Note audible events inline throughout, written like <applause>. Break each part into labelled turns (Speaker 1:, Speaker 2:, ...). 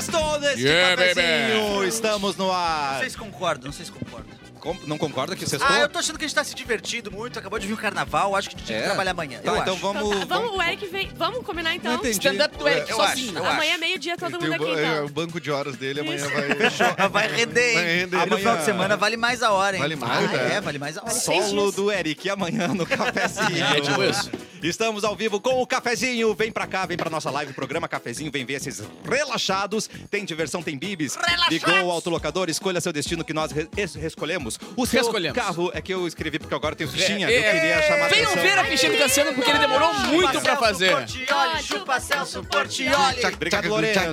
Speaker 1: podcast
Speaker 2: Yeah,
Speaker 1: cafezinho.
Speaker 2: baby.
Speaker 1: Estamos no
Speaker 3: Não
Speaker 1: ar.
Speaker 3: sei se concordam, não sei se concordam.
Speaker 1: Com- Não concorda que sextou?
Speaker 3: Ah, eu tô achando que a gente tá se divertindo muito, acabou de vir o carnaval, acho que a gente tem
Speaker 1: É?
Speaker 3: que trabalhar amanhã.
Speaker 1: Tá,
Speaker 3: eu
Speaker 1: então
Speaker 3: acho.
Speaker 1: vamos...
Speaker 4: Então tá, vamos, o Eric vem. Vamos combinar então.
Speaker 1: Não entendi. É,
Speaker 5: Stand-up do Eric,
Speaker 3: Eu
Speaker 5: sozinho.
Speaker 3: acho, eu
Speaker 4: Amanhã, é meio-dia, todo
Speaker 2: Ele
Speaker 4: mundo
Speaker 2: tem
Speaker 4: aqui
Speaker 2: o, ba- é,
Speaker 4: então.
Speaker 2: o banco de horas dele amanhã
Speaker 4: Isso.
Speaker 2: vai.
Speaker 3: Vai render, hein?
Speaker 2: Vai render.
Speaker 3: Aí no final
Speaker 2: Amanhã-
Speaker 3: de semana vale mais a hora, hein?
Speaker 2: Vale mais,
Speaker 3: ah,
Speaker 2: é.
Speaker 3: é. vale mais a hora.
Speaker 4: Vale seis
Speaker 1: Solo
Speaker 4: dias.
Speaker 1: do Eric amanhã no cafezinho.
Speaker 5: É, tipo isso.
Speaker 1: Estamos ao vivo com o cafezinho. Vem pra cá, vem pra nossa live, programa Cafezinho, vem ver esses relaxados. Tem diversão, tem bibis. Ligou o autolocador, escolha seu destino que nós re- es- escolhemos. O seu
Speaker 5: Escolhemos.
Speaker 1: carro é que eu escrevi porque agora tem fichinha.
Speaker 5: É,
Speaker 1: eu queria chamar a
Speaker 5: Venham
Speaker 1: atenção.
Speaker 5: ver a fichinha do Cassiano, tá porque ele demorou
Speaker 4: Chupa
Speaker 5: muito pra fazer.
Speaker 3: Portioli, chupa Celso Portioli.
Speaker 2: Tchac,
Speaker 1: Obrigado,
Speaker 2: tchac, tchac,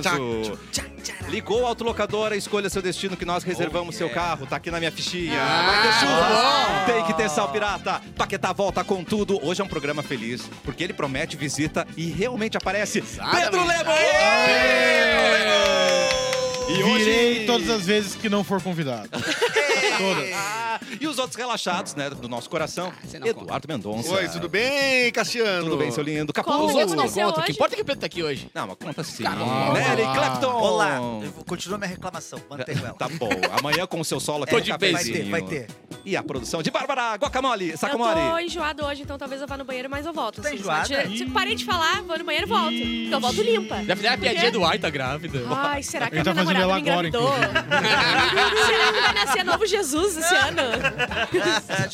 Speaker 1: Lorenzo.
Speaker 2: tchac.
Speaker 1: Ligou o autolocadora, escolha seu destino que nós reservamos seu carro. Tá aqui na minha fichinha. Vai ter chuva. Tem que ter sal pirata. Paquetá volta com tudo. Hoje é um programa feliz, porque ele promete visita e realmente aparece. Pedro Lemo! E hoje...
Speaker 6: Virei todas as vezes que não
Speaker 1: <laughs>
Speaker 6: for convidado. todas.
Speaker 1: Ah, e os outros relaxados, né, do nosso coração.
Speaker 5: você não
Speaker 1: Eduardo Mendonça.
Speaker 2: Oi, tudo bem, Cassiano?
Speaker 1: Tudo bem, seu lindo?
Speaker 4: Como
Speaker 1: Capuz.
Speaker 5: Os
Speaker 4: que
Speaker 5: outros não
Speaker 4: aconteceu
Speaker 5: contam. O que
Speaker 4: hoje?
Speaker 5: importa é que o Pedro tá aqui hoje.
Speaker 1: Não, mas conta sim.
Speaker 5: Caramba.
Speaker 1: Nelly Clapton.
Speaker 3: Olá, eu vou- continua minha reclamação, mantenho ela.
Speaker 1: Tá bom. Amanhã com o seu solo aqui
Speaker 5: Tô
Speaker 1: no
Speaker 5: de
Speaker 3: É, vai
Speaker 1: cafezinho.
Speaker 3: ter, vai ter.
Speaker 1: E a produção de Bárbara Guacamole,
Speaker 5: é,
Speaker 4: Eu tô
Speaker 1: Sacamole.
Speaker 4: enjoada hoje, então talvez eu vá no banheiro, mas eu volto.
Speaker 3: Tá
Speaker 4: assim,
Speaker 3: enjoada?
Speaker 4: sabe? Tipo, parei de falar, vou no banheiro e volto. Então eu volto limpa.
Speaker 5: Já fizeram a
Speaker 4: Por quê?
Speaker 5: piadinha do Ai, tá grávida.
Speaker 4: Ai, será que
Speaker 6: Ele
Speaker 4: a
Speaker 6: tá
Speaker 4: minha
Speaker 6: fazendo
Speaker 4: namorada me
Speaker 6: ela agora,
Speaker 4: engravidou? <laughs> será que vai nascer novo Jesus esse ano?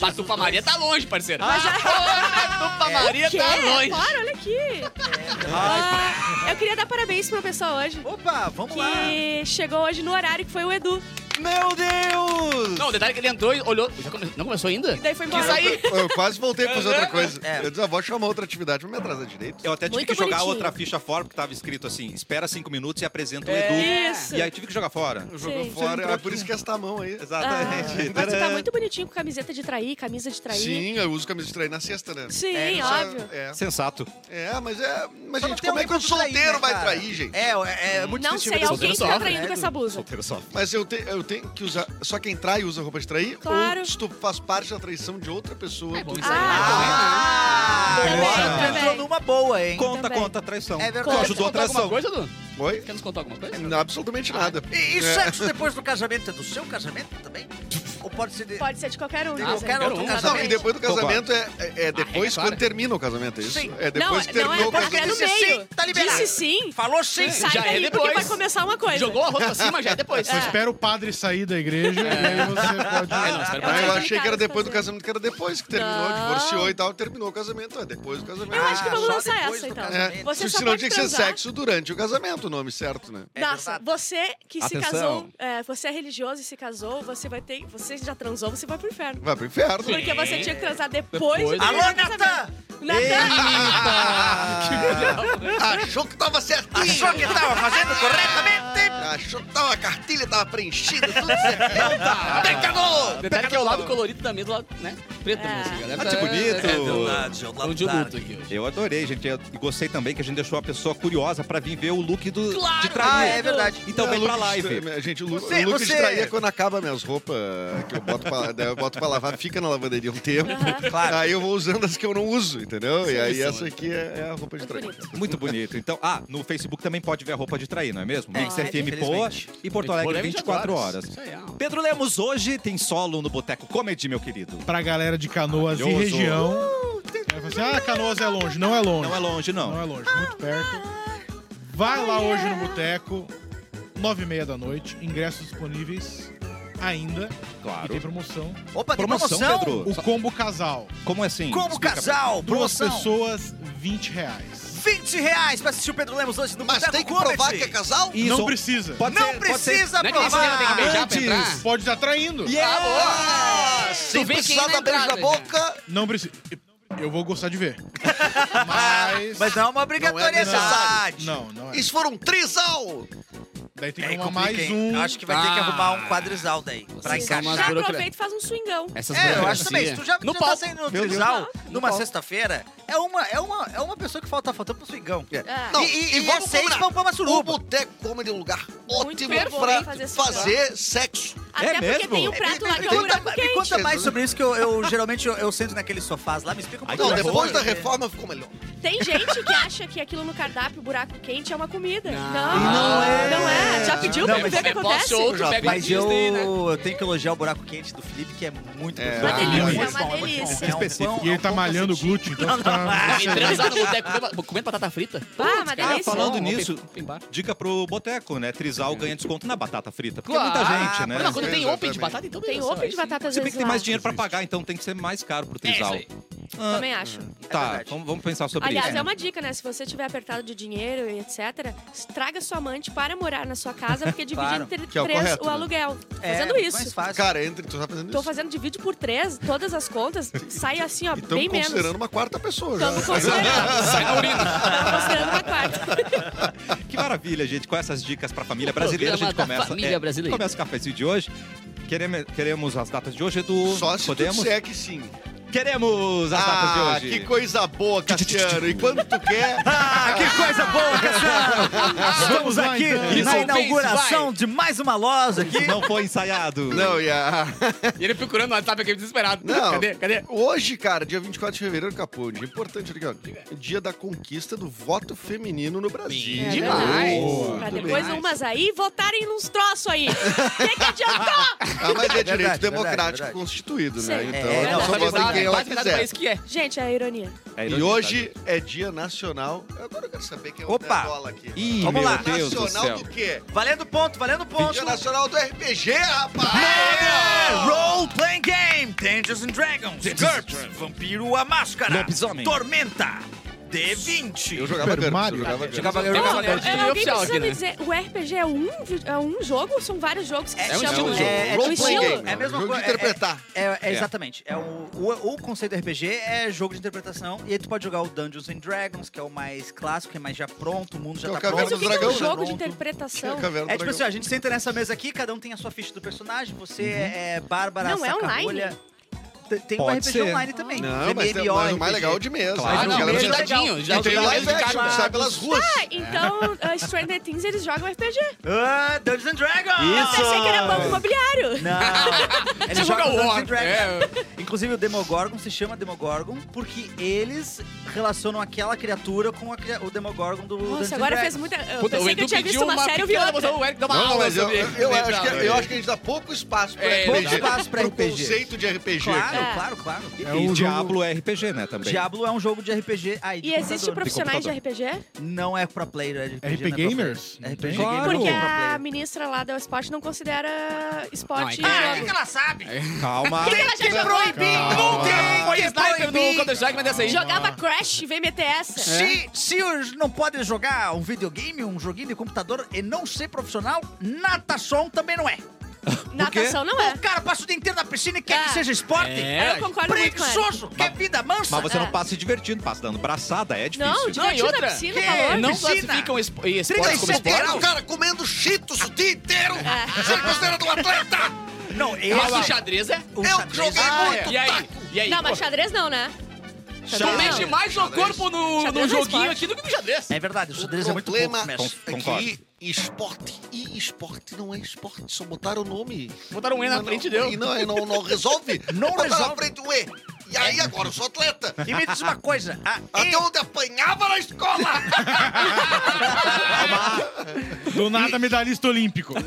Speaker 5: Patufa Maria tá longe, parceiro. Patufa Maria
Speaker 4: Quê?
Speaker 5: tá longe. É, tá
Speaker 4: Claro, olha aqui. Ah, eu queria dar parabéns pra uma pessoa hoje.
Speaker 3: Opa, Ah, vamos lá.
Speaker 4: Que chegou hoje no horário que foi o Edu.
Speaker 1: Meu Deus!
Speaker 5: Não, o detalhe é que ele entrou e olhou. Já come- Não começou ainda?
Speaker 4: E daí foi embora.
Speaker 5: Quis sair.
Speaker 2: Eu quase voltei pra fazer outra coisa.
Speaker 3: É.
Speaker 2: Eu disse, ah, vou achar uma outra atividade, vou me atrasar direito.
Speaker 1: Eu até tive
Speaker 4: Muito
Speaker 1: que jogar
Speaker 4: bonitinho.
Speaker 1: outra ficha fora, porque tava escrito assim, espera cinco minutos e apresenta o Edu.
Speaker 4: É Isso.
Speaker 1: E aí eu tive que jogar fora.
Speaker 4: Sim.
Speaker 2: Fora, é por isso que essa mão aí.
Speaker 1: Exatamente.
Speaker 4: Ah, mas tu tá muito bonitinho com camiseta de trair, camisa de trair.
Speaker 2: Sim, eu uso camisa de trair na sexta, né?
Speaker 4: Sim,
Speaker 2: Isso é-
Speaker 4: óbvio.
Speaker 2: É,
Speaker 1: Sensato.
Speaker 2: é, mas é. Mas,
Speaker 3: Só não
Speaker 2: gente,
Speaker 3: tem
Speaker 2: como é
Speaker 3: alguém
Speaker 2: que um
Speaker 3: pra tu trair,
Speaker 2: solteiro
Speaker 3: né,
Speaker 2: vai
Speaker 3: cara?
Speaker 2: trair, gente?
Speaker 3: É, é, é muito
Speaker 4: Não
Speaker 3: difícil
Speaker 4: sei,
Speaker 3: de
Speaker 4: alguém
Speaker 5: solteiro
Speaker 4: tá
Speaker 5: sofre,
Speaker 4: traindo
Speaker 3: né,
Speaker 4: com essa blusa.
Speaker 1: Solteiro só.
Speaker 2: Mas eu, te- eu tenho que usar. Só quem trai usa roupa de trair?
Speaker 4: Claro.
Speaker 2: Ou se tu faz parte da traição de outra pessoa. tu-
Speaker 3: Ah,
Speaker 4: Ah, Também,
Speaker 3: agora tu
Speaker 4: também.
Speaker 3: entrou numa boa, hein?
Speaker 1: Conta,
Speaker 4: Também.
Speaker 1: conta a traição.
Speaker 3: É verdade.
Speaker 1: Tu ajudou a
Speaker 5: Contar alguma
Speaker 1: traição.
Speaker 5: coisa, Edu?
Speaker 2: Oi?
Speaker 5: Quer nos contar alguma coisa?
Speaker 2: Não, absolutamente nada.
Speaker 3: E, e sexo depois do casamento é do seu casamento também? Ou pode ser de,
Speaker 4: pode ser de qualquer um.
Speaker 3: de
Speaker 4: né?
Speaker 3: Ah, qualquer
Speaker 5: quero
Speaker 3: outro
Speaker 5: um.
Speaker 2: Não, e
Speaker 3: casamento?
Speaker 2: depois do casamento é,
Speaker 4: Ah,
Speaker 2: é- é
Speaker 5: é
Speaker 2: depois
Speaker 5: claro.
Speaker 2: quando termina o casamento, é isso?
Speaker 3: Sim.
Speaker 2: É depois que
Speaker 4: não, não,
Speaker 2: terminou
Speaker 4: é
Speaker 2: o
Speaker 4: pode criar
Speaker 2: casamento.
Speaker 4: no
Speaker 3: Disse
Speaker 4: meio.
Speaker 3: sim, tá liberado.
Speaker 4: Disse sim.
Speaker 3: Falou sim.
Speaker 4: Sai
Speaker 5: Já é
Speaker 4: daí, porque
Speaker 5: depois.
Speaker 4: vai começar uma coisa.
Speaker 5: Jogou a roupa pra cima, já
Speaker 4: <laughs>
Speaker 5: é depois.
Speaker 6: Só espera o padre sair da igreja e aí você pode.
Speaker 5: É, não, espera pra
Speaker 2: Ah, eu
Speaker 4: Mas
Speaker 2: achei que era
Speaker 4: complicado
Speaker 2: depois do
Speaker 4: fazer.
Speaker 2: casamento, que era depois que terminou,
Speaker 4: Não.
Speaker 2: divorciou e tal, terminou o casamento. É depois do casamento.
Speaker 4: Eu acho que
Speaker 3: Ah,
Speaker 4: vamos
Speaker 3: só
Speaker 4: lançar
Speaker 3: depois
Speaker 4: essa
Speaker 3: do
Speaker 4: então.
Speaker 3: casamento.
Speaker 4: Você
Speaker 2: Se
Speaker 4: só
Speaker 2: não
Speaker 4: pode
Speaker 2: tinha que ser
Speaker 4: transar.
Speaker 2: sexo durante o casamento, o nome certo, né?
Speaker 3: É
Speaker 4: Nossa,
Speaker 3: verdade.
Speaker 4: você que
Speaker 1: Atenção.
Speaker 4: se casou, é, você é religioso e se casou, você vai ter. Você já transou, você vai pro inferno.
Speaker 2: Vai pro inferno.
Speaker 4: Porque você tinha que transar depois.
Speaker 5: Depois.
Speaker 4: do
Speaker 3: Alô,
Speaker 4: casamento.
Speaker 3: Natan!
Speaker 2: Achou Ah, que tava certinho.
Speaker 3: Achou que tava fazendo corretamente?
Speaker 2: Achou que tava, a cartilha tava preenchida, tudo certo.
Speaker 5: O detalhe é que é o lado colorido da mesa, o lado, né? Preto também, assim, galera.
Speaker 1: Ah, que bonito.
Speaker 5: É, é,
Speaker 3: é o
Speaker 5: é, é, de luto aqui hoje.
Speaker 1: Eu adorei, gente. Eu- E gostei também que a gente deixou a pessoa curiosa pra vir ver o look do,
Speaker 4: Claro.
Speaker 1: de trair.
Speaker 3: Ah, é verdade.
Speaker 1: Então vem
Speaker 2: Não,
Speaker 1: pra
Speaker 2: o look de-
Speaker 1: live.
Speaker 2: Gente, o, lu-
Speaker 3: Você-
Speaker 2: o look de
Speaker 3: você-
Speaker 2: trair é quando acaba minhas roupas, que eu boto pra, daí eu boto pra lavar, fica na lavanderia um tempo.
Speaker 3: Claro.
Speaker 2: <laughs> Aí eu vou usando as que eu não uso, entendeu? E aí
Speaker 5: Seleção,
Speaker 2: essa aqui é, é a roupa de
Speaker 4: Muito
Speaker 2: trair.
Speaker 4: bonito.
Speaker 1: Muito bonito. Então, ah, no Facebook também pode ver a roupa de trair, não é mesmo?
Speaker 3: É,
Speaker 1: Mix FM Poa
Speaker 3: infelizmente.
Speaker 1: e Porto Alegre 24 horas.
Speaker 5: Isso aí, ó.
Speaker 1: Pedro Lemos, hoje tem solo no Boteco Comedy, meu querido.
Speaker 6: Pra galera de canoas e
Speaker 1: Maravilhoso.
Speaker 6: região. Aí fala assim, ah, canoas é longe. Não é longe.
Speaker 1: Não é longe, não.
Speaker 6: Não é longe, muito perto. Vai lá hoje no boteco, nove e meia da noite. Ingressos disponíveis ainda. E tem
Speaker 1: Claro.
Speaker 6: promoção.
Speaker 3: Opa, tem
Speaker 1: Promoção,
Speaker 3: promoção.
Speaker 1: Pedro?
Speaker 6: O combo casal.
Speaker 1: Como assim?
Speaker 3: Como
Speaker 1: Explica pra-
Speaker 3: casal,
Speaker 6: Duas
Speaker 3: promoção.
Speaker 6: pessoas, 20 reais.
Speaker 3: 20 reais pra assistir o Pedro Lemos hoje no
Speaker 2: Mas
Speaker 3: Boteco
Speaker 2: tem que
Speaker 3: Comedy.
Speaker 2: provar que é casal?
Speaker 1: Isso.
Speaker 6: Não precisa.
Speaker 1: Pode
Speaker 3: Não
Speaker 1: ser- pode ser-
Speaker 3: precisa
Speaker 5: Não é que nem cinema tem que
Speaker 3: provar.
Speaker 5: beijar pra entrar?
Speaker 6: Pode estar traindo.
Speaker 5: Ah, boa.
Speaker 2: Sem
Speaker 5: Tu vê quem
Speaker 2: precisar
Speaker 5: na
Speaker 2: dar beijo na
Speaker 5: entrada,
Speaker 2: boca,
Speaker 6: Não precisa. Eu vou gostar de ver. Mas.
Speaker 3: Mas não é uma
Speaker 2: necessário.
Speaker 3: obrigatoriedade.
Speaker 6: Não, não é.
Speaker 2: isso for um trisal.
Speaker 6: Daí tem que
Speaker 3: É,
Speaker 6: arrumar
Speaker 3: complica,
Speaker 6: mais
Speaker 3: hein?
Speaker 6: um.
Speaker 3: Acho que vai ter que
Speaker 5: Ah.
Speaker 3: arrumar um quadrisal daí. Pra
Speaker 5: Vocês são umas
Speaker 4: Já
Speaker 3: encaixar.
Speaker 5: burocra-
Speaker 4: aproveita e faz um swingão.
Speaker 5: Essas
Speaker 3: É, eu
Speaker 5: burocracias.
Speaker 3: acho também. Se tu já,
Speaker 5: No
Speaker 3: já tá
Speaker 5: palco.
Speaker 3: saindo no
Speaker 1: Meu Deus.
Speaker 3: trisal numa
Speaker 5: palco.
Speaker 3: sexta-feira, é uma, é, uma, é uma pessoa que falta, tá faltando pro swingão.
Speaker 4: É.
Speaker 2: Não,
Speaker 3: e, e,
Speaker 2: e
Speaker 3: e,
Speaker 2: vamos
Speaker 3: é seis
Speaker 2: combinar.
Speaker 3: vão pra uma
Speaker 2: O
Speaker 3: suruba.
Speaker 2: boteco comedy é um lugar ótimo
Speaker 4: bom
Speaker 2: pra
Speaker 4: pra fazer
Speaker 2: fazer,
Speaker 4: sexo.
Speaker 2: sexo.
Speaker 4: Até porque
Speaker 1: mesmo?
Speaker 4: tem o
Speaker 1: É
Speaker 4: prato lá que
Speaker 3: Me
Speaker 4: é o
Speaker 3: conta,
Speaker 4: buraco
Speaker 3: me
Speaker 4: quente.
Speaker 3: conta mais sobre isso, que eu, eu- geralmente eu, eu sento naqueles sofás lá, me explica um
Speaker 1: Ai,
Speaker 2: Não,
Speaker 1: que
Speaker 3: pouco.
Speaker 2: depois da
Speaker 3: Porque-
Speaker 2: reforma ficou melhor.
Speaker 4: Tem gente que acha que aquilo no cardápio, buraco quente, é uma comida. Não,
Speaker 3: não é.
Speaker 4: Não é. Já pediu
Speaker 3: Não,
Speaker 4: pra
Speaker 3: mas
Speaker 4: ver o que
Speaker 5: é
Speaker 4: acontece?
Speaker 5: posso outro, pega
Speaker 3: Mas
Speaker 5: o
Speaker 3: eu,
Speaker 5: Disney, né?
Speaker 3: eu tenho que elogiar o buraco quente do Felipe, que é muito
Speaker 2: É.
Speaker 3: gostoso.
Speaker 2: Uma
Speaker 4: delícia,
Speaker 3: Muito
Speaker 4: uma
Speaker 3: bom, muito
Speaker 4: delícia.
Speaker 3: bom. É um
Speaker 1: Específico.
Speaker 3: pão-
Speaker 6: E ele
Speaker 3: é
Speaker 6: tá
Speaker 3: um pão
Speaker 6: malhando o
Speaker 3: cacetinho.
Speaker 6: glúten, então tá...
Speaker 5: Me transar no boteco comendo- comendo batata frita.
Speaker 4: Ah, uma
Speaker 1: Ah,
Speaker 4: delícia.
Speaker 1: falando
Speaker 5: Bom,
Speaker 1: nisso,
Speaker 5: open- open bar.
Speaker 1: dica pro Boteco, né? Trisal ganha desconto na batata frita. Porque
Speaker 5: Claro. Ah,
Speaker 1: é muita gente, né?
Speaker 5: Mas não, quando tem open de
Speaker 2: Exatamente.
Speaker 5: batata, então
Speaker 4: Tem
Speaker 5: beleza,
Speaker 4: open de
Speaker 5: aí sim.
Speaker 4: batata às
Speaker 1: Se bem que
Speaker 4: vezes
Speaker 1: tem
Speaker 4: lá.
Speaker 1: mais dinheiro pra pagar, então tem que ser mais caro pro
Speaker 5: É isso
Speaker 1: Trisal.
Speaker 5: aí.
Speaker 1: Ah,
Speaker 4: Também acho.
Speaker 1: Tá,
Speaker 3: verdade.
Speaker 1: vamos, vamos pensar sobre
Speaker 4: Aliás,
Speaker 1: isso.
Speaker 4: é uma dica, né? Se você tiver apertado de dinheiro e etc., traga sua amante para morar na sua casa, porque divide
Speaker 3: Claro,
Speaker 4: entre
Speaker 2: que é o
Speaker 4: três
Speaker 2: correto,
Speaker 4: o
Speaker 2: né?
Speaker 4: aluguel.
Speaker 3: É,
Speaker 4: fazendo
Speaker 3: muito Mais
Speaker 4: isso.
Speaker 3: fácil.
Speaker 2: Cara, entre, tu tá fazendo
Speaker 4: Tô
Speaker 2: isso.
Speaker 4: fazendo, divide por três, todas as contas, sai assim, ó,
Speaker 2: E
Speaker 4: bem
Speaker 2: estamos
Speaker 4: menos.
Speaker 2: considerando é uma quarta pessoa já. <laughs>
Speaker 4: Estamos
Speaker 5: <laughs>
Speaker 4: considerando.
Speaker 5: Sai da urina.
Speaker 4: Estamos considerando uma quarta.
Speaker 1: Tá, Que maravilha, gente. Com essas dicas pra família
Speaker 5: O
Speaker 1: brasileira, a gente
Speaker 5: programa da
Speaker 1: começa. é,
Speaker 5: família brasileira.
Speaker 1: Começa o cafezinho de hoje. Queremos, queremos as datas de hoje, Edu.
Speaker 2: Só se tu
Speaker 1: Podemos?
Speaker 2: disser que sim.
Speaker 1: Queremos as
Speaker 2: Ah,
Speaker 1: datas de hoje.
Speaker 2: que coisa boa, Cassiano. E quando tu quer...
Speaker 1: Ah, que coisa boa, Cassiano! Vamos
Speaker 6: lá,
Speaker 1: aqui!
Speaker 6: então.
Speaker 1: Isso
Speaker 3: Na
Speaker 5: Vai,
Speaker 3: inauguração de mais uma loja aqui.
Speaker 1: não foi ensaiado.
Speaker 2: Não, e a...
Speaker 5: E ele procurando o WhatsApp aqui desesperado.
Speaker 2: Não.
Speaker 5: Cadê? Cadê?
Speaker 2: Hoje, cara, dia 24 de fevereiro, capô, um dia importante, olha aqui, ó. Dia da conquista do voto feminino no Brasil.
Speaker 5: Bem
Speaker 4: <laughs> É
Speaker 5: Demais.
Speaker 4: verdade.
Speaker 5: Boa.
Speaker 4: Pra
Speaker 5: Muito
Speaker 4: depois
Speaker 5: bem.
Speaker 4: umas aí votarem nos troços <laughs> aí. O que, que adiantou?
Speaker 2: Ah, mas é
Speaker 3: Verdade,
Speaker 2: direito democrático
Speaker 3: verdade, verdade.
Speaker 2: constituído, né?
Speaker 4: Sim.
Speaker 2: Então,
Speaker 3: É,
Speaker 2: ela
Speaker 5: não,
Speaker 2: só
Speaker 5: tá
Speaker 2: vota em
Speaker 5: avisado,
Speaker 2: quem
Speaker 5: é
Speaker 2: ela
Speaker 5: quase cada
Speaker 2: quiser.
Speaker 5: país que é.
Speaker 4: Gente, é a ironia.
Speaker 1: É
Speaker 2: E
Speaker 1: irônico,
Speaker 2: hoje é dia nacional... Agora eu quero saber quem é o
Speaker 3: Opa.
Speaker 2: Nerdola aqui.
Speaker 1: tá? Ih,
Speaker 3: Vamos
Speaker 1: meu
Speaker 3: lá.
Speaker 1: Deus do
Speaker 2: nacional
Speaker 1: céu.
Speaker 2: do, quê?
Speaker 3: Valendo ponto, valendo ponto.
Speaker 2: Dia nacional do RPG, rapaz!
Speaker 3: Role Playing Game, Dungeons and Dragons, GURPS, Vampiro a Máscara,
Speaker 1: Lobisomem.
Speaker 3: Tormenta, D20.
Speaker 2: Eu jogava
Speaker 6: Super
Speaker 2: GURPS,
Speaker 6: Mario.
Speaker 2: eu jogava GURPS.
Speaker 3: Jogava
Speaker 5: Tem
Speaker 3: GURPS.
Speaker 5: uma
Speaker 4: É,
Speaker 5: nerdinha
Speaker 4: alguém
Speaker 5: oficial
Speaker 4: precisa
Speaker 5: aqui,
Speaker 4: me
Speaker 5: né?
Speaker 4: dizer, o RPG é um, vi- é um jogo ou são vários jogos que
Speaker 3: É
Speaker 4: se
Speaker 5: um
Speaker 4: chamam?
Speaker 5: estilo de
Speaker 2: jogo.
Speaker 4: É, é um
Speaker 2: Role playing
Speaker 4: estilo?
Speaker 2: game.
Speaker 3: É a mesma
Speaker 2: Jogo de
Speaker 3: coisa, é-
Speaker 2: interpretar.
Speaker 3: É, é exatamente. É o, o, o conceito do RPG é jogo de interpretação. E aí tu pode jogar o Dungeons and Dragons, que é o mais clássico, que é mais já pronto, o mundo já
Speaker 2: Que é
Speaker 3: tá
Speaker 2: o Caverna
Speaker 4: Mas
Speaker 3: pronto.
Speaker 4: o que que é
Speaker 2: Dragão,
Speaker 4: um
Speaker 2: né?
Speaker 4: jogo de
Speaker 2: Pronto.
Speaker 4: interpretação?
Speaker 2: Caverna do
Speaker 3: É tipo assim, ó,
Speaker 2: Dragão.
Speaker 3: a gente senta nessa mesa aqui, cada um tem a sua ficha do personagem, você é Bárbara
Speaker 4: Não, é
Speaker 3: Sacabolha. Tem- Tem um
Speaker 1: Pode
Speaker 3: RPG
Speaker 1: ser.
Speaker 3: online também.
Speaker 2: Não, mas, tem, mas o mais legal é o de mesa.
Speaker 1: Claro,
Speaker 5: Ah,
Speaker 2: né?
Speaker 5: não,
Speaker 2: Galera,
Speaker 5: mas
Speaker 2: já-
Speaker 5: dadinho. Já
Speaker 2: E tem
Speaker 3: um
Speaker 5: tem
Speaker 2: live
Speaker 5: de
Speaker 2: action,
Speaker 5: cara.
Speaker 2: sai pelas ruas.
Speaker 4: Então, uh, Stranger Things, eles jogam RPG.
Speaker 3: Ah, Dungeons and Dragons!
Speaker 4: Eu pensei que era
Speaker 3: É.
Speaker 4: banco imobiliário.
Speaker 3: Não.
Speaker 5: Você joga
Speaker 3: jogam Dungeons and
Speaker 5: War.
Speaker 3: Dragons.
Speaker 5: É,
Speaker 3: Inclusive o Demogorgon se chama Demogorgon porque eles relacionam aquela criatura com a cria- o Demogorgon do Dungeons
Speaker 4: Nossa,
Speaker 3: and
Speaker 4: agora
Speaker 3: Dragons.
Speaker 4: fez muita... Eu pensei
Speaker 5: Puta, o
Speaker 4: que eu
Speaker 5: Edu
Speaker 4: tinha
Speaker 5: pediu
Speaker 4: visto uma série, eu vi
Speaker 5: pequena
Speaker 4: outra.
Speaker 5: emoção, o Eric dá uma
Speaker 2: Não,
Speaker 5: aula
Speaker 2: mas eu,
Speaker 5: sobre- né?
Speaker 2: eu, acho que, eu acho que a gente dá pouco espaço pra
Speaker 5: É,
Speaker 2: RPG.
Speaker 5: pouco
Speaker 3: espaço pra
Speaker 2: pro
Speaker 3: RPG.
Speaker 2: conceito de RPG.
Speaker 3: Claro,
Speaker 4: É.
Speaker 3: claro, claro.
Speaker 1: E,
Speaker 6: É um jogo-
Speaker 1: Diablo é RPG, né, também.
Speaker 3: Diablo é um jogo de RPG. Aí, de
Speaker 4: E existe
Speaker 3: computador.
Speaker 4: profissionais de RPG?
Speaker 3: Não é pro player, é RPG.
Speaker 6: RP
Speaker 3: não é pro
Speaker 6: Gamers?
Speaker 3: player.
Speaker 6: Não
Speaker 3: RPG Gamer
Speaker 6: tem?
Speaker 1: Claro.
Speaker 4: Porque
Speaker 3: não é pro player.
Speaker 4: a ministra lá do esporte não considera esporte
Speaker 5: Não, é que-
Speaker 4: jogo.
Speaker 3: Ah, ela sabe?
Speaker 1: Calma.
Speaker 4: <laughs> Ela já jogou-
Speaker 6: Calma.
Speaker 5: Foi sniper
Speaker 2: é
Speaker 5: do Counter-Strike, mas é assim. dessa aí.
Speaker 4: jogava Crash e vem meter
Speaker 3: É.
Speaker 4: essa.
Speaker 3: Se, se os não pode jogar um videogame, um joguinho de computador e não ser profissional, natação também não é.
Speaker 4: Natação não é.
Speaker 3: O cara passa o dia inteiro na piscina e quer que
Speaker 4: É.
Speaker 3: seja esporte.
Speaker 5: É.
Speaker 4: Eu concordo muito né? com ela.
Speaker 3: Preguiçoso, quer vida mansa.
Speaker 1: Mas você não
Speaker 4: É.
Speaker 1: passa se divertindo, passa dando braçada, é difícil.
Speaker 4: Não,
Speaker 5: Não, e
Speaker 4: divertido na
Speaker 5: outra,
Speaker 4: piscina,
Speaker 3: Que-
Speaker 4: calor.
Speaker 5: não
Speaker 3: Piscina.
Speaker 5: classificam espo- É, e esporte como
Speaker 2: 36 graus,
Speaker 5: esporte?
Speaker 2: cara, comendo cheetos o dia inteiro.
Speaker 4: É.
Speaker 2: Você considera um
Speaker 5: <laughs>
Speaker 2: atleta?
Speaker 3: Não, eu
Speaker 5: Mas o xadrez é...
Speaker 3: o
Speaker 2: Eu
Speaker 3: xadrez-
Speaker 2: joguei
Speaker 3: Ah,
Speaker 2: muito.
Speaker 5: E aí? E aí?
Speaker 4: Não, mas xadrez não, né?
Speaker 5: Tu mexe
Speaker 4: não.
Speaker 5: mais no
Speaker 2: Xadrez.
Speaker 5: corpo no, no
Speaker 4: Xadrez é
Speaker 5: joguinho
Speaker 4: esporte.
Speaker 5: aqui do que no xadrez.
Speaker 3: É verdade, o xadrez é
Speaker 2: o
Speaker 3: muito
Speaker 2: problema
Speaker 3: pouco, mestre.
Speaker 2: é
Speaker 1: Concordo.
Speaker 2: que esporte e esporte não é esporte. Só botaram o nome.
Speaker 5: Botaram um E na
Speaker 2: Mas não- é
Speaker 5: frente e deu.
Speaker 2: E não, e <laughs> não, não resolve. É.
Speaker 3: Não
Speaker 2: botaram na
Speaker 3: resolve.
Speaker 2: frente o E. E aí agora eu sou atleta.
Speaker 3: E me diz uma coisa, a E-
Speaker 2: Até onde apanhava na escola.
Speaker 6: Do nada, medalhista olímpico.
Speaker 3: Tá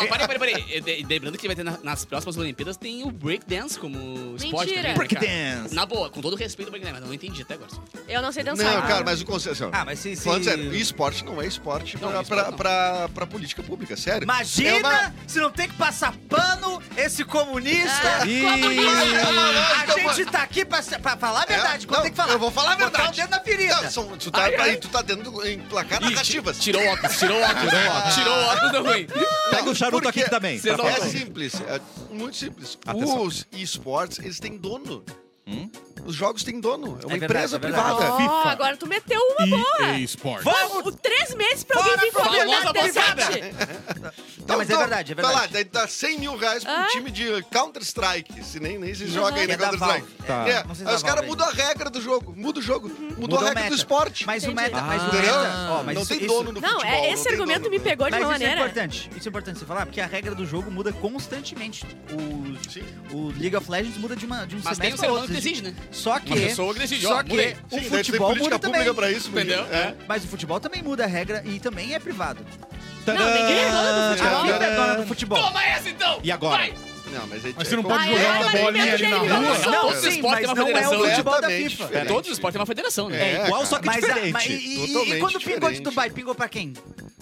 Speaker 5: Não, parei, parei, parei. E- de- Lembrando que vai ter na- nas próximas Olimpíadas tem o breakdance como esporte.
Speaker 4: Mentira.
Speaker 5: também, né, cara?
Speaker 1: Breakdance.
Speaker 5: Na boa, com todo o respeito ao breakdance, mas não entendi até agora.
Speaker 4: Eu não sei dançar.
Speaker 2: Não, cara, mas o conceito...
Speaker 3: Ah, mas se... se...
Speaker 2: Falando sério, esporte não é esporte
Speaker 5: Não,
Speaker 2: pra,
Speaker 5: esporte
Speaker 2: pra-
Speaker 5: não.
Speaker 2: pra- pra política pública, sério.
Speaker 3: Imagina
Speaker 2: É uma-
Speaker 3: se não tem que passar pano esse comunista.
Speaker 4: Ah,
Speaker 1: Ih.
Speaker 4: comunista.
Speaker 3: A gente tá aqui pra, se- pra falar a verdade, quando
Speaker 2: Então, É, não,
Speaker 3: tem que falar.
Speaker 2: eu vou falar a
Speaker 3: Botar
Speaker 2: verdade.
Speaker 3: o dedo na
Speaker 2: Não,
Speaker 3: ferida.
Speaker 2: são- tu, tá,
Speaker 3: Ai, ai.
Speaker 2: aí tu tá dentro do, em placar
Speaker 5: Ih,
Speaker 2: narrativas.
Speaker 5: Tirou o óculos, tirou o óculos. Tirou o óculos, tirou o óculos deu ruim.
Speaker 1: Pega o charuto
Speaker 2: Porque
Speaker 1: aqui também. tá
Speaker 5: Vocês
Speaker 1: pra
Speaker 5: não-
Speaker 2: É
Speaker 1: falar.
Speaker 2: simples, é muito simples.
Speaker 1: Atenção.
Speaker 2: Os esportes, eles têm dono.
Speaker 1: Hum?
Speaker 2: Os jogos têm dono. É uma
Speaker 3: É verdade,
Speaker 2: empresa
Speaker 3: é verdade.
Speaker 2: privada.
Speaker 4: Ó,
Speaker 6: FIFA.
Speaker 4: agora tu meteu uma
Speaker 6: EA
Speaker 4: boa.
Speaker 6: Sports.
Speaker 4: Vamos! Três meses pra alguém
Speaker 5: Bora,
Speaker 4: vir
Speaker 5: famosa
Speaker 4: combinar até
Speaker 5: bocada.
Speaker 4: sete.
Speaker 2: Então,
Speaker 3: mas é
Speaker 2: então,
Speaker 3: verdade, é
Speaker 2: Vai lá,
Speaker 3: verdade.
Speaker 2: daí dá 100 mil reais pra um
Speaker 4: Ah.
Speaker 2: time de Counter-Strike. Se nem, nem se joga
Speaker 4: Uhum.
Speaker 2: ainda
Speaker 3: É da
Speaker 2: Counter-Strike.
Speaker 3: Valve.
Speaker 1: Tá.
Speaker 2: É,
Speaker 3: não sei se
Speaker 2: aí
Speaker 3: da
Speaker 2: os caras
Speaker 3: Valve
Speaker 2: mudam a regra do jogo. Muda o jogo. Mudou
Speaker 3: Hum. Mudou
Speaker 2: a regra
Speaker 3: o meta.
Speaker 2: do esporte.
Speaker 3: Mas o
Speaker 4: Entendi.
Speaker 3: meta, mas o
Speaker 2: Ah, Entendeu?
Speaker 3: meta. Ó, mas
Speaker 2: não
Speaker 3: isso,
Speaker 2: tem
Speaker 3: isso-
Speaker 2: dono no
Speaker 4: Não,
Speaker 2: futebol.
Speaker 4: é, esse
Speaker 2: tem
Speaker 4: argumento
Speaker 2: dono,
Speaker 4: me
Speaker 2: né?
Speaker 4: pegou de
Speaker 3: Mas
Speaker 4: uma
Speaker 3: isso é
Speaker 4: maneira.
Speaker 3: importante. Isso é importante você falar, porque a regra do jogo muda constantemente. O,
Speaker 2: Sim.
Speaker 3: o League of Legends muda de, uma, de um
Speaker 5: Mas tem
Speaker 3: semestre
Speaker 5: um ser
Speaker 3: pra
Speaker 5: humano que
Speaker 3: outro.
Speaker 5: decide, né?
Speaker 3: Só que.
Speaker 5: Uma pessoa que decide, ó,
Speaker 3: Só que
Speaker 5: mudei.
Speaker 2: Sim,
Speaker 3: o
Speaker 2: daí tem
Speaker 3: futebol
Speaker 2: política
Speaker 3: muda
Speaker 2: pública
Speaker 3: também.
Speaker 2: pra isso,
Speaker 5: Entendeu?
Speaker 2: menino. É.
Speaker 3: Mas o futebol também muda a regra e também é privado.
Speaker 4: Não, ninguém é dono do
Speaker 3: A
Speaker 4: futebol.
Speaker 3: vida é dona do futebol.
Speaker 5: Toma essa então!
Speaker 1: E agora?
Speaker 5: Vai!
Speaker 2: Não, mas aí
Speaker 6: Mas você não
Speaker 2: é
Speaker 6: pode
Speaker 4: Vai,
Speaker 6: jogar
Speaker 4: vai,
Speaker 6: uma
Speaker 4: vai,
Speaker 6: bolinha
Speaker 4: vai,
Speaker 6: ali na
Speaker 4: vai,
Speaker 5: vai,
Speaker 6: rua?
Speaker 5: vai.
Speaker 3: Não,
Speaker 5: Todo
Speaker 3: sim,
Speaker 5: esporte
Speaker 3: mas
Speaker 5: tem uma
Speaker 3: não é o
Speaker 5: federação.
Speaker 3: futebol da
Speaker 2: Completamente
Speaker 3: FIFA.
Speaker 2: diferente.
Speaker 5: Todos os esportes têm uma federação, né?
Speaker 2: É,
Speaker 1: Igual, só que
Speaker 3: Mas, a-
Speaker 1: diferente.
Speaker 3: mas e, e,
Speaker 2: Totalmente
Speaker 3: e quando pingou de
Speaker 2: diferente.
Speaker 3: Dubai, pingou pra quem?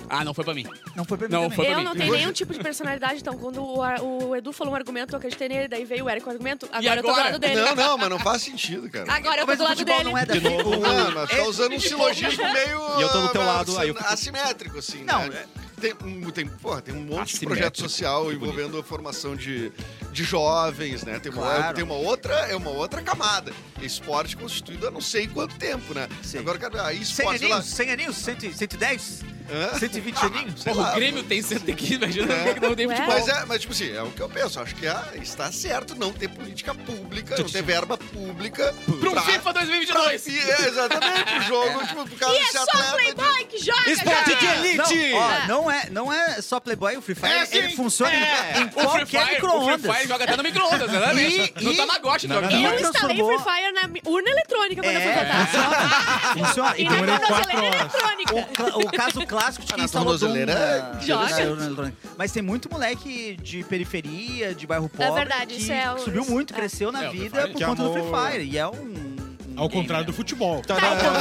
Speaker 5: Ah, não foi pra mim.
Speaker 3: Não foi pra mim
Speaker 5: Não,
Speaker 3: também.
Speaker 5: foi pra
Speaker 4: Eu
Speaker 5: mim.
Speaker 4: não tenho nenhum tipo de personalidade, então quando o, Ar- o Edu falou um argumento, eu acreditei nele, daí veio o Eric com o argumento, agora, eu tô do
Speaker 5: agora?
Speaker 4: lado dele.
Speaker 2: Não, não, mas não faz sentido, cara.
Speaker 4: Agora eu tô
Speaker 3: Mas o
Speaker 4: do lado
Speaker 3: futebol
Speaker 4: dele.
Speaker 3: não é da É
Speaker 1: De
Speaker 3: FIFA.
Speaker 1: novo.
Speaker 2: Ah, mas tá usando um
Speaker 5: Esse-
Speaker 2: silogismo meio.
Speaker 1: <laughs> E eu tô do teu
Speaker 2: ah,
Speaker 1: lado, aí eu fico- é-
Speaker 2: Assimétrico, assim.
Speaker 3: Não,
Speaker 2: né? Tem, um- tem, porra, tem um monte de
Speaker 1: Assimétrico,
Speaker 2: projeto
Speaker 1: que
Speaker 2: social
Speaker 1: bonito.
Speaker 2: envolvendo a formação de, de jovens, né? Tem uma,
Speaker 3: Claro.
Speaker 2: tem uma outra, é uma outra camada. Esporte constituído há não sei quanto tempo, né?
Speaker 3: Sim.
Speaker 2: Agora, cara, aí
Speaker 3: 100
Speaker 2: esporte sei lá.
Speaker 3: aninhos? 100 aninhos? 100 110?
Speaker 2: Hã?
Speaker 3: 120 aninhos?
Speaker 2: Sei
Speaker 5: Porra,
Speaker 2: lá,
Speaker 5: o Grêmio tem 100 aqui, imagina
Speaker 2: É.
Speaker 5: como é que não tem
Speaker 4: Ué?
Speaker 5: futebol.
Speaker 2: Mas, é, mas, tipo assim, é o que eu penso. Acho que ah, está certo não ter política
Speaker 1: Tipo
Speaker 2: pública,
Speaker 1: assim.
Speaker 2: não ter verba pública.
Speaker 5: Pra um
Speaker 2: pra- pra-
Speaker 5: FIFA
Speaker 2: <laughs>
Speaker 5: 2022!
Speaker 2: É, exatamente, o jogo, tipo, por causa
Speaker 4: E é
Speaker 2: desse
Speaker 3: né?
Speaker 4: só
Speaker 2: atleta. de-
Speaker 4: Playboy que joga,
Speaker 1: Esporte de
Speaker 4: cara!
Speaker 1: elite!
Speaker 3: Não, ó, não é, não é só Playboy, o Free Fire,
Speaker 5: É, sim.
Speaker 3: ele funciona em-
Speaker 5: É.
Speaker 3: em
Speaker 5: O Free
Speaker 3: qualquer
Speaker 5: Fire- O Free
Speaker 3: micro-ondas.
Speaker 5: Fire joga até no micro-ondas, né?
Speaker 3: E-
Speaker 5: No
Speaker 3: e-
Speaker 5: Tamagotchi
Speaker 1: Não, não,
Speaker 5: joga.
Speaker 1: não.
Speaker 4: Eu instalei
Speaker 3: transformou-
Speaker 4: Free Fire na mi- urna eletrônica quando eu fui
Speaker 3: É.
Speaker 4: votar.
Speaker 3: Funciona.
Speaker 4: E
Speaker 3: Então,
Speaker 6: Demorou
Speaker 4: na
Speaker 6: é quatro
Speaker 4: tornozeleira
Speaker 6: horas.
Speaker 4: eletrônica.
Speaker 3: o, cla- o caso clássico de
Speaker 2: Ah, na
Speaker 3: quem instalou Doom
Speaker 2: tornozeleira,
Speaker 3: na-
Speaker 4: joga.
Speaker 3: na urna eletrônica. Mas tem muito moleque de periferia, de bairro pobre,
Speaker 4: verdade,
Speaker 3: que
Speaker 4: isso é o-
Speaker 3: subiu muito, cresceu na
Speaker 5: É, o Free
Speaker 3: vida
Speaker 5: Fire
Speaker 3: por
Speaker 1: que
Speaker 3: conta do Free
Speaker 1: amou-
Speaker 3: Fire. E é um... um
Speaker 6: Ao
Speaker 3: game,
Speaker 6: contrário
Speaker 3: né?
Speaker 6: do futebol.
Speaker 4: tá
Speaker 1: Tadá.
Speaker 4: então,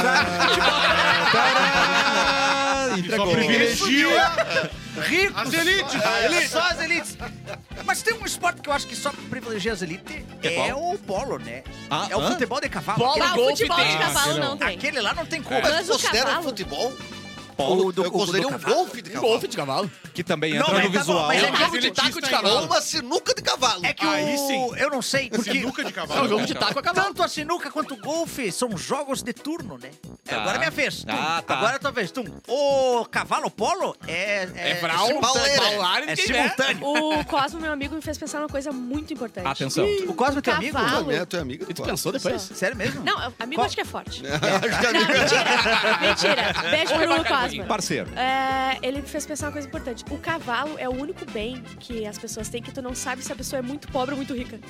Speaker 3: tá
Speaker 1: Tadá.
Speaker 6: Que Só
Speaker 1: Ah, Entregou.
Speaker 6: privilegia
Speaker 3: Ricos!
Speaker 6: As elites.
Speaker 3: Ah, Só as elites! Mas tem um esporte que eu acho que só privilegia as elites, é, o polo, né?
Speaker 1: Ah,
Speaker 3: é o
Speaker 1: hã?
Speaker 3: futebol de cavalo.
Speaker 5: Polo,
Speaker 3: Aquele-
Speaker 4: Ah, o
Speaker 5: golfe
Speaker 4: futebol
Speaker 5: tem.
Speaker 4: de cavalo não tem.
Speaker 3: Aquele lá não tem como.
Speaker 4: Mas
Speaker 2: Mas
Speaker 4: o
Speaker 2: considera
Speaker 4: cavalo?
Speaker 2: futebol?
Speaker 3: O do-
Speaker 2: eu
Speaker 3: o do
Speaker 2: consideraria um
Speaker 3: cavalo.
Speaker 2: golfe de
Speaker 5: Um
Speaker 2: cavalo.
Speaker 5: golfe de cavalo.
Speaker 1: Que também
Speaker 3: Não,
Speaker 1: entra
Speaker 3: mas
Speaker 1: no
Speaker 3: tá bom,
Speaker 1: visual.
Speaker 3: mas é
Speaker 5: É um jogo de taco de
Speaker 2: Ou
Speaker 5: cavalo.
Speaker 2: uma sinuca de cavalo.
Speaker 3: É que
Speaker 6: Aí
Speaker 3: o...
Speaker 6: sim.
Speaker 3: Eu não sei, porque...
Speaker 6: Sinuca de
Speaker 5: É um
Speaker 6: cavalo.
Speaker 5: jogo de taco a cavalo.
Speaker 3: Tanto a sinuca quanto o golfe são jogos de turno, né?
Speaker 1: Tá.
Speaker 3: Agora é minha vez. Tum.
Speaker 1: Ah, tá.
Speaker 3: Agora é tua vez. Tum. O cavalo polo é...
Speaker 5: É Vral,
Speaker 2: simultâneo.
Speaker 5: Paular e
Speaker 3: É
Speaker 5: tem-
Speaker 3: simultâneo.
Speaker 4: O Cosmo, meu amigo, me fez pensar numa coisa muito importante.
Speaker 1: Atenção.
Speaker 3: O Cosmo é teu amigo?
Speaker 4: Cavalo.
Speaker 2: Ah, né? Tu é amiga
Speaker 5: E
Speaker 2: do
Speaker 5: tu
Speaker 2: Cosmo.
Speaker 5: pensou depois?
Speaker 3: Sério mesmo?
Speaker 4: Não, amigo
Speaker 3: Qual-
Speaker 4: acho que é forte.
Speaker 2: Acho que é
Speaker 4: Não,
Speaker 2: amiga.
Speaker 5: <laughs>
Speaker 4: mentira. mentira. Beijo
Speaker 5: Vai
Speaker 4: pro
Speaker 5: marcar
Speaker 4: Cosmo.
Speaker 5: um
Speaker 1: Parceiro.
Speaker 4: É, ele me fez pensar uma coisa importante. O cavalo é o único bem que as pessoas têm que tu não sabe se a pessoa é muito pobre ou muito rica.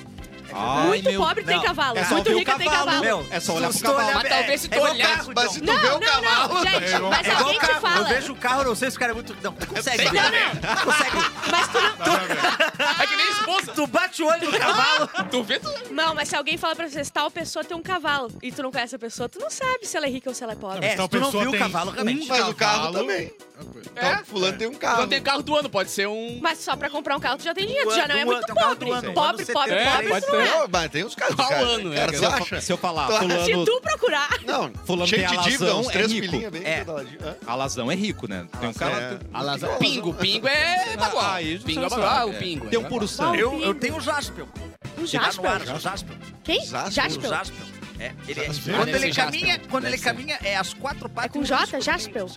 Speaker 1: Ai,
Speaker 4: muito
Speaker 1: meu-
Speaker 4: pobre tem
Speaker 3: Não,
Speaker 4: cavalo,
Speaker 1: é só
Speaker 4: muito
Speaker 1: ver o
Speaker 4: rica tem
Speaker 1: cavalo.
Speaker 4: cavalo.
Speaker 3: Meu,
Speaker 1: É só olhar pro
Speaker 3: se tu
Speaker 1: cavalo.
Speaker 5: Mas talvez se tu
Speaker 3: é igual
Speaker 5: olhar-
Speaker 3: carro,
Speaker 2: Mas se
Speaker 3: então.
Speaker 2: tu
Speaker 4: Não,
Speaker 2: vê o
Speaker 4: não,
Speaker 2: cavalo...
Speaker 4: não, gente.
Speaker 6: igual-
Speaker 3: <laughs>
Speaker 4: Mas
Speaker 3: É igual
Speaker 4: alguém te
Speaker 3: carro. Eu
Speaker 4: fala.
Speaker 3: vejo o carro, eu não sei se o cara é muito. Não, tu consegue.
Speaker 4: Não, não.
Speaker 3: Tu consegue.
Speaker 4: Mas tu não.
Speaker 5: É que nem esposa.
Speaker 3: Tu bate o olho no cavalo.
Speaker 5: Tu vê, tu...
Speaker 4: Não, mas se alguém fala pra vocês, tal pessoa tem um cavalo e tu não conhece a pessoa, tu não sabe se ela é rica ou se ela é pobre.
Speaker 6: Mas
Speaker 3: É,
Speaker 6: tal
Speaker 3: se tu não
Speaker 6: pessoa
Speaker 3: viu o
Speaker 6: tem
Speaker 3: cavalo,
Speaker 6: um
Speaker 3: realmente.
Speaker 2: Mas o carro
Speaker 6: cavalo.
Speaker 2: também.
Speaker 5: É.
Speaker 2: Então, fulano tem um
Speaker 5: Não
Speaker 2: carro.
Speaker 5: tem carro do ano, pode ser um...
Speaker 4: Mas só pra comprar um carro tu já tem dinheiro, tu já não é
Speaker 3: Do
Speaker 4: muito
Speaker 3: ano, tem um carro
Speaker 4: pobre.
Speaker 3: do ano,
Speaker 4: Pobre,
Speaker 3: do ano
Speaker 4: pobre,
Speaker 3: 73.
Speaker 4: pobre, isso não é.
Speaker 2: Não, mas tem uns carros,
Speaker 5: Qual
Speaker 2: cara.
Speaker 5: ano é,
Speaker 2: Cara,
Speaker 5: cara?
Speaker 2: você acha?
Speaker 1: Se eu falar,
Speaker 3: um
Speaker 1: fulano,
Speaker 4: Se tu procurar,
Speaker 2: Não,
Speaker 1: Fulano
Speaker 2: cheio
Speaker 1: tem
Speaker 2: de
Speaker 1: alazão,
Speaker 2: dívida, uns
Speaker 1: é
Speaker 2: três
Speaker 1: rico.
Speaker 2: pilinhas bem
Speaker 3: É.
Speaker 2: pedaladinho. Hã?
Speaker 1: Alazão é rico, né? Tem um cara...
Speaker 2: É.
Speaker 5: Alazão.
Speaker 2: Alazão.
Speaker 5: Pingo, pingo é bagual.
Speaker 1: Ah, isso
Speaker 5: pingo é
Speaker 1: você
Speaker 5: bagual,
Speaker 1: sabe,
Speaker 5: o
Speaker 1: é.
Speaker 5: pingo.
Speaker 1: Tem um
Speaker 5: é
Speaker 1: puro
Speaker 5: bagual.
Speaker 1: sangue.
Speaker 3: Eu, eu tenho o Jaspel.
Speaker 4: um
Speaker 3: Tá no ar,
Speaker 4: Jaspel.
Speaker 3: o Jaspel.
Speaker 4: Quem?
Speaker 2: Jaspel.
Speaker 3: O
Speaker 4: Jaspel.
Speaker 3: Jaspel. É, ele é-
Speaker 6: Jaspel.
Speaker 3: Quando ele
Speaker 5: Deve ser
Speaker 3: caminha,
Speaker 5: Jaspel.
Speaker 3: quando ele
Speaker 5: Deve ser.
Speaker 3: caminha, é as quatro patas.
Speaker 4: É com
Speaker 3: e um
Speaker 4: J?
Speaker 3: risco. <laughs>
Speaker 4: Jaspel.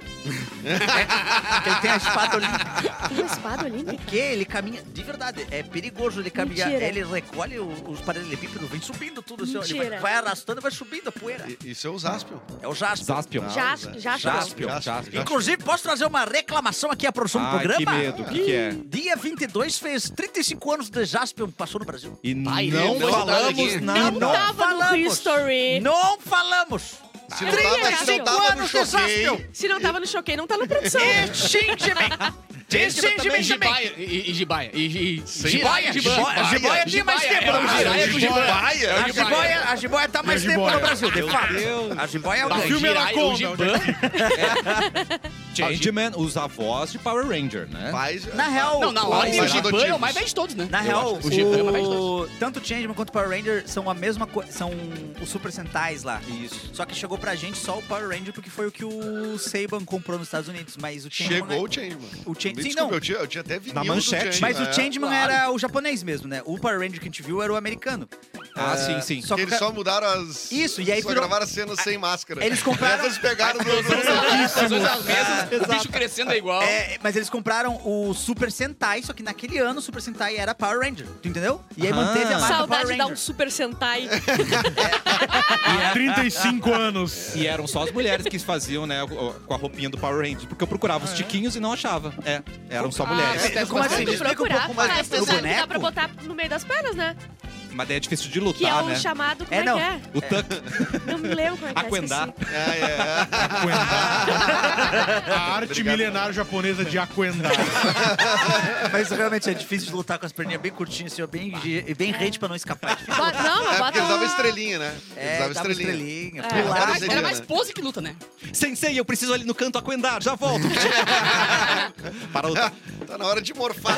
Speaker 3: Que ele tem a espada olímpica.
Speaker 4: Tem uma espada né? olímpica?
Speaker 3: Que ele caminha, de verdade, é perigoso ele caminhar.
Speaker 4: Mentira.
Speaker 3: Ele recolhe o- os paralelepípedos, vem subindo tudo assim, ó. Ele vai,
Speaker 4: Mentira.
Speaker 3: vai arrastando e vai subindo a poeira.
Speaker 2: E- Isso é o Zaspion.
Speaker 3: É o Jaspel.
Speaker 1: Zaspion.
Speaker 2: Não,
Speaker 4: Jas-
Speaker 2: Zé.
Speaker 4: Jaspion.
Speaker 1: Jaspion, Jaspion.
Speaker 3: Inclusive, posso trazer uma reclamação aqui à produção do
Speaker 1: Ai,
Speaker 3: um programa?
Speaker 1: que medo. O que que é?
Speaker 3: Dia 22 fez 35 anos de Jaspion, passou no Brasil.
Speaker 1: E
Speaker 5: Pai,
Speaker 1: não
Speaker 5: eu vou ajudar
Speaker 1: falamos
Speaker 5: aqui.
Speaker 1: nada.
Speaker 4: Não tá. tava no history.
Speaker 3: Não falamos.
Speaker 2: Se não tava, se não
Speaker 4: 35
Speaker 2: tava no
Speaker 3: anos de
Speaker 2: choquei...
Speaker 3: Zaspion.
Speaker 4: Se não tava no choquei, não tá no produção.
Speaker 3: É, Xinge-me.
Speaker 5: E
Speaker 3: Xinge-me também.
Speaker 5: jibaia, e e jibaia, e ji-
Speaker 3: Jibaia,
Speaker 5: jibaia, jibaia.
Speaker 3: jibaia. Jibaia tem mais
Speaker 5: Jibaia,
Speaker 3: tempo no
Speaker 5: é,
Speaker 3: Brasil.
Speaker 5: jibaia com jibaia.
Speaker 2: Jibaia?
Speaker 5: É o
Speaker 3: A jiboia, a jiboia tá mais
Speaker 6: E a
Speaker 3: tempo
Speaker 6: jiboia?
Speaker 3: no Brasil, de
Speaker 1: Meu
Speaker 3: fato.
Speaker 1: Deus.
Speaker 3: A jiboia é o
Speaker 5: Tá,
Speaker 6: O
Speaker 3: grande.
Speaker 6: filme
Speaker 5: Jirai,
Speaker 6: Anaconda.
Speaker 5: o Jiban.
Speaker 6: onde é que-
Speaker 1: Changeman usa a voz de Power Ranger, né?
Speaker 2: Faz.
Speaker 3: Na real,
Speaker 5: Não, na
Speaker 3: o-
Speaker 5: hora,
Speaker 2: Mas
Speaker 5: o
Speaker 2: nada
Speaker 5: Giban é
Speaker 2: ativos.
Speaker 5: o mais velho de todos, né?
Speaker 3: Na
Speaker 5: Eu
Speaker 3: real,
Speaker 5: acho. o Giban é o mais velho de todos.
Speaker 3: o... tanto o Changeman quanto o Power Ranger são a mesma coisa, são os Super Sentais lá. Isso. Só que chegou pra gente só o Power Ranger porque foi o que o Saban comprou nos Estados Unidos, mas o Changeman...
Speaker 2: Chegou
Speaker 3: é-
Speaker 2: o Changeman.
Speaker 3: O Change-
Speaker 2: Me
Speaker 3: Sim,
Speaker 2: desculpa,
Speaker 3: não.
Speaker 2: eu tinha, eu tinha até vinil do
Speaker 1: manchete.
Speaker 2: Changeman.
Speaker 3: Mas
Speaker 2: É.
Speaker 3: o Changeman
Speaker 5: claro.
Speaker 3: era o japonês mesmo, né? O Power Ranger que a gente viu era o americano.
Speaker 1: Ah,
Speaker 3: É,
Speaker 1: sim, sim.
Speaker 3: Só que
Speaker 2: Eles
Speaker 3: o ca-
Speaker 2: só mudaram as.
Speaker 3: Isso, e aí
Speaker 2: Só
Speaker 3: virou- Ah,
Speaker 2: gravaram as cenas sem máscara.
Speaker 3: Eles compraram- <laughs>
Speaker 2: Essas pegaram do. <laughs>
Speaker 5: As duas as mesmas, o bicho crescendo é igual.
Speaker 3: É, mas eles compraram o Super Sentai, só que naquele ano o Super Sentai era Power Ranger, tu entendeu? E aí
Speaker 1: Ah.
Speaker 3: manteve a marca
Speaker 4: Saudade
Speaker 3: Power
Speaker 4: de dar um
Speaker 3: Ranger.
Speaker 4: Super Sentai.
Speaker 6: 35 anos.
Speaker 1: E eram só as mulheres que faziam, né, o- o- com a roupinha do Power Ranger. Porque eu procurava
Speaker 4: Ah,
Speaker 1: os tiquinhos e não achava. É, eram só
Speaker 4: é.
Speaker 1: mulheres.
Speaker 2: é
Speaker 5: acontece
Speaker 3: Como assim?
Speaker 5: bastante.
Speaker 4: Tem que
Speaker 3: Explica um
Speaker 4: procurar,
Speaker 3: pouco mais
Speaker 4: mas
Speaker 3: do
Speaker 4: tu sabe que dá
Speaker 3: boneco.
Speaker 4: pra botar no meio das pernas, né?
Speaker 1: Mas daí é difícil de
Speaker 4: Que é
Speaker 1: lutar,
Speaker 4: o
Speaker 1: né?
Speaker 4: chamado, como
Speaker 3: É,
Speaker 4: é,
Speaker 3: não.
Speaker 4: que
Speaker 1: O tanque
Speaker 4: é? Não me lembro como é que é,
Speaker 1: Aquendar.
Speaker 4: esqueci.
Speaker 2: É, é.
Speaker 6: A arte
Speaker 2: Obrigado.
Speaker 6: milenar japonesa
Speaker 3: <laughs>
Speaker 6: de Aquendar.
Speaker 3: Mas realmente é difícil de lutar com as perninhas bem curtinhas, assim, ó, bem, e bem rente pra não escapar.
Speaker 4: <laughs> Bota- Não, mas
Speaker 2: É porque
Speaker 4: bota
Speaker 2: eles davam
Speaker 4: um...
Speaker 2: estrelinha, né? Eles
Speaker 3: É,
Speaker 2: davam
Speaker 3: dava
Speaker 2: estrelinha.
Speaker 3: estrelinha.
Speaker 4: É.
Speaker 5: Era
Speaker 3: Pular.
Speaker 5: mais, era
Speaker 2: Seria,
Speaker 5: mais
Speaker 2: né?
Speaker 5: pose que luta, né?
Speaker 1: Sensei, eu preciso ali no canto aquendar, já
Speaker 4: <laughs>
Speaker 1: volto.
Speaker 4: É
Speaker 1: Para lutar.
Speaker 2: <laughs> Tá na hora de morfar.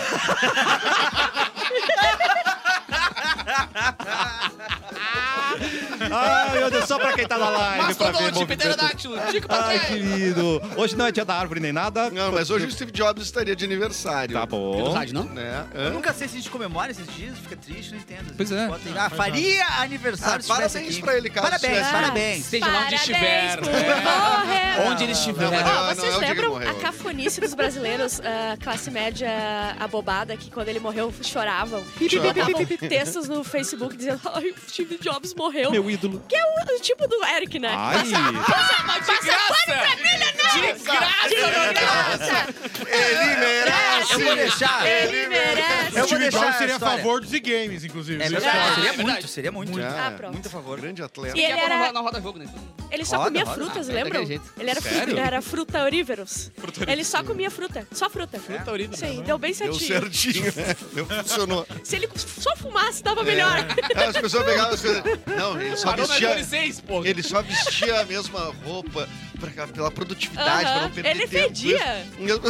Speaker 1: Ai, meu Deus, só pra quem tá na live. pra ver
Speaker 5: Mastodonte,
Speaker 1: movimento.
Speaker 5: pterodáctilo, tico pra
Speaker 1: Ai,
Speaker 5: trás.
Speaker 1: querido. Hoje não é dia da árvore nem nada.
Speaker 2: Não, mas hoje o Steve Jobs estaria de aniversário.
Speaker 1: Tá bom.
Speaker 5: Pterodáctilo, não?
Speaker 2: Né?
Speaker 3: Eu
Speaker 2: Hã?
Speaker 3: nunca sei se a gente comemora esses dias, fica triste, não entendo.
Speaker 1: Pois é.
Speaker 3: Bota aí, ah, faria aniversário
Speaker 2: Ah,
Speaker 3: se tivesse
Speaker 2: parabéns
Speaker 3: aqui.
Speaker 2: pra ele, Carlos,
Speaker 3: Parabéns,
Speaker 2: se tivesse.
Speaker 3: parabéns.
Speaker 5: Seja lá onde
Speaker 4: Ah. Parabéns
Speaker 5: estiver.
Speaker 4: por
Speaker 5: né?
Speaker 4: morrer.
Speaker 5: Onde ele estiver.
Speaker 2: Não, mas
Speaker 4: Ó,
Speaker 2: não é
Speaker 4: vocês
Speaker 2: o dia que ele
Speaker 4: lembram
Speaker 2: morreu.
Speaker 4: a cafonice dos brasileiros, a classe média abobada, que quando ele morreu choravam e botavam textos no Facebook dizendo ai, o Steve Jobs morreu.
Speaker 1: Meu ídolo.
Speaker 4: Que é o, o tipo do Eric, né?
Speaker 1: Ai.
Speaker 5: Mas de graça! De graça!
Speaker 4: Nossa,
Speaker 2: Ele
Speaker 3: É,
Speaker 2: merece!
Speaker 3: Eu vou deixar.
Speaker 4: ele merece.
Speaker 3: Eu vou
Speaker 6: Steve
Speaker 3: deixar
Speaker 6: Jobs
Speaker 3: a
Speaker 6: seria a
Speaker 3: história.
Speaker 6: favor dos e-games, inclusive.
Speaker 3: É
Speaker 6: Isso
Speaker 3: verdade,
Speaker 5: É
Speaker 3: seria
Speaker 5: verdade.
Speaker 3: muito, seria muito.
Speaker 2: Muito.
Speaker 4: Ah, pronto.
Speaker 2: Muito a favor. Grande atleta.
Speaker 4: E ele
Speaker 5: Daqui a pouco
Speaker 4: era-
Speaker 5: não roda- Não roda jogo, né?
Speaker 4: Ele só
Speaker 3: Roda,
Speaker 4: comia
Speaker 3: roda.
Speaker 4: frutas,
Speaker 5: Ah,
Speaker 4: lembram?
Speaker 5: daquele jeito.
Speaker 4: Ele era,
Speaker 1: Sério?
Speaker 4: fruta, era fruta oríveros. Ele só comia fruta, só fruta. Fruta
Speaker 5: oríveros.
Speaker 4: Isso aí, deu bem
Speaker 2: Deu
Speaker 4: certinho.
Speaker 2: certinho. <laughs> Deu, funcionou.
Speaker 4: Se ele só fumasse, dava melhor.
Speaker 2: As pessoas pegavam as coisas. Não, ele só
Speaker 5: Parou na
Speaker 2: vestia.
Speaker 5: 16, pô.
Speaker 2: Ele só vestia a mesma roupa pra- pela produtividade, pra não
Speaker 4: Aham.
Speaker 2: perder
Speaker 4: Ele
Speaker 2: tempo.
Speaker 4: fedia.
Speaker 2: <laughs>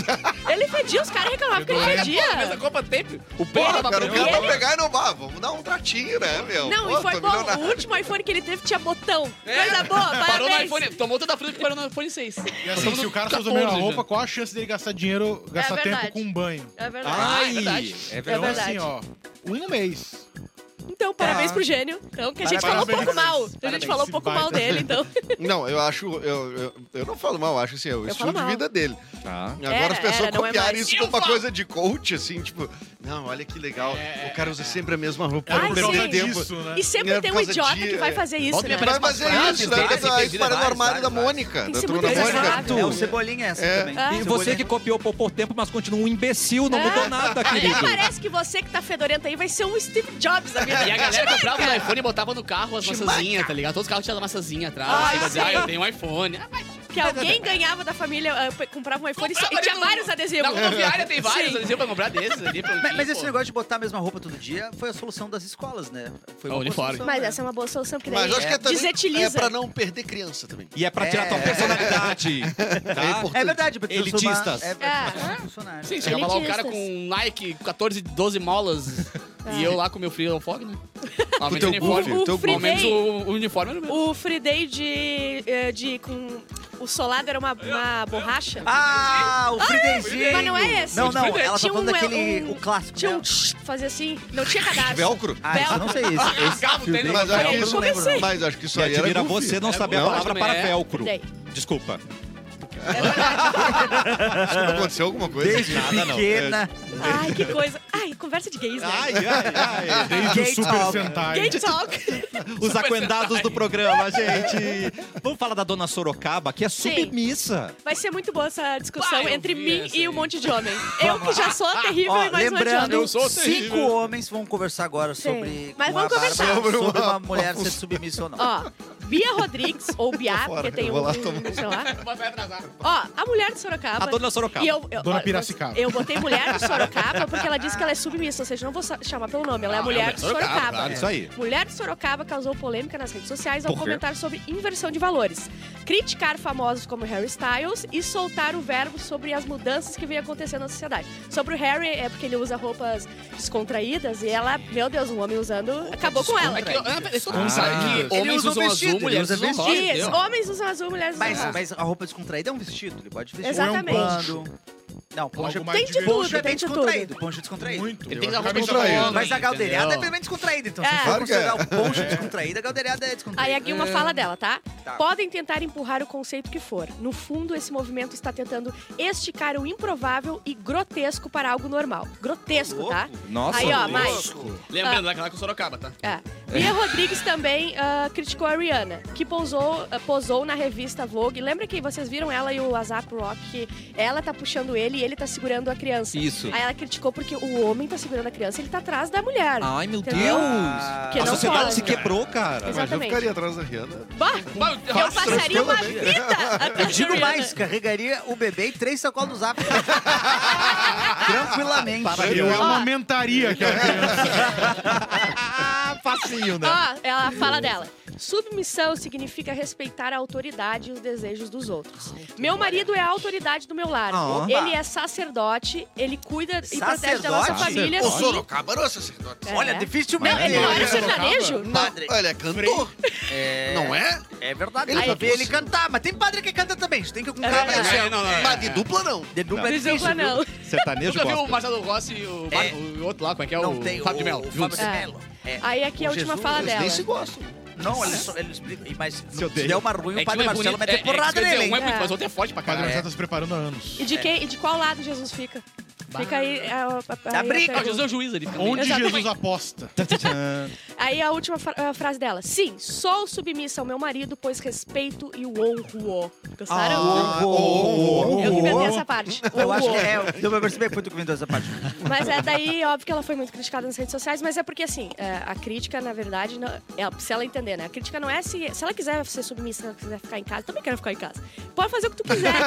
Speaker 4: Ele fedia, os caras reclamavam que ele
Speaker 5: é Mas a
Speaker 4: fedia.
Speaker 5: Copa teve. O pé
Speaker 2: Porra,
Speaker 5: era pra
Speaker 2: cara, o
Speaker 5: branco.
Speaker 2: cara
Speaker 4: E
Speaker 2: vai
Speaker 4: ele-
Speaker 2: pegar e não vai. Vamos dar um tratinho, né, meu?
Speaker 4: Não,
Speaker 2: Pô,
Speaker 4: e foi
Speaker 2: tô
Speaker 4: bom.
Speaker 2: milionário.
Speaker 4: O último iPhone que ele teve tinha botão.
Speaker 5: É.
Speaker 4: Coisa boa, parabéns.
Speaker 5: Parou no iPhone. Tomou tanta fruta que parou no iPhone 6.
Speaker 6: E assim, se o cara
Speaker 3: Tá
Speaker 6: faz a
Speaker 5: 14
Speaker 6: mesma
Speaker 5: já.
Speaker 6: roupa, qual a chance dele gastar dinheiro, gastar tempo
Speaker 4: verdade.
Speaker 6: com um banho?
Speaker 4: É verdade.
Speaker 5: Ah, é
Speaker 1: Ai,
Speaker 5: verdade.
Speaker 1: é
Speaker 4: É
Speaker 6: Então,
Speaker 1: verdade.
Speaker 4: verdade.
Speaker 6: assim, ó, um no mês.
Speaker 4: Então, parabéns
Speaker 1: Ah.
Speaker 4: pro gênio. Então, que a gente
Speaker 6: Parabéns.
Speaker 4: falou um pouco mal. A
Speaker 6: Parabéns.
Speaker 4: gente falou um pouco mal
Speaker 6: Baita.
Speaker 4: dele, então.
Speaker 2: Não, eu acho. Eu, eu, eu não falo mal, eu acho assim, é o estilo
Speaker 4: falo
Speaker 2: de
Speaker 4: mal.
Speaker 2: vida dele.
Speaker 1: Tá.
Speaker 2: Agora
Speaker 4: Era,
Speaker 2: as pessoas
Speaker 4: era, não é
Speaker 2: copiaram
Speaker 4: mais.
Speaker 2: isso como uma
Speaker 5: Silva!
Speaker 2: coisa de coach, assim, tipo, não, olha que legal. O cara usa sempre a mesma roupa pra
Speaker 4: Ai,
Speaker 6: um
Speaker 2: não
Speaker 4: É sim.
Speaker 2: perder tempo.
Speaker 6: Isso, né?
Speaker 4: E sempre
Speaker 2: É,
Speaker 4: tem
Speaker 2: por
Speaker 4: um
Speaker 2: causa
Speaker 4: idiota
Speaker 2: de-
Speaker 4: que vai fazer isso,
Speaker 5: Volta
Speaker 4: né?
Speaker 5: e
Speaker 2: Vai
Speaker 5: Parece umas
Speaker 2: fazer
Speaker 5: frases,
Speaker 2: isso, né?
Speaker 5: várias,
Speaker 2: Tá
Speaker 5: várias,
Speaker 2: Parando o
Speaker 3: várias,
Speaker 2: armário da
Speaker 3: várias.
Speaker 2: Mônica.
Speaker 4: Tem
Speaker 2: Da
Speaker 4: que ser
Speaker 2: turma
Speaker 4: muito
Speaker 2: da Mônica.
Speaker 4: exato.
Speaker 3: É, o Cebolinha é essa
Speaker 2: É.
Speaker 3: também.
Speaker 4: Ah.
Speaker 1: E você que copiou por pouco tempo, mas continua um imbecil, não mudou
Speaker 4: É.
Speaker 1: nada,
Speaker 4: Até
Speaker 1: querido.
Speaker 4: parece que você que tá fedorento aí vai ser um Steve Jobs da vida.
Speaker 5: E a galera comprava no iPhone e botava no carro as maçãzinhas, tá ligado? Todos os carros tinham a maçãzinha atrás.
Speaker 4: Ai,
Speaker 5: assim,
Speaker 4: sim.
Speaker 5: ah, eu tenho um iPhone. Ah, vai.
Speaker 4: Que alguém ganhava da família, ah, p- comprava um iPhone e só- e
Speaker 5: Comprava
Speaker 4: tinha
Speaker 5: ali no-
Speaker 4: vários
Speaker 5: Na
Speaker 4: adesivos.
Speaker 5: rodoviária tem vários
Speaker 4: Sim.
Speaker 5: adesivos pra comprar desses ali. pra um
Speaker 3: Mas,
Speaker 5: dia,
Speaker 3: mas esse
Speaker 5: pô.
Speaker 3: negócio de botar a mesma roupa todo dia foi a solução das escolas, né? Foi
Speaker 5: Ah, o
Speaker 3: uma boa
Speaker 5: uniforme.
Speaker 3: solução,
Speaker 4: Mas
Speaker 3: né?
Speaker 4: essa é uma boa solução, porque daí
Speaker 2: Mas eu acho que é também.
Speaker 4: desutiliza.
Speaker 2: É pra não perder criança também.
Speaker 1: E é pra tirar tua
Speaker 3: É.
Speaker 2: <laughs>
Speaker 1: personalidade. tá?
Speaker 2: É importante.
Speaker 3: É verdade, pra transformar-
Speaker 1: Elitistas.
Speaker 3: É, pra
Speaker 4: Ah.
Speaker 3: transformar em funcionário.
Speaker 5: Sim, chegava lá o cara com um Nike 14, 12 molas e eu lá com o meu Free Fog, né? Ao menos o
Speaker 2: teu
Speaker 5: uniforme.
Speaker 2: Google,
Speaker 4: o,
Speaker 2: teu
Speaker 4: o
Speaker 5: Ao
Speaker 4: Free
Speaker 5: menos
Speaker 4: Day,
Speaker 5: o o uniforme era o mesmo.
Speaker 4: o Free Day de, eh, de com o solado era uma, uma borracha.
Speaker 3: Ah, o Fridenzinho!
Speaker 4: mas não é esse.
Speaker 3: Não, não,
Speaker 5: Free Day.
Speaker 3: ela tá
Speaker 4: Tinha
Speaker 3: falando
Speaker 4: um-
Speaker 3: daquele,
Speaker 4: um-
Speaker 3: o clássico né?
Speaker 4: Tinha um
Speaker 3: dela.
Speaker 4: tch, fazia assim, não tinha cadastro.
Speaker 2: Velcro.
Speaker 3: Ah, isso eu não sei
Speaker 4: <laughs>
Speaker 3: isso. Esse
Speaker 5: Rasgava o
Speaker 3: filme
Speaker 5: tênis.
Speaker 3: eu
Speaker 2: Mas acho que
Speaker 4: Eu
Speaker 2: isso.
Speaker 4: comecei.
Speaker 2: Mas acho que isso
Speaker 1: E
Speaker 2: aí era.
Speaker 1: admira
Speaker 2: goofy.
Speaker 1: você né? não
Speaker 5: É
Speaker 1: saber a
Speaker 5: goofy
Speaker 1: palavra
Speaker 5: também,
Speaker 1: para
Speaker 5: é.
Speaker 1: velcro.
Speaker 4: Sei.
Speaker 1: Desculpa.
Speaker 2: Aconteceu alguma coisa? assim.
Speaker 3: Desde
Speaker 1: Nada, não.
Speaker 3: pequena.
Speaker 4: Ai, que coisa. Ai, conversa de gays, né?
Speaker 1: Ai, ai, <laughs> ai.
Speaker 6: Desde o
Speaker 3: Gate
Speaker 6: Super
Speaker 3: Talk.
Speaker 6: Sentai.
Speaker 4: Gay talk.
Speaker 1: Os aquendados do programa, gente. <laughs> Vamos falar da dona Sorocaba, que é
Speaker 4: Sim.
Speaker 1: submissa.
Speaker 4: Vai ser muito boa essa discussão
Speaker 5: Vai, eu
Speaker 4: entre
Speaker 5: vi
Speaker 4: mim
Speaker 5: essa
Speaker 4: e
Speaker 5: aí.
Speaker 4: um monte de homem. Eu que já sou terrível
Speaker 3: Ó,
Speaker 4: e mais um
Speaker 3: lembrando,
Speaker 5: Eu
Speaker 4: monte de homem.
Speaker 5: sou
Speaker 3: cinco
Speaker 5: terrível.
Speaker 3: homens vão conversar agora
Speaker 4: Sim.
Speaker 3: sobre...
Speaker 4: Mas
Speaker 3: com a
Speaker 4: vamos
Speaker 3: Bárbara
Speaker 4: conversar.
Speaker 3: Sobre uma mulher ser submissa ou não.
Speaker 4: Ó, Bia Rodrigues, ou Bia, porque
Speaker 2: fora,
Speaker 4: tem
Speaker 2: eu
Speaker 4: um,
Speaker 2: vou lá
Speaker 4: um,
Speaker 2: tomar.
Speaker 4: sei lá.
Speaker 5: Vai atrasar.
Speaker 4: Ó, a mulher de Sorocaba.
Speaker 1: A dona Sorocaba.
Speaker 4: E eu, eu,
Speaker 6: Dona
Speaker 4: ó,
Speaker 6: Piracicaba.
Speaker 4: Eu botei mulher de Sorocaba porque ela disse que ela é submissa, ou seja, não vou sa- chamar pelo nome, ela é
Speaker 5: Ah,
Speaker 4: mulher de Sorocaba.
Speaker 2: É
Speaker 5: claro.
Speaker 1: Isso aí.
Speaker 4: Mulher de Sorocaba causou polêmica nas redes sociais ao
Speaker 1: Por quê?
Speaker 4: comentar sobre inversão de valores, criticar famosos como Harry Styles e soltar o verbo sobre as mudanças que vem acontecendo na sociedade. Sobre o Harry é porque ele usa roupas descontraídas e ela, meu Deus, um homem usando, acabou com ela.
Speaker 5: É que, ah, peraí, todo mundo
Speaker 6: Ah.
Speaker 5: sabe que
Speaker 3: Ele
Speaker 5: homens
Speaker 3: usa
Speaker 5: usam
Speaker 3: vestido,
Speaker 5: azul,
Speaker 3: ele
Speaker 5: mulheres
Speaker 3: usa
Speaker 5: usam rosa.
Speaker 3: vestido.
Speaker 4: Isso,
Speaker 5: entendeu?
Speaker 4: homens usam azul, mulheres usam
Speaker 3: Mas,
Speaker 4: rosa.
Speaker 3: mas a roupa descontraída é um vestido, ele pode vestir.
Speaker 4: Exatamente.
Speaker 3: Ou é um pano. Não, poncho,
Speaker 6: Algo mais
Speaker 4: Tem de
Speaker 6: divertido.
Speaker 4: tudo,
Speaker 3: poncho é
Speaker 4: tem
Speaker 3: bem
Speaker 4: de tudo.
Speaker 3: descontraído. Poncho é descontraído.
Speaker 6: Muito.
Speaker 5: Ele tem que
Speaker 6: Eu
Speaker 5: usar roupa
Speaker 6: acabei
Speaker 5: de
Speaker 6: de
Speaker 2: descontraída.
Speaker 5: homem,
Speaker 3: Mas a galderada é
Speaker 5: entendeu?
Speaker 3: bem descontraída, então.
Speaker 4: É.
Speaker 3: Se for
Speaker 2: Claro que é.
Speaker 3: considerar o poncho descontraída, a galderada é descontraída.
Speaker 4: Aí aqui uma fala dela, tá?
Speaker 3: Tá.
Speaker 4: Podem tentar empurrar o conceito que for. No fundo, esse movimento está tentando esticar o improvável e grotesco para algo normal. Grotesco, tá?
Speaker 1: Nossa.
Speaker 4: Aí, ó,
Speaker 1: Deus.
Speaker 4: mais.
Speaker 5: Lembrando, vai lá com Sorocaba, tá?
Speaker 4: É. Bia Rodrigues também ah, criticou a Rihanna, que pousou, ah, posou na revista Vogue. Lembra que vocês viram ela e o Azap Rock? que Ela tá puxando ele e ele tá segurando a criança.
Speaker 1: Isso.
Speaker 4: Aí ela criticou porque o homem tá segurando a criança, ele tá atrás da mulher.
Speaker 1: Ai, meu
Speaker 4: Entendeu?
Speaker 1: Deus.
Speaker 4: Que
Speaker 1: a
Speaker 4: não
Speaker 1: sociedade
Speaker 4: pode.
Speaker 1: se quebrou, cara.
Speaker 2: Mas eu
Speaker 4: Exatamente.
Speaker 2: ficaria atrás da Rihanna.
Speaker 4: Bah,
Speaker 5: Bah,
Speaker 4: eu passaria uma
Speaker 2: tranquilamente.
Speaker 4: vida atrás da
Speaker 3: Eu digo
Speaker 4: Rihanna.
Speaker 3: mais, carregaria o bebê e três sacolas do
Speaker 4: <laughs>
Speaker 3: zap. Tranquilamente.
Speaker 6: Eu
Speaker 4: Ó.
Speaker 6: amamentaria aquela criança.
Speaker 1: Facinho, né?
Speaker 4: Ó, ela fala dela. Submissão significa respeitar a autoridade e os desejos dos outros. Meu marido é a autoridade do meu lar.
Speaker 1: Ah.
Speaker 4: Ele é sacerdote, ele cuida e protege da nossa
Speaker 3: Sacerdote?
Speaker 4: família.
Speaker 7: O
Speaker 4: sim.
Speaker 7: Sorocaba não é sacerdote.
Speaker 4: É.
Speaker 3: Olha, dificilmente.
Speaker 4: Não, ele não era sertanejo?
Speaker 7: Não,
Speaker 3: Padre.
Speaker 7: ele é cantor,
Speaker 3: É,
Speaker 7: não é?
Speaker 3: é verdade.
Speaker 7: Ele
Speaker 3: Ele vê
Speaker 7: cantou,
Speaker 3: ele
Speaker 7: sim.
Speaker 3: cantar, mas tem padre que canta também. Você tem que
Speaker 4: É
Speaker 3: comprar
Speaker 4: verdade.
Speaker 5: Não, não, não, não.
Speaker 7: Mas de dupla não.
Speaker 3: The Dupe é
Speaker 4: Não
Speaker 3: difícil,
Speaker 4: julga, não.
Speaker 1: Sertanejo
Speaker 5: Nunca viu o
Speaker 4: um
Speaker 1: gospel.
Speaker 5: Marcelo Rossi e o,
Speaker 3: É.
Speaker 5: o outro lá, como é que é?
Speaker 3: viu? Não
Speaker 5: o
Speaker 3: tem.
Speaker 5: Fábio de Melo.
Speaker 3: O Fábio de
Speaker 4: É.
Speaker 3: Melo. É.
Speaker 4: Aí aqui a
Speaker 3: O
Speaker 4: última
Speaker 3: Jesus,
Speaker 4: fala
Speaker 3: eles
Speaker 4: dela.
Speaker 7: Nem se gostam.
Speaker 3: Não, ele só ele explica. Mas
Speaker 1: Se
Speaker 3: se
Speaker 1: odeia.
Speaker 3: der uma ruim, o
Speaker 5: É que um
Speaker 3: padre
Speaker 5: é
Speaker 3: Marcelo
Speaker 5: bonito,
Speaker 3: vai
Speaker 5: é-
Speaker 3: ter
Speaker 5: é- quer
Speaker 3: porrada
Speaker 5: dizer,
Speaker 3: nele, né?
Speaker 5: Um é
Speaker 3: hein?
Speaker 5: bonito,
Speaker 4: É.
Speaker 5: mas o outro é forte pra
Speaker 6: O Padre
Speaker 5: caralho.
Speaker 6: Marcelo tá se preparando há anos.
Speaker 4: E de, quem, e de qual lado Jesus fica? Fica aí. a- a- a-
Speaker 3: Dá
Speaker 4: aí a
Speaker 3: briga,
Speaker 5: Ah,
Speaker 4: pergunta.
Speaker 5: Jesus é o juiz ali. também.
Speaker 6: Onde
Speaker 4: Exatamente.
Speaker 6: Jesus aposta.
Speaker 4: Aí a última fra- a frase dela. Sim, sou submissa ao meu marido, pois respeito e o honro. Gostaram?
Speaker 1: Oh, oh, oh, oh.
Speaker 4: Eu que inventei essa parte.
Speaker 3: Ah, Eu acho que
Speaker 4: Honro.
Speaker 3: é. Deu pra perceber que foi tu que vendeu essa parte.
Speaker 4: Mas é daí, óbvio que ela foi muito criticada nas redes sociais, mas é porque, assim, é, a crítica, na verdade, não- ela- se ela entender, né? A crítica não é se, se ela quiser ser submissa, se ela quiser ficar em casa, também quero ficar em casa. Pode fazer o que tu quiser.
Speaker 5: <laughs>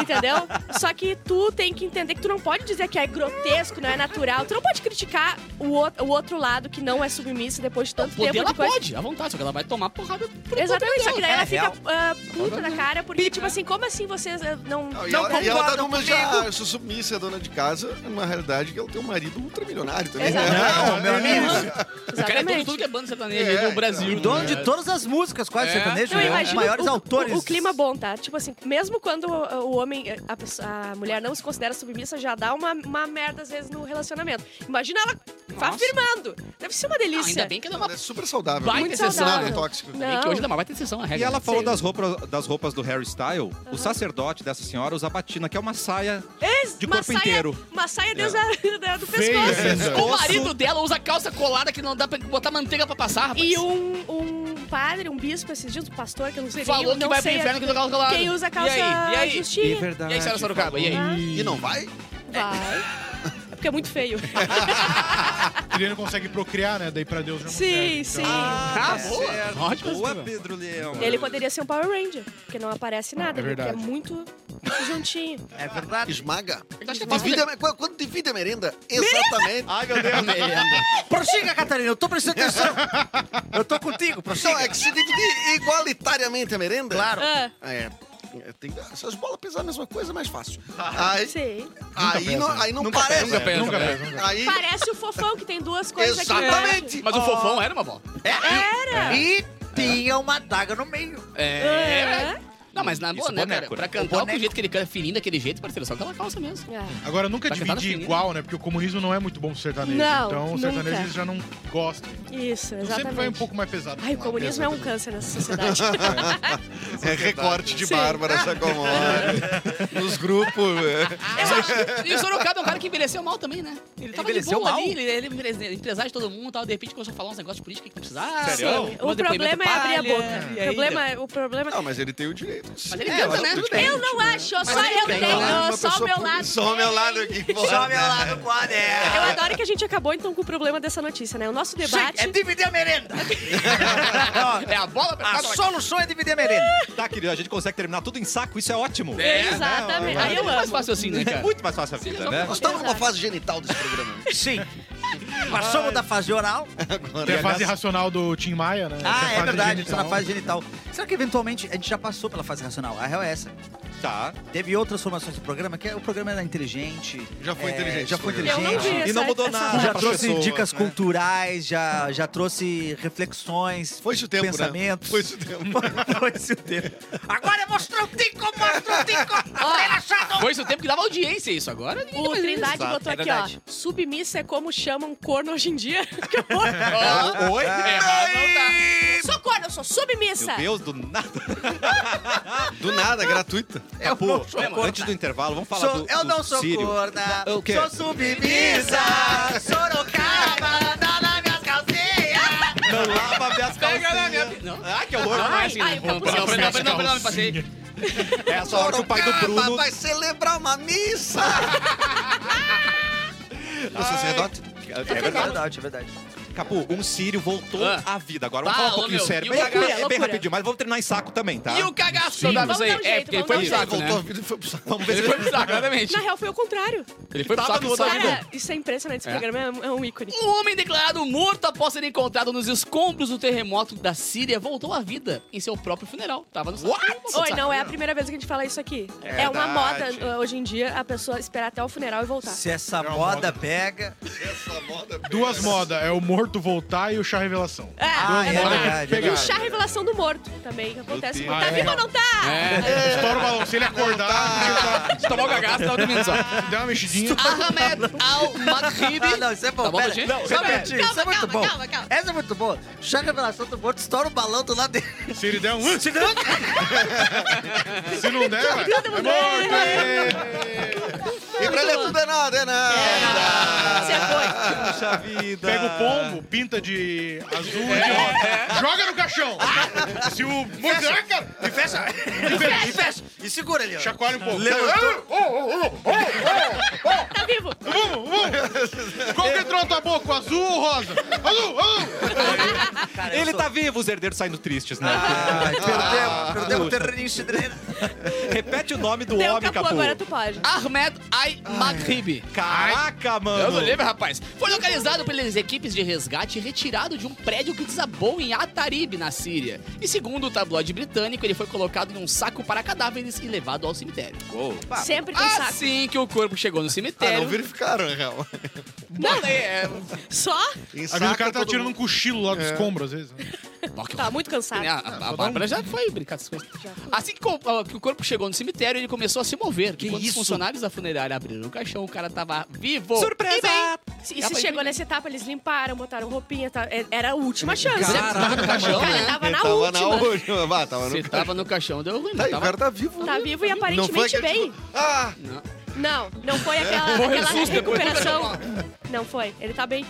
Speaker 4: entendeu? Só que tu tem que entender que tu não pode dizer que é grotesco, não é natural. Tu não pode criticar o, out- o outro lado que não é submisso depois de tanto
Speaker 5: Poder
Speaker 4: tempo
Speaker 5: ela
Speaker 4: de coisa.
Speaker 5: pode, à vontade, só que ela vai tomar porrada.
Speaker 4: Exatamente, só que daí
Speaker 3: É
Speaker 4: ela fica
Speaker 3: real.
Speaker 4: ah, puta na cara, porque, tipo assim, como assim vocês ah, não.
Speaker 2: Não, e
Speaker 3: Não
Speaker 2: ela, e ela tá
Speaker 3: concordam
Speaker 2: numa
Speaker 3: comigo.
Speaker 2: já sou submissa, é dona de casa, numa realidade que ela tem um marido ultramilionário também.
Speaker 4: Exato.
Speaker 2: né?
Speaker 3: Não, meu amigo.
Speaker 5: O cara é dono de
Speaker 4: Exatamente.
Speaker 5: tudo que é banda sertaneja
Speaker 2: É,
Speaker 5: aí no Brasil.
Speaker 3: E dono de
Speaker 5: né?
Speaker 3: todas as músicas, quase
Speaker 5: É.
Speaker 3: sertanejo,
Speaker 4: Não,
Speaker 3: né? Um dos
Speaker 4: imagina
Speaker 3: maiores
Speaker 4: o,
Speaker 3: autores.
Speaker 4: O, o clima bom, tá? Tipo assim, mesmo quando o, o homem, a, pessoa- a mulher não se considera submissa, já dá uma, uma merda às vezes no relacionamento. Imagina ela
Speaker 5: Nossa.
Speaker 4: afirmando. Deve ser uma
Speaker 5: Ah,
Speaker 4: delícia.
Speaker 5: Ainda bem que dá uma.
Speaker 2: Ela é super saudável.
Speaker 5: Vai
Speaker 2: né?
Speaker 5: ter
Speaker 2: Não,
Speaker 4: saudável.
Speaker 2: é tóxico.
Speaker 5: Ainda bem que hoje dá uma baita exceção a
Speaker 1: E
Speaker 4: É
Speaker 5: regra.
Speaker 1: ela
Speaker 5: né?
Speaker 1: falou das roupas, das roupas do Harry Style. O sacerdote dessa senhora usa batina, que é uma saia de
Speaker 4: uma
Speaker 1: corpo
Speaker 4: saia,
Speaker 1: inteiro.
Speaker 4: Uma saia desde a- da- do
Speaker 6: Feia,
Speaker 4: pescoço.
Speaker 6: né?
Speaker 5: O marido dela usa calça colada que não dá pra botar manteiga pra passar, rapaz.
Speaker 4: E um, um padre, um bispo esses dias, um pastor, que eu não sei nem-
Speaker 5: Falou que
Speaker 4: não
Speaker 5: vai pro
Speaker 4: sei
Speaker 5: inferno que usa calça colada.
Speaker 4: Quem usa calça
Speaker 5: E aí? E aí?
Speaker 1: É
Speaker 4: justinha. tá?
Speaker 5: E aí, senhora Sorocaba, e aí?
Speaker 7: E não vai?
Speaker 4: Vai. É porque é muito feio.
Speaker 6: Ele não consegue procriar, né? Daí pra Deus já não
Speaker 4: sim,
Speaker 6: serve,
Speaker 4: sim.
Speaker 6: então-
Speaker 5: Ah, boa. Ótimo.
Speaker 1: Boa, Pedro Leão.
Speaker 4: Ele poderia ser um Power Ranger, porque não aparece nada,
Speaker 6: É
Speaker 4: né? porque é
Speaker 6: verdade.
Speaker 4: muito juntinho.
Speaker 3: É verdade.
Speaker 7: Esmaga.
Speaker 5: Eu acho que é
Speaker 7: Divide a, qu- quando divide a merenda? Exatamente.
Speaker 1: Ai, meu Deus.
Speaker 3: Prossiga, Catarina, eu tô prestando atenção. Eu tô
Speaker 7: Então,
Speaker 3: contigo,
Speaker 7: é
Speaker 3: prossiga.
Speaker 7: que se dividir igualitariamente a merenda...
Speaker 3: Claro.
Speaker 4: <laughs> Ah,
Speaker 7: É. é, Tem, se as bolas pesarem a mesma coisa, é mais fácil.
Speaker 3: Ah,
Speaker 7: Aí,
Speaker 4: sim.
Speaker 7: aí,
Speaker 6: pesa,
Speaker 7: não,
Speaker 6: né?
Speaker 7: aí não
Speaker 1: Nunca
Speaker 7: parece.
Speaker 1: pesa,
Speaker 5: pesa,
Speaker 6: Nunca
Speaker 5: né?
Speaker 6: pega, nunca
Speaker 7: Aí,
Speaker 4: Parece o fofão que tem duas coisas aqui.
Speaker 7: exatamente.
Speaker 5: Mas o fofão era uma bola.
Speaker 4: <laughs> Era!
Speaker 3: E tinha uma daga no meio.
Speaker 5: É.
Speaker 4: É.
Speaker 5: Não, mas na boa,
Speaker 1: Isso,
Speaker 5: né,
Speaker 1: boneco,
Speaker 5: cara?
Speaker 1: né?
Speaker 5: Pra
Speaker 3: O
Speaker 5: cantar
Speaker 3: boneco.
Speaker 5: com o jeito que ele canta, fininho daquele jeito, parceiro, só aquela calça mesmo.
Speaker 4: Ah,
Speaker 6: Agora, nunca
Speaker 5: Tá cantado
Speaker 6: dividir
Speaker 5: feminino.
Speaker 6: igual, né? Porque o comunismo não é muito bom pro sertanejo.
Speaker 4: Não,
Speaker 6: então, os
Speaker 4: nunca.
Speaker 6: sertanejos já não gostam.
Speaker 4: Isso,
Speaker 6: Então, sempre vai um
Speaker 4: exatamente.
Speaker 6: pouco mais pesado.
Speaker 4: Ai, o comunismo é um câncer nessa sociedade.
Speaker 2: É recorte de
Speaker 4: Sim.
Speaker 2: Bárbara
Speaker 6: <laughs>
Speaker 2: Sacomori. Nos grupos. é.
Speaker 5: E o Sorocaba é um cara que envelheceu mal também, né? Ele tava de
Speaker 3: Envelheceu
Speaker 5: boa
Speaker 3: mal?
Speaker 5: ali, ele, ele é empre- empresário de todo mundo e tal. De repente começou a falar uns negócios de política que não precisava.
Speaker 4: Sim, o problema é abrir a boca. O problema, o problema
Speaker 2: Não, Ah, mas ele tem o direito.
Speaker 5: Mas ele
Speaker 3: É,
Speaker 5: canta,
Speaker 3: eu
Speaker 5: né?
Speaker 3: acho
Speaker 5: Tudo
Speaker 3: que
Speaker 5: bem.
Speaker 4: Eu não acho, só
Speaker 5: Mas
Speaker 4: eu tenho,
Speaker 5: tem, né?
Speaker 2: tipo, é Uma
Speaker 4: só o
Speaker 2: pessoa
Speaker 4: meu
Speaker 2: pu-
Speaker 4: lado.
Speaker 2: Só o meu lado aqui.
Speaker 3: <laughs>
Speaker 2: pô.
Speaker 3: Só meu lado é.
Speaker 4: Eu
Speaker 3: quaderno.
Speaker 4: adoro que a gente acabou, então, com o problema dessa notícia, né? O nosso debate...
Speaker 3: É dividir a
Speaker 5: <laughs>
Speaker 3: merenda.
Speaker 5: É a bola pra
Speaker 3: A solução é dividir a merenda.
Speaker 1: Tá, querido, a gente consegue terminar tudo em saco, isso é ótimo.
Speaker 5: É, né?
Speaker 4: Exatamente. Aí eu
Speaker 5: mais
Speaker 4: amo.
Speaker 5: fácil assim, né,
Speaker 1: É
Speaker 5: cara?
Speaker 1: muito mais fácil a vida, né?
Speaker 7: Nós estamos numa
Speaker 4: Exato.
Speaker 7: fase genital desse programa.
Speaker 4: <laughs>
Speaker 3: Sim. né? Passamos
Speaker 4: Ah.
Speaker 3: da fase oral.
Speaker 6: Tem a fase
Speaker 1: aliás-
Speaker 6: racional do Tim Maia, né?
Speaker 3: Ah,
Speaker 6: Essa
Speaker 3: é
Speaker 6: fase
Speaker 3: verdade, a gente tá na
Speaker 6: genital.
Speaker 3: fase genital. Será que eventualmente a gente já passou pela fase racional? A real é essa.
Speaker 1: Tá.
Speaker 3: Teve outras formações do programa, que é, o programa era inteligente.
Speaker 2: Já foi
Speaker 3: é,
Speaker 2: inteligente
Speaker 3: Já
Speaker 2: esse
Speaker 3: foi
Speaker 2: programa.
Speaker 4: Eu não vi
Speaker 3: inteligente.
Speaker 4: essa,
Speaker 1: E não mudou
Speaker 4: essa
Speaker 1: nada.
Speaker 4: parte.
Speaker 3: Já
Speaker 1: pras
Speaker 3: trouxe
Speaker 1: pessoas,
Speaker 3: dicas
Speaker 1: né?
Speaker 3: culturais, já, já trouxe reflexões,
Speaker 2: Foi-se o tempo, né?
Speaker 3: pensamentos. <laughs>
Speaker 2: Foi-se o tempo.
Speaker 3: Foi-se o tempo. Agora é eu mostro o tico, mostro o tico. Relaxado.
Speaker 5: Foi isso o tempo que dava audiência isso. Agora ninguém
Speaker 4: O
Speaker 5: mais
Speaker 4: Trindade
Speaker 5: isso.
Speaker 4: botou
Speaker 5: É
Speaker 4: aqui,
Speaker 5: verdade.
Speaker 4: ó. Submissa é como chamam corno hoje em dia. <laughs> Acabou.
Speaker 5: Ó,
Speaker 1: Oi?
Speaker 5: é, mas não tá.
Speaker 4: sou corno, eu sou submissa.
Speaker 1: Meu Deus, do nada.
Speaker 2: Do nada, é gratuita. Tá,
Speaker 3: Eu
Speaker 1: Pô,
Speaker 3: não sou corna.
Speaker 1: antes do intervalo, vamos falar
Speaker 3: Sou-
Speaker 1: do,
Speaker 3: eu
Speaker 1: do
Speaker 3: não sou
Speaker 1: Sírio.
Speaker 3: corna.
Speaker 1: O quê? É
Speaker 3: Sou submissa. Sorocaba, dá na minhas calcinhas.
Speaker 1: Não
Speaker 2: Ah,
Speaker 1: lava minhas
Speaker 5: Pega na minha...
Speaker 1: calcinhas.
Speaker 5: Não.
Speaker 1: Ah, que horror.
Speaker 5: Não é assim,
Speaker 4: ai,
Speaker 5: né? Não,
Speaker 4: capuz
Speaker 5: não,
Speaker 4: é
Speaker 5: não, não, não, não,
Speaker 6: calcinha.
Speaker 5: me passei.
Speaker 1: É essa hora que o pai do
Speaker 7: Sorocaba
Speaker 1: Bruno...
Speaker 7: vai celebrar uma missa! Do sacerdote?
Speaker 1: É
Speaker 3: É
Speaker 1: verdade.
Speaker 3: verdade, é verdade.
Speaker 1: Capu, um sírio voltou
Speaker 5: Ah.
Speaker 1: à vida. Agora vamos
Speaker 5: Ah,
Speaker 1: falar um
Speaker 5: ô,
Speaker 1: pouquinho
Speaker 5: meu,
Speaker 1: sério.
Speaker 5: e o
Speaker 1: Bem,
Speaker 5: cagaço?
Speaker 1: bem- bem
Speaker 4: Loucura.
Speaker 1: rapidinho, mas vamos terminar em saco também, tá?
Speaker 5: E o cagaço que eu dava
Speaker 4: Vamos
Speaker 5: isso aí?
Speaker 4: dar um
Speaker 5: É,
Speaker 4: jeito,
Speaker 5: porque ele
Speaker 4: vamos
Speaker 5: foi pro
Speaker 4: dar um
Speaker 5: saco, né?
Speaker 2: Voltou a vida e foi pro saco.
Speaker 1: Vamos ver se
Speaker 5: Ele foi pro saco, exatamente.
Speaker 4: Na real, foi o contrário.
Speaker 5: Ele foi pro
Speaker 1: Tava
Speaker 5: saco
Speaker 1: no
Speaker 5: e voltou a
Speaker 1: saco.
Speaker 5: vida.
Speaker 4: Cara, isso é impressionante. Esse
Speaker 5: tá É.
Speaker 4: programa é um- é um ícone.
Speaker 5: Um homem declarado morto após ser encontrado nos escombros do terremoto da Síria voltou à vida em seu próprio funeral. Tava no saco. Voltou
Speaker 4: Oi,
Speaker 5: no
Speaker 4: não
Speaker 5: saco.
Speaker 4: é a primeira vez que a gente fala isso aqui.
Speaker 1: É
Speaker 4: É uma moda
Speaker 1: verdade.
Speaker 4: uh, hoje em dia a pessoa esperar até o funeral e voltar.
Speaker 3: Se essa
Speaker 6: uma
Speaker 3: moda
Speaker 6: moda.
Speaker 3: pega.
Speaker 2: Essa moda.
Speaker 6: <laughs> Duas modas, é o morto voltar e o chá revelação.
Speaker 4: É,
Speaker 3: Ah, é
Speaker 4: é
Speaker 3: verdade. é
Speaker 4: verdade. E o
Speaker 6: Pegaram.
Speaker 3: verdade.
Speaker 4: chá revelação do morto também, que acontece.
Speaker 1: Deus.
Speaker 4: muito. Tá
Speaker 6: Ah, é.
Speaker 4: vivo ou não tá?
Speaker 5: É.
Speaker 6: Estoura o balão, se ele acordar,
Speaker 5: Se Tá, tomar o cagaço, tava dormindo só. Ah,
Speaker 6: ele dá uma mexidinha.
Speaker 5: Ahmed Al-Makribi.
Speaker 3: Ah, não, isso é bom.
Speaker 5: é Tá bom,
Speaker 3: pera.
Speaker 5: gente?
Speaker 3: Não,
Speaker 5: Calma,
Speaker 3: repetir, isso é muito bom. Essa é muito boa. Chá revelação do morto, estoura o balão do lado dele.
Speaker 6: Se ele der um. Se não der, vai. é
Speaker 4: mundo-
Speaker 6: morto! é.
Speaker 7: E pra ele é tudo é nada, é nada!
Speaker 4: Você
Speaker 1: Puxa vida.
Speaker 6: Pega o pombo, pinta de azul e de
Speaker 3: É,
Speaker 6: rosa. Joga no caixão! Se o morto. Ah, cara!
Speaker 3: E fecha. E fecha. E fecha. E segura ali, ó.
Speaker 6: Chacoalha um pouco.
Speaker 4: foi. Tá vivo.
Speaker 6: Vamos, vamos! Qual que entrou na tua boca? Azul ou rosa? Azul, azul!
Speaker 3: Cara, eu
Speaker 1: Ele
Speaker 3: sou-
Speaker 1: tá vivo, os herdeiros saindo tristes, né?
Speaker 5: Ah.
Speaker 3: Ai, Ah, perdemos, perdemos o terreninho cidreiro.
Speaker 1: Repete o nome do
Speaker 4: Deu
Speaker 1: homem,
Speaker 4: capô,
Speaker 1: Capu.
Speaker 4: agora tu pode.
Speaker 5: Ah, Ahmed Al-Makribi.
Speaker 1: Caraca,
Speaker 5: Eu
Speaker 1: mano.
Speaker 5: não lembro, rapaz. Foi localizado pelas equipes de resgate e retirado de um prédio que desabou em Atarib, na Síria. E segundo o tabloide britânico, ele foi colocado em um saco para cadáveres e levado ao cemitério.
Speaker 1: Uou.
Speaker 4: Sempre tem saco.
Speaker 5: Assim que o corpo chegou no
Speaker 2: Ah, não
Speaker 5: cemitério...
Speaker 2: verificaram, na real.
Speaker 5: Bota aí, é,
Speaker 4: Só?
Speaker 2: Em
Speaker 6: Às vezes o
Speaker 2: saco,
Speaker 6: cara tá
Speaker 2: todo
Speaker 6: tirando um
Speaker 2: mundo-
Speaker 6: cochilo lá do escombro, às vezes. né?
Speaker 5: é, Toque
Speaker 4: Tá muito cansado.
Speaker 5: A, a- a Bárbara já foi brincar com coisas. Assim que, co- ah, que o corpo chegou no cemitério, ele começou a se mover. Que quando os
Speaker 3: isso?
Speaker 5: funcionários da funerária abriram o caixão, o cara tava vivo.
Speaker 1: Surpresa!
Speaker 5: E bem.
Speaker 4: E se chegou nessa etapa, eles limparam, botaram roupinha, tá? É- era a última chance.
Speaker 5: Tava no caixão,
Speaker 4: Cara,
Speaker 5: né?
Speaker 4: tava
Speaker 2: Ele
Speaker 4: na
Speaker 2: tava na
Speaker 4: última.
Speaker 2: última. Vá, tava
Speaker 5: Você
Speaker 2: no...
Speaker 5: tava no caixão, deu ruim.
Speaker 2: Tá, e o
Speaker 5: tava...
Speaker 2: cara tá vivo.
Speaker 4: Tá
Speaker 2: né?
Speaker 4: vivo e
Speaker 2: Não foi
Speaker 4: aparentemente
Speaker 2: aquele
Speaker 4: bem.
Speaker 2: Ah,
Speaker 4: Não, não foi aquela,
Speaker 5: Morreu
Speaker 4: aquela
Speaker 5: susto depois do
Speaker 4: recuperação. Não foi. Ele tá bem,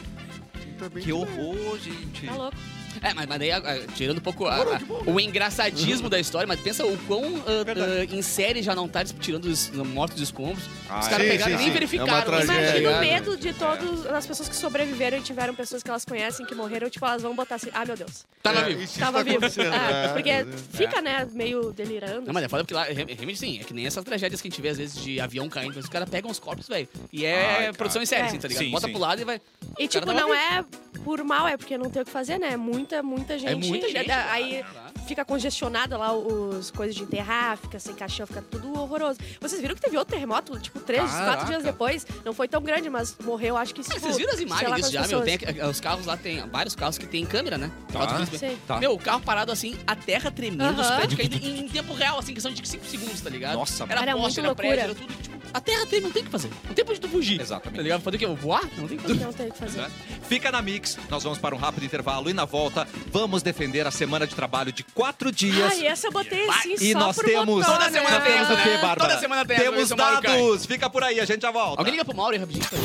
Speaker 1: Que horror, gente.
Speaker 4: tá louco.
Speaker 5: É, mas, mas daí, ah, ah, tirando um pouco ah, ah, o
Speaker 1: né?
Speaker 5: engraçadismo da história, mas pensa o quão ah,
Speaker 1: É
Speaker 5: ah, em série já não tá eles tirando os mortos dos escombros.
Speaker 1: Ah,
Speaker 5: os caras
Speaker 1: sim,
Speaker 5: pegaram
Speaker 1: sim,
Speaker 5: e nem
Speaker 1: sim.
Speaker 2: É
Speaker 5: verificaram.
Speaker 2: uma
Speaker 5: isso, tá
Speaker 2: tragédia.
Speaker 4: Imagina o
Speaker 1: né?
Speaker 5: ligado?
Speaker 4: medo de todas as pessoas que sobreviveram e tiveram pessoas que elas conhecem que morreram. Tipo, elas vão botar assim, ah, meu Deus,
Speaker 5: Tava
Speaker 2: é,
Speaker 5: vivo.
Speaker 2: isso
Speaker 4: tava
Speaker 2: tá
Speaker 4: vivo.
Speaker 2: acontecendo,
Speaker 4: É,
Speaker 2: né?
Speaker 4: porque fica, né, meio delirando.
Speaker 5: Não, mas é foda porque lá, re- realmente sim, é que nem essas tragédias que a gente vê às vezes de avião caindo, os caras pegam os corpos, velho. E é
Speaker 1: Ai,
Speaker 5: produção em série,
Speaker 4: É.
Speaker 5: assim, tá ligado?
Speaker 1: Sim,
Speaker 5: Bota
Speaker 1: sim.
Speaker 5: pro lado e vai.
Speaker 4: E
Speaker 5: O cara
Speaker 4: tipo,
Speaker 5: tava
Speaker 4: não
Speaker 5: vivo.
Speaker 4: é por mal, é porque não tem o que fazer, né? Muita, muita
Speaker 1: É
Speaker 4: gente.
Speaker 5: É muita gente,
Speaker 4: a- Aí
Speaker 5: cara.
Speaker 4: fica congestionada lá os coisas de enterrar, fica sem caixão, fica tudo horroroso. Vocês viram que teve outro terremoto, tipo, três,
Speaker 5: Ah, Caraca.
Speaker 4: quatro dias depois? Não foi tão grande, mas morreu, acho que
Speaker 5: Ah,
Speaker 4: tipo,
Speaker 5: vocês viram as
Speaker 4: sei
Speaker 5: imagens
Speaker 4: lá
Speaker 5: disso já,
Speaker 4: quantas
Speaker 5: meu? Tem,
Speaker 4: pessoas.
Speaker 5: aqu- os carros lá, tem vários carros que tem câmera, né? Foto do-
Speaker 4: Sei.
Speaker 1: Tá.
Speaker 5: Meu, o carro parado assim, a terra tremendo, os
Speaker 4: Aham.
Speaker 5: prédios caindo em em tempo real, assim, questão de 5 segundos, tá ligado?
Speaker 1: Nossa,
Speaker 5: era
Speaker 4: mano. Era
Speaker 5: poste,
Speaker 4: muito
Speaker 5: era prédio, era
Speaker 4: é loucura.
Speaker 5: tudo. Tipo, a terra treme, não tem o que fazer. Não tem pra onde tu fugir.
Speaker 1: Exatamente.
Speaker 5: Tá ligado? Fazer o quê? Voar? Não tem o que fazer.
Speaker 4: Não tem o que fazer.
Speaker 1: né? Fica na Mix, nós vamos para um rápido intervalo e na volta vamos defender a semana de trabalho de quatro dias.
Speaker 4: Ah, e essa eu botei assim,
Speaker 1: E
Speaker 4: só
Speaker 1: nós
Speaker 4: por
Speaker 1: temos.
Speaker 4: botar,
Speaker 5: Toda
Speaker 4: né?
Speaker 5: semana
Speaker 1: nós temos o
Speaker 5: tem,
Speaker 1: quê,
Speaker 5: né?
Speaker 1: Bárbara?
Speaker 5: Toda semana tem,
Speaker 1: Temos
Speaker 5: isso, Mauro Caio.
Speaker 1: dados! Fica por aí, a gente já volta.
Speaker 5: Alguém liga pro Mauro aí rapidinho. tá?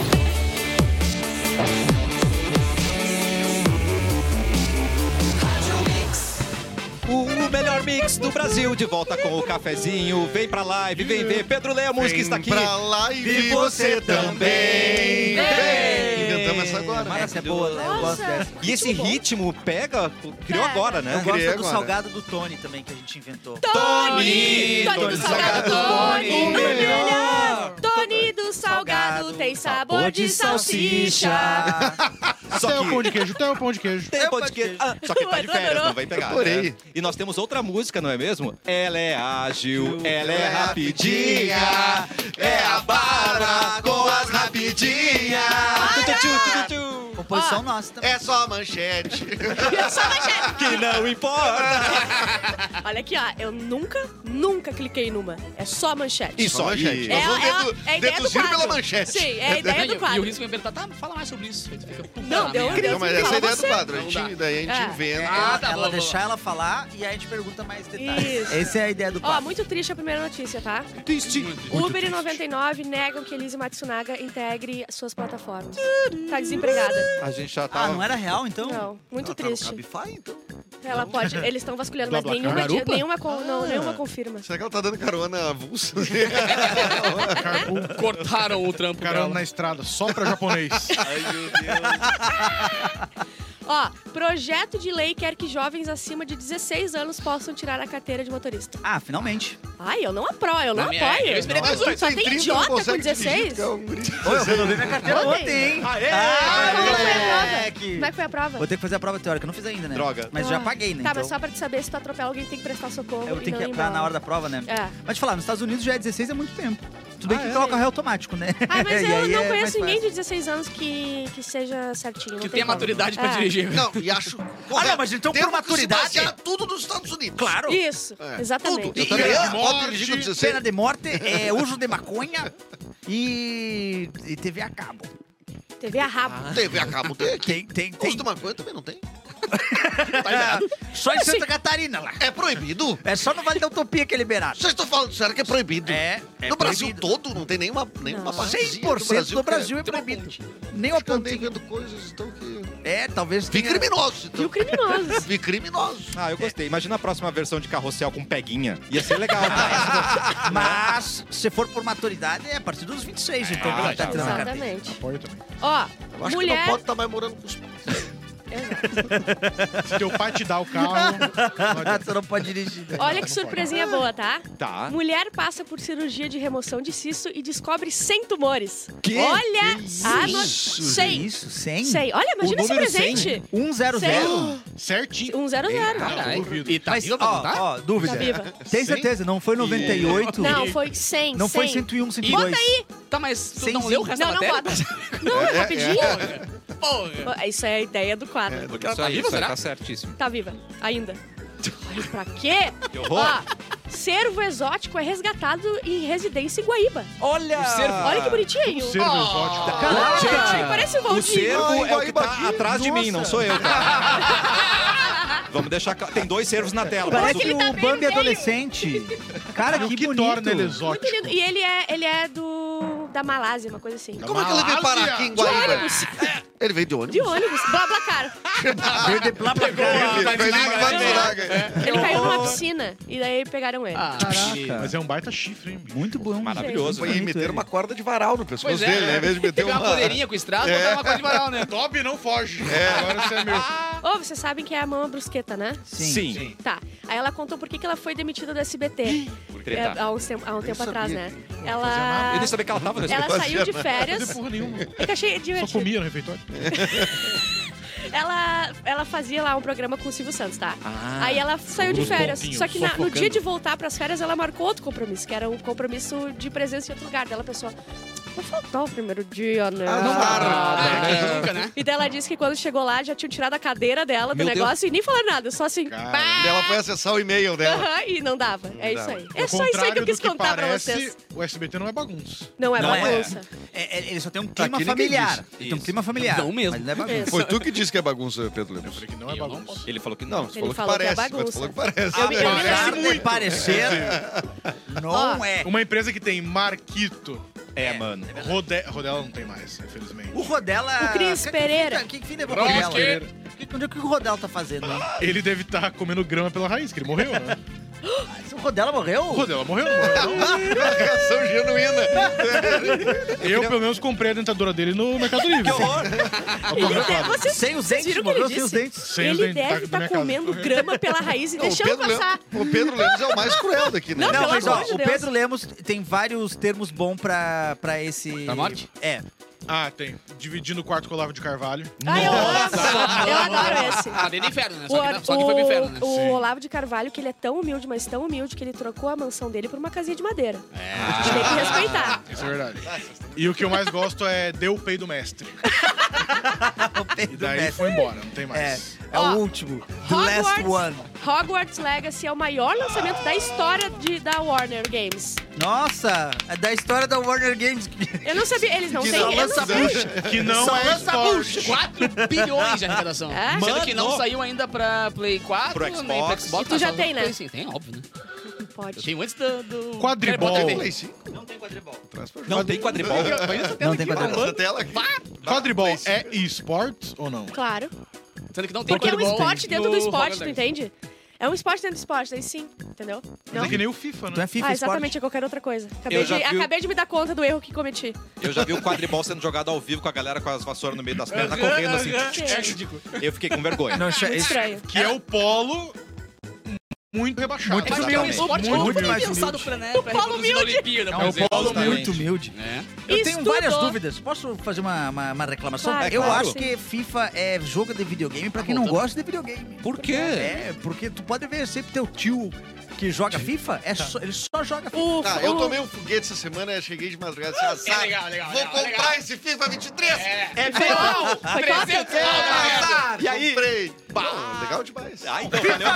Speaker 1: O, o melhor mix Mix do Brasil, de volta com o cafezinho. Vem pra live, vem ver. Pedro Lê, a música está aqui.
Speaker 2: pra lá e
Speaker 1: E você também.
Speaker 5: Vem!
Speaker 2: Inventamos essa agora.
Speaker 3: Mas essa é boa, né? Eu gosto
Speaker 4: Nossa.
Speaker 3: dessa.
Speaker 1: E esse
Speaker 4: Muito bom.
Speaker 1: ritmo pega, criou
Speaker 4: Pega.
Speaker 1: agora,
Speaker 3: Eu
Speaker 1: né?
Speaker 3: gosto
Speaker 2: Criei
Speaker 3: do
Speaker 2: agora.
Speaker 3: salgado do Tony também, que a gente inventou.
Speaker 4: Tony! Tony
Speaker 1: Tony
Speaker 4: do salgado, Tony!
Speaker 5: Tony, o
Speaker 4: O melhor! Tony do salgado
Speaker 3: Salgado,
Speaker 4: tem sabor de salsicha.
Speaker 1: Só
Speaker 6: Até o pão
Speaker 1: que
Speaker 6: de queijo, até o pão de queijo.
Speaker 1: tem podcast. Ah, só que tá de férias, não vai pegar.
Speaker 2: Adorei.
Speaker 1: né? E nós temos outra música, não é mesmo? Ela é ágil, ela é rapidinha, é a barra com as rapidinhas.
Speaker 3: Composição nossa também.
Speaker 2: É só a manchete.
Speaker 1: Que não importa.
Speaker 4: Olha aqui, ó. Eu nunca, nunca cliquei numa. É só manchete.
Speaker 2: Isso aí.
Speaker 4: É,
Speaker 2: Nós vamos
Speaker 4: é a-
Speaker 2: dedu-
Speaker 4: é a ideia do
Speaker 2: deduzir pela
Speaker 4: quadro.
Speaker 2: manchete.
Speaker 4: Sim, é a
Speaker 5: Não,
Speaker 4: ideia
Speaker 5: e-
Speaker 4: do
Speaker 5: E o
Speaker 4: quadro.
Speaker 5: risco de inventar, tá, fala mais sobre isso. Aí tu fica, puta
Speaker 4: Não, deu-
Speaker 2: <laughs>
Speaker 5: merda.
Speaker 4: deu-
Speaker 2: Não, mas essa é a ideia do quadro. A
Speaker 5: Não dá.
Speaker 2: gente, daí a gente né?
Speaker 4: É.
Speaker 2: inventa.
Speaker 5: Ah,
Speaker 3: Ela,
Speaker 5: tá
Speaker 3: ela
Speaker 5: bom,
Speaker 3: deixar
Speaker 5: vamos
Speaker 3: ela falar e aí a gente pergunta mais detalhes.
Speaker 4: Isso.
Speaker 3: Essa é a ideia do
Speaker 4: Ó,
Speaker 3: papo.
Speaker 4: muito triste a primeira notícia, tá? Uber e 99 negam que Elise Matsunaga integre suas plataformas. Tá desempregada.
Speaker 1: A gente já
Speaker 3: ah, não
Speaker 1: tá.
Speaker 3: era real, então?
Speaker 4: Não, muito
Speaker 7: Ela tá no
Speaker 4: triste.
Speaker 7: Cabify, então?
Speaker 4: Ela pode. Eles estão vasculhando, mas
Speaker 6: Blablacar.
Speaker 4: nenhuma,
Speaker 5: Garupa?
Speaker 4: nenhuma, con- não, nenhuma confirma.
Speaker 2: Será que ela tá dando
Speaker 7: <laughs>
Speaker 2: carona avulsa?
Speaker 6: Carpool,
Speaker 5: Cortaram o trampo
Speaker 6: carona na
Speaker 5: dela.
Speaker 6: estrada, só pra japonês.
Speaker 4: Ó, projeto de lei quer que jovens acima de 16 anos possam tirar a carteira de motorista.
Speaker 3: Ah, finalmente.
Speaker 4: Ai, eu não aprovo, eu não
Speaker 5: Na minha-
Speaker 4: apoio.
Speaker 5: é. eu
Speaker 7: É,
Speaker 5: esperei
Speaker 4: Não,
Speaker 5: 18,
Speaker 4: Só tem
Speaker 7: um
Speaker 4: idiota com
Speaker 2: é
Speaker 4: 16?
Speaker 3: Ô, eu renovei minha carteira
Speaker 4: Ontem.
Speaker 3: ontem, hein?
Speaker 1: Aê!
Speaker 3: Ah,
Speaker 4: Como foi a prova?
Speaker 3: moleque.
Speaker 4: Como é que foi a prova?
Speaker 3: Vou ter que fazer a prova teórica, não fiz ainda, né?
Speaker 1: Droga.
Speaker 3: Mas já paguei, né?
Speaker 4: Tá,
Speaker 3: então
Speaker 4: mas só um pra te saber, se tu atropela alguém, tem que prestar socorro
Speaker 3: eu
Speaker 4: e
Speaker 3: tenho
Speaker 4: não
Speaker 3: que ir pra, na hora da prova, né?
Speaker 4: É.
Speaker 3: Mas te falar, nos Estados Unidos já é 16 é muito tempo. Tudo bem
Speaker 1: Ah,
Speaker 3: que
Speaker 1: é?
Speaker 3: coloca réu automático, né? <laughs>
Speaker 4: Ah, mas
Speaker 3: E
Speaker 4: eu
Speaker 3: aí
Speaker 4: não
Speaker 3: é mais
Speaker 4: conheço ninguém
Speaker 3: fácil.
Speaker 4: de 16 anos que, que seja certinho. não
Speaker 5: Que
Speaker 4: tem
Speaker 5: tem a
Speaker 4: como.
Speaker 5: maturidade pra
Speaker 4: É.
Speaker 5: dirigir.
Speaker 7: Não, e acho. Correto.
Speaker 3: Ah, não, mas então por
Speaker 7: Temos que se
Speaker 3: maturidade.
Speaker 7: basear tudo nos Estados Unidos.
Speaker 3: Claro.
Speaker 4: Isso,
Speaker 7: É,
Speaker 4: exatamente.
Speaker 7: Tudo. E,
Speaker 2: Eu também.
Speaker 7: e
Speaker 2: Pena de
Speaker 7: pode dirigir com
Speaker 2: morte.
Speaker 7: 16.
Speaker 3: Pena de morte, é, uso de maconha e, e TV a cabo.
Speaker 4: TV a é rabo.
Speaker 7: Teve a cabo tem aqui.
Speaker 3: Tem, tem, tem.
Speaker 7: Custa maconha também não tem.
Speaker 3: <laughs> Só em
Speaker 4: Assim-
Speaker 3: Santa Catarina lá.
Speaker 7: É proibido?
Speaker 3: É só no Vale da Utopia que é liberado.
Speaker 7: Vocês estão falando sério que é proibido?
Speaker 3: É, é
Speaker 7: no Brasil
Speaker 3: proibido.
Speaker 7: todo não tem nenhuma, nenhuma
Speaker 4: Não.
Speaker 7: partezinha
Speaker 3: 100% do
Speaker 7: que
Speaker 3: Brasil é
Speaker 7: tem uma
Speaker 3: proibido.
Speaker 7: ponte.
Speaker 3: Nem
Speaker 7: Acho
Speaker 3: uma
Speaker 7: que eu andei
Speaker 3: pontinha.
Speaker 7: vendo coisas então que...
Speaker 3: É, talvez
Speaker 7: Vi
Speaker 3: tenha...
Speaker 7: criminosos,
Speaker 3: Ah.
Speaker 4: E o
Speaker 7: então.
Speaker 4: criminoso.
Speaker 3: <laughs>
Speaker 7: Vi criminosos.
Speaker 1: Ah, eu gostei. Imagina a próxima versão de carrossel com peguinha. Ia ser legal.
Speaker 3: Mas, se for por maturidade, é a partir dos 26, então.
Speaker 1: Ah,
Speaker 3: que tá
Speaker 1: tá.
Speaker 3: tirando a carteira.
Speaker 4: Exatamente.
Speaker 6: Apoio também.
Speaker 7: Eu
Speaker 4: Ó,
Speaker 7: acho que
Speaker 4: mulher.
Speaker 7: não pode
Speaker 2: tá
Speaker 7: estar mais morando com os pais.
Speaker 4: Exato.
Speaker 6: Se teu pai te dá o carro, não adianta.
Speaker 3: <laughs> Você não pode dirigir. né?
Speaker 4: Olha
Speaker 6: Não
Speaker 4: que
Speaker 6: pode.
Speaker 4: surpresinha boa, tá?
Speaker 1: tá.
Speaker 4: Mulher passa por cirurgia de remoção de cisto e descobre 100 tumores.
Speaker 1: Que?
Speaker 4: Olha a no...
Speaker 7: isso,
Speaker 4: 100.
Speaker 3: Isso, 100?
Speaker 4: 100. Olha, imagina esse
Speaker 1: número 100.
Speaker 4: presente.
Speaker 3: 100.
Speaker 4: Cem.
Speaker 6: Certinho.
Speaker 4: 100.
Speaker 5: Caralho.
Speaker 6: duvido.
Speaker 5: E tá
Speaker 3: Mas,
Speaker 5: viva
Speaker 3: ó,
Speaker 5: pra contar?
Speaker 3: ó, dúvida.
Speaker 4: Tá viva.
Speaker 3: Tem certeza, não foi 98?
Speaker 4: Não, foi 100.
Speaker 3: Não foi
Speaker 4: 100.
Speaker 3: 101, 102.
Speaker 4: Bota
Speaker 3: aí!
Speaker 5: Tá, mas tu não
Speaker 3: Cenzinho.
Speaker 5: leu o resto
Speaker 4: Não,
Speaker 5: da
Speaker 4: não
Speaker 5: matéria?
Speaker 4: bota.
Speaker 5: <laughs>
Speaker 4: Não, é, rapidinho.
Speaker 5: Porra.
Speaker 4: Ó, Isso é a ideia do quadro.
Speaker 1: Porque ela tá
Speaker 5: aí,
Speaker 1: viva,
Speaker 5: isso aí
Speaker 1: será?
Speaker 5: tá
Speaker 1: Tá certíssimo.
Speaker 4: Tá viva, ainda. Olha, pra quê?
Speaker 1: Que horror.
Speaker 4: Ó, cervo exótico é resgatado em residência em Guaíba.
Speaker 3: Olha!
Speaker 1: Ah,
Speaker 4: Olha que bonitinho.
Speaker 6: Cervo um exótico.
Speaker 4: Ah,
Speaker 1: Gente,
Speaker 4: parece um
Speaker 1: O
Speaker 4: baldinho.
Speaker 1: cervo
Speaker 2: Ai,
Speaker 1: é o que
Speaker 2: Guaíba
Speaker 1: tá
Speaker 2: aqui.
Speaker 1: atrás de mim, não sou eu. tá? <laughs> Vamos deixar claro. Tem dois cervos na tela.
Speaker 3: Parece
Speaker 4: que ele tá
Speaker 3: o
Speaker 4: bem
Speaker 3: Bambi é
Speaker 4: velho.
Speaker 3: adolescente. Cara, que,
Speaker 6: O que
Speaker 3: bonito.
Speaker 6: torna ele
Speaker 4: Muito
Speaker 6: exótico?
Speaker 4: lindo. E ele é, ele é do da Malásia, uma coisa assim.
Speaker 6: Da
Speaker 7: Como é que ele veio
Speaker 6: Malásia.
Speaker 7: parar aqui em
Speaker 4: De
Speaker 7: Guaíba?
Speaker 4: ônibus.
Speaker 2: É.
Speaker 7: Ele veio de ônibus.
Speaker 4: De ônibus. Blá, cara.
Speaker 3: Verde blá, blá, blá.
Speaker 1: tá
Speaker 2: Vai de É. Matsunaga.
Speaker 4: Ele caiu numa piscina e daí pegaram ele.
Speaker 5: Ah,
Speaker 3: Caraca.
Speaker 6: Mas é um baita chifre, hein? bicho?
Speaker 3: Muito bom.
Speaker 1: Maravilhoso,
Speaker 3: Muito
Speaker 2: E
Speaker 1: né?
Speaker 3: bonito
Speaker 2: meter
Speaker 3: ele.
Speaker 2: uma corda de varal no pescoço
Speaker 5: Pois é,
Speaker 2: dele,
Speaker 5: né?
Speaker 2: né? Em vez de meter
Speaker 5: Pegar uma
Speaker 2: uma...
Speaker 5: madeirinha com estrada, botar uma coisa de varal, né?
Speaker 6: Sobe e não foge. É, agora você é meu.
Speaker 4: Ô, vocês sabem que é a mama brusqueta, né?
Speaker 3: Sim.
Speaker 1: Sim.
Speaker 4: Tá. Aí ela contou por que, que ela foi demitida do SBT.
Speaker 1: Por tá?
Speaker 4: É,
Speaker 1: tretar.
Speaker 4: há um, tempo- há um tempo
Speaker 2: sabia
Speaker 4: atrás,
Speaker 2: que
Speaker 4: né?
Speaker 1: Eu
Speaker 4: Ela.
Speaker 1: nem sabia que ela tava nesse
Speaker 4: Ela
Speaker 2: fazia
Speaker 4: saiu
Speaker 2: nada.
Speaker 4: de
Speaker 6: Não
Speaker 4: férias.
Speaker 6: tem porra nenhuma.
Speaker 4: Fica cheia
Speaker 6: Só
Speaker 4: divertido.
Speaker 6: comia no refeitório.
Speaker 4: Ela, ela fazia lá um programa com o Silvio Santos, tá?
Speaker 1: Ah,
Speaker 4: Aí ela saiu de
Speaker 6: os
Speaker 4: férias.
Speaker 6: pontinhos,
Speaker 4: Só que na- no
Speaker 6: sofocando.
Speaker 4: dia de voltar pras férias, ela marcou outro compromisso, que era um compromisso de presença em outro lugar. Dela pessoa, vou faltar o primeiro dia, né?
Speaker 2: Ah, não É, marca.
Speaker 4: É.
Speaker 5: Ah, quem nunca, né?
Speaker 4: E daí ela disse que quando chegou lá, já tinham tirado a cadeira dela do
Speaker 1: Meu
Speaker 4: negócio e nem falaram nada, só assim. pá!
Speaker 2: E Ela foi acessar o e-mail
Speaker 4: <laughs>
Speaker 2: dela.
Speaker 4: Aham, e não dava. é isso aí. É
Speaker 6: Ao
Speaker 4: só isso aí que eu
Speaker 6: contrário
Speaker 4: quis
Speaker 6: do
Speaker 4: contar
Speaker 6: parece,
Speaker 4: pra vocês.
Speaker 6: O SBT não é bagunça.
Speaker 4: Não é
Speaker 3: Não é.
Speaker 4: bagunça.
Speaker 3: É, é, ele só tem um clima
Speaker 2: Aqui ninguém
Speaker 3: familiar.
Speaker 2: disse.
Speaker 3: Ele tem um clima familiar.
Speaker 5: Não mesmo.
Speaker 3: Mas não é bagunça.
Speaker 2: Foi tu que disse que é bagunça, Pedro
Speaker 6: Eu
Speaker 2: Lemos.
Speaker 6: falei que não é
Speaker 5: Eu não
Speaker 6: bagunça.
Speaker 1: Ele falou que não.
Speaker 2: Não, você falou que
Speaker 4: falou que é
Speaker 2: parece. mas tu
Speaker 4: bagunça.
Speaker 2: falou que parece.
Speaker 4: Eu me- eu me
Speaker 2: né?
Speaker 3: Apesar Ah, de parecer, não
Speaker 4: Ó.
Speaker 3: é.
Speaker 6: Uma empresa que tem Marquito,
Speaker 1: É, mano.
Speaker 6: Rode... Rodela não tem mais, infelizmente.
Speaker 3: O Rodela...
Speaker 4: O Cris
Speaker 3: Que-
Speaker 4: Pereira.
Speaker 3: Que, que, que fim levou o
Speaker 6: Roque.
Speaker 3: é Rodela? Que- que- O que o Rodela tá fazendo? hein?
Speaker 6: Ele deve estar comendo grama pela raiz, que ele morreu, né?
Speaker 3: O Rodela morreu?
Speaker 6: Rodela morreu? morreu.
Speaker 2: É Reação genuína.
Speaker 6: Eu, pelo menos, comprei a dentadura dele no Mercado Livre. assim.
Speaker 1: Que horror!
Speaker 4: Ele tem- vocês,
Speaker 3: Sem os
Speaker 4: vocês
Speaker 3: dentes,
Speaker 4: viram o que
Speaker 3: morreu
Speaker 4: ele
Speaker 3: sem os
Speaker 4: disse?
Speaker 3: dentes.
Speaker 6: Sem os
Speaker 4: ele
Speaker 6: dentes,
Speaker 4: deve
Speaker 6: tá aqui na
Speaker 4: estar
Speaker 6: minha casa.
Speaker 4: comendo grama pela raiz e
Speaker 2: Não, o,
Speaker 4: deixando
Speaker 2: Pedro
Speaker 4: passar.
Speaker 2: Lemos, o Pedro Lemos é o mais cruel daqui, né?
Speaker 4: Não,
Speaker 3: Não,
Speaker 4: pelo
Speaker 3: mas
Speaker 4: amor
Speaker 3: ó,
Speaker 4: de
Speaker 3: o
Speaker 4: Deus.
Speaker 3: Pedro Lemos tem vários termos bons pra, pra esse.
Speaker 5: Pra morte?
Speaker 3: É.
Speaker 6: Ah, tem. Dividindo o quarto com o Olavo de Carvalho.
Speaker 4: Ah, eu amo. <laughs> Eu adoro esse.
Speaker 5: Ah, nem no inferno, né?
Speaker 4: O,
Speaker 5: Só que, não- só que foi pro inferno, né?
Speaker 4: o- o
Speaker 6: Sim.
Speaker 4: Olavo de Carvalho, que ele é tão humilde, mas tão humilde, que ele trocou a mansão dele por uma casinha de madeira. A gente tem que
Speaker 6: <laughs>
Speaker 4: respeitar.
Speaker 6: Isso é verdade. E o que eu mais gosto é Deu o Pei do Mestre.
Speaker 3: O Pedro
Speaker 6: E daí
Speaker 3: Mestre.
Speaker 6: foi embora, não tem
Speaker 3: É,
Speaker 6: mais.
Speaker 3: é
Speaker 4: Ó,
Speaker 3: o último. The last one.
Speaker 4: Hogwarts, Hogwarts Legacy é o maior lançamento da história de, da Warner Games.
Speaker 3: Nossa, é da história da Warner
Speaker 4: <laughs>
Speaker 3: Games.
Speaker 4: Eu não sabia, eles não
Speaker 3: Que
Speaker 4: têm.
Speaker 3: só
Speaker 4: eu não
Speaker 3: lança
Speaker 4: sei.
Speaker 3: bucha.
Speaker 6: Que não
Speaker 3: Só
Speaker 6: é
Speaker 3: lança
Speaker 6: esporte.
Speaker 5: 4 Tá bilhões de arrecadação.
Speaker 4: É?
Speaker 5: Sendo que não
Speaker 1: Mano.
Speaker 5: saiu ainda pra Play 4,
Speaker 1: Pro
Speaker 5: nem pra
Speaker 1: Xbox.
Speaker 5: Xbox.
Speaker 4: E tu já
Speaker 5: mas só
Speaker 4: tem,
Speaker 5: no
Speaker 4: né?
Speaker 5: Play, Sim, tem, óbvio, né?
Speaker 4: Não
Speaker 5: Eu
Speaker 4: pode.
Speaker 5: tenho antes do... do...
Speaker 6: Quadribol.
Speaker 5: Harry Potter
Speaker 2: Play
Speaker 5: dele.
Speaker 2: 5?
Speaker 5: Não tem quadribol.
Speaker 2: Traz pra
Speaker 1: Não tem quadribol.
Speaker 3: Não tem quadribol.
Speaker 2: Essa tela aqui.
Speaker 6: Quadribol é esporte ou não?
Speaker 4: Claro.
Speaker 5: Sendo que não tem
Speaker 4: Porque é um
Speaker 5: quadribol né? Tá
Speaker 4: esporte dentro
Speaker 5: no
Speaker 4: do esporte, tu
Speaker 5: Hogwarts.
Speaker 4: entende? É um esporte dentro do esporte, daí sim, entendeu? Não?
Speaker 6: É que nem o FIFA,
Speaker 3: Então
Speaker 6: né?
Speaker 3: é FIFA
Speaker 4: Ah,
Speaker 3: Sport.
Speaker 4: exatamente, é qualquer outra coisa. Acabei,
Speaker 1: Eu já
Speaker 4: de,
Speaker 1: vi o-
Speaker 4: acabei de me dar conta do erro que cometi.
Speaker 1: Eu já vi o quadribol sendo jogado ao vivo com a galera com as vassouras no meio das pernas,
Speaker 5: Aham,
Speaker 1: correndo assim.
Speaker 5: aham.
Speaker 4: tch,
Speaker 5: É ridículo.
Speaker 1: Eu fiquei com vergonha.
Speaker 3: Não, isso é-
Speaker 4: Muito
Speaker 3: isso-
Speaker 4: estranho.
Speaker 6: Que é o polo muito rebaixado.
Speaker 3: Muito
Speaker 5: Mas
Speaker 1: Exatamente.
Speaker 5: também é um esporte
Speaker 6: Muito
Speaker 5: muito
Speaker 6: humilde.
Speaker 5: pensado pra, né, pra reproduzir na Olimpíada, por
Speaker 6: É o
Speaker 5: exemplo. Né?
Speaker 6: polo
Speaker 1: Exatamente.
Speaker 3: Muito um humilde.
Speaker 5: É.
Speaker 3: Eu tenho
Speaker 4: Estudo.
Speaker 3: várias dúvidas. Posso fazer uma, uma, uma reclamação?
Speaker 4: Claro,
Speaker 3: eu
Speaker 1: claro.
Speaker 3: acho que FIFA é jogo de videogame pra quem não
Speaker 5: voltando.
Speaker 3: gosta de videogame.
Speaker 1: Por quê?
Speaker 3: É, porque tu pode ver sempre teu tio que joga FIFA, é só- ele só joga FIFA.
Speaker 4: O,
Speaker 2: Ah, eu
Speaker 4: o-
Speaker 2: tomei um foguete essa semana, cheguei de madrugada, assim, azar.
Speaker 5: legal, é legal,
Speaker 2: Vou
Speaker 5: legal,
Speaker 2: comprar
Speaker 5: legal.
Speaker 2: esse FIFA 23!
Speaker 3: É
Speaker 4: Foi qual? Foi qual?
Speaker 5: 300 reais.
Speaker 2: Azar!
Speaker 1: E aí?
Speaker 2: Comprei. Pô, legal demais.
Speaker 1: Ah, então valeu a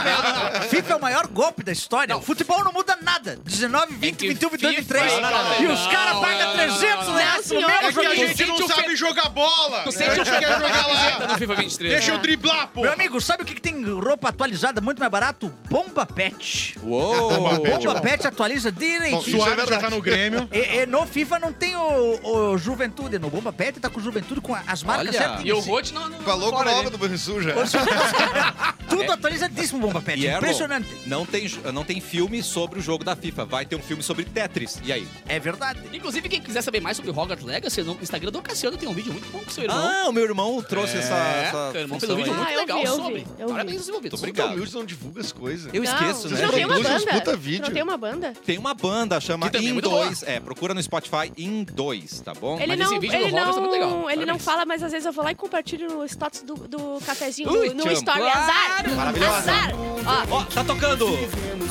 Speaker 1: pena.
Speaker 3: FIFA é o maior golpe da história.
Speaker 5: Não.
Speaker 3: O futebol não muda nada. 19, 20,
Speaker 5: É que
Speaker 3: 21, 22,
Speaker 5: FIFA
Speaker 3: 23.
Speaker 5: é legal.
Speaker 3: E os caras
Speaker 5: Não, não,
Speaker 3: pagam
Speaker 5: não, não,
Speaker 3: 300 reais no
Speaker 5: não.
Speaker 4: Não,
Speaker 3: mesmo
Speaker 4: senhora.
Speaker 6: É que
Speaker 3: jogo.
Speaker 6: a gente não sabe jogar bola.
Speaker 5: Tu sente
Speaker 6: a
Speaker 5: o
Speaker 6: gente quer jogar lá.
Speaker 5: tá no FIFA 23.
Speaker 6: Deixa eu driblar, pô.
Speaker 3: Meu amigo, sabe o que, que tem roupa atualizada muito mais barato? Bomba Pet.
Speaker 1: Uou!
Speaker 3: Bomba Pet é atualiza direitinho.
Speaker 6: Suárez já tá no <laughs> Grêmio.
Speaker 3: E, e no FIFA não tem o, o Juventude, no Bomba Pet tá com Juventude com a- as marcas
Speaker 1: Olha,
Speaker 3: certinhas.
Speaker 5: né? E o Rote não... não-
Speaker 2: Com a logo
Speaker 5: fora,
Speaker 2: nova
Speaker 5: né?
Speaker 2: do Banrisul já.
Speaker 3: <laughs> Tudo atualizadíssimo, Bomba Pet.
Speaker 5: é
Speaker 1: E Erlon,
Speaker 3: Impressionante.
Speaker 1: Não tem, não tem filme sobre o jogo da FIFA. Vai ter um filme sobre Tetris. E aí?
Speaker 3: É verdade.
Speaker 5: Inclusive, quem quiser saber mais sobre Hogwarts Legacy, no Instagram do Cassiano tem um vídeo muito bom com seu irmão.
Speaker 1: Ah, o meu irmão trouxe essa,
Speaker 5: É,
Speaker 1: essa
Speaker 5: teu irmão fez
Speaker 1: função
Speaker 5: um vídeo
Speaker 1: aí.
Speaker 5: muito
Speaker 4: Ah, eu
Speaker 5: legal
Speaker 4: vi, eu
Speaker 5: sobre.
Speaker 4: vi, eu vi.
Speaker 5: Parabéns aos envolvidos.
Speaker 1: Muito
Speaker 2: Muito
Speaker 1: obrigado.
Speaker 2: humilde, não divulga as coisas.
Speaker 1: Eu
Speaker 4: Não,
Speaker 1: esqueço,
Speaker 4: tu
Speaker 1: né?
Speaker 4: Não tem uma
Speaker 2: Produz uns
Speaker 4: banda.
Speaker 2: puta
Speaker 4: Tu
Speaker 2: vídeo.
Speaker 4: Não tem uma banda.
Speaker 1: Tem uma banda chama
Speaker 5: Que também é
Speaker 1: In
Speaker 5: muito
Speaker 1: 2. É, procura no Spotify In 2, tá bom?
Speaker 4: Ele
Speaker 5: Mas
Speaker 4: não,
Speaker 5: esse vídeo
Speaker 4: ele
Speaker 5: do
Speaker 1: é
Speaker 5: Robert tá
Speaker 4: não,
Speaker 5: muito legal.
Speaker 4: ele não
Speaker 5: Parabéns.
Speaker 4: fala, mas às vezes eu vou lá e compartilho no status do, do cafezinho
Speaker 1: Ui,
Speaker 4: no, no
Speaker 1: tchau.
Speaker 4: story.
Speaker 5: Claro.
Speaker 4: Azar!
Speaker 1: Maravilhosa.
Speaker 4: Azar! Ó,
Speaker 1: Ó, tá tocando!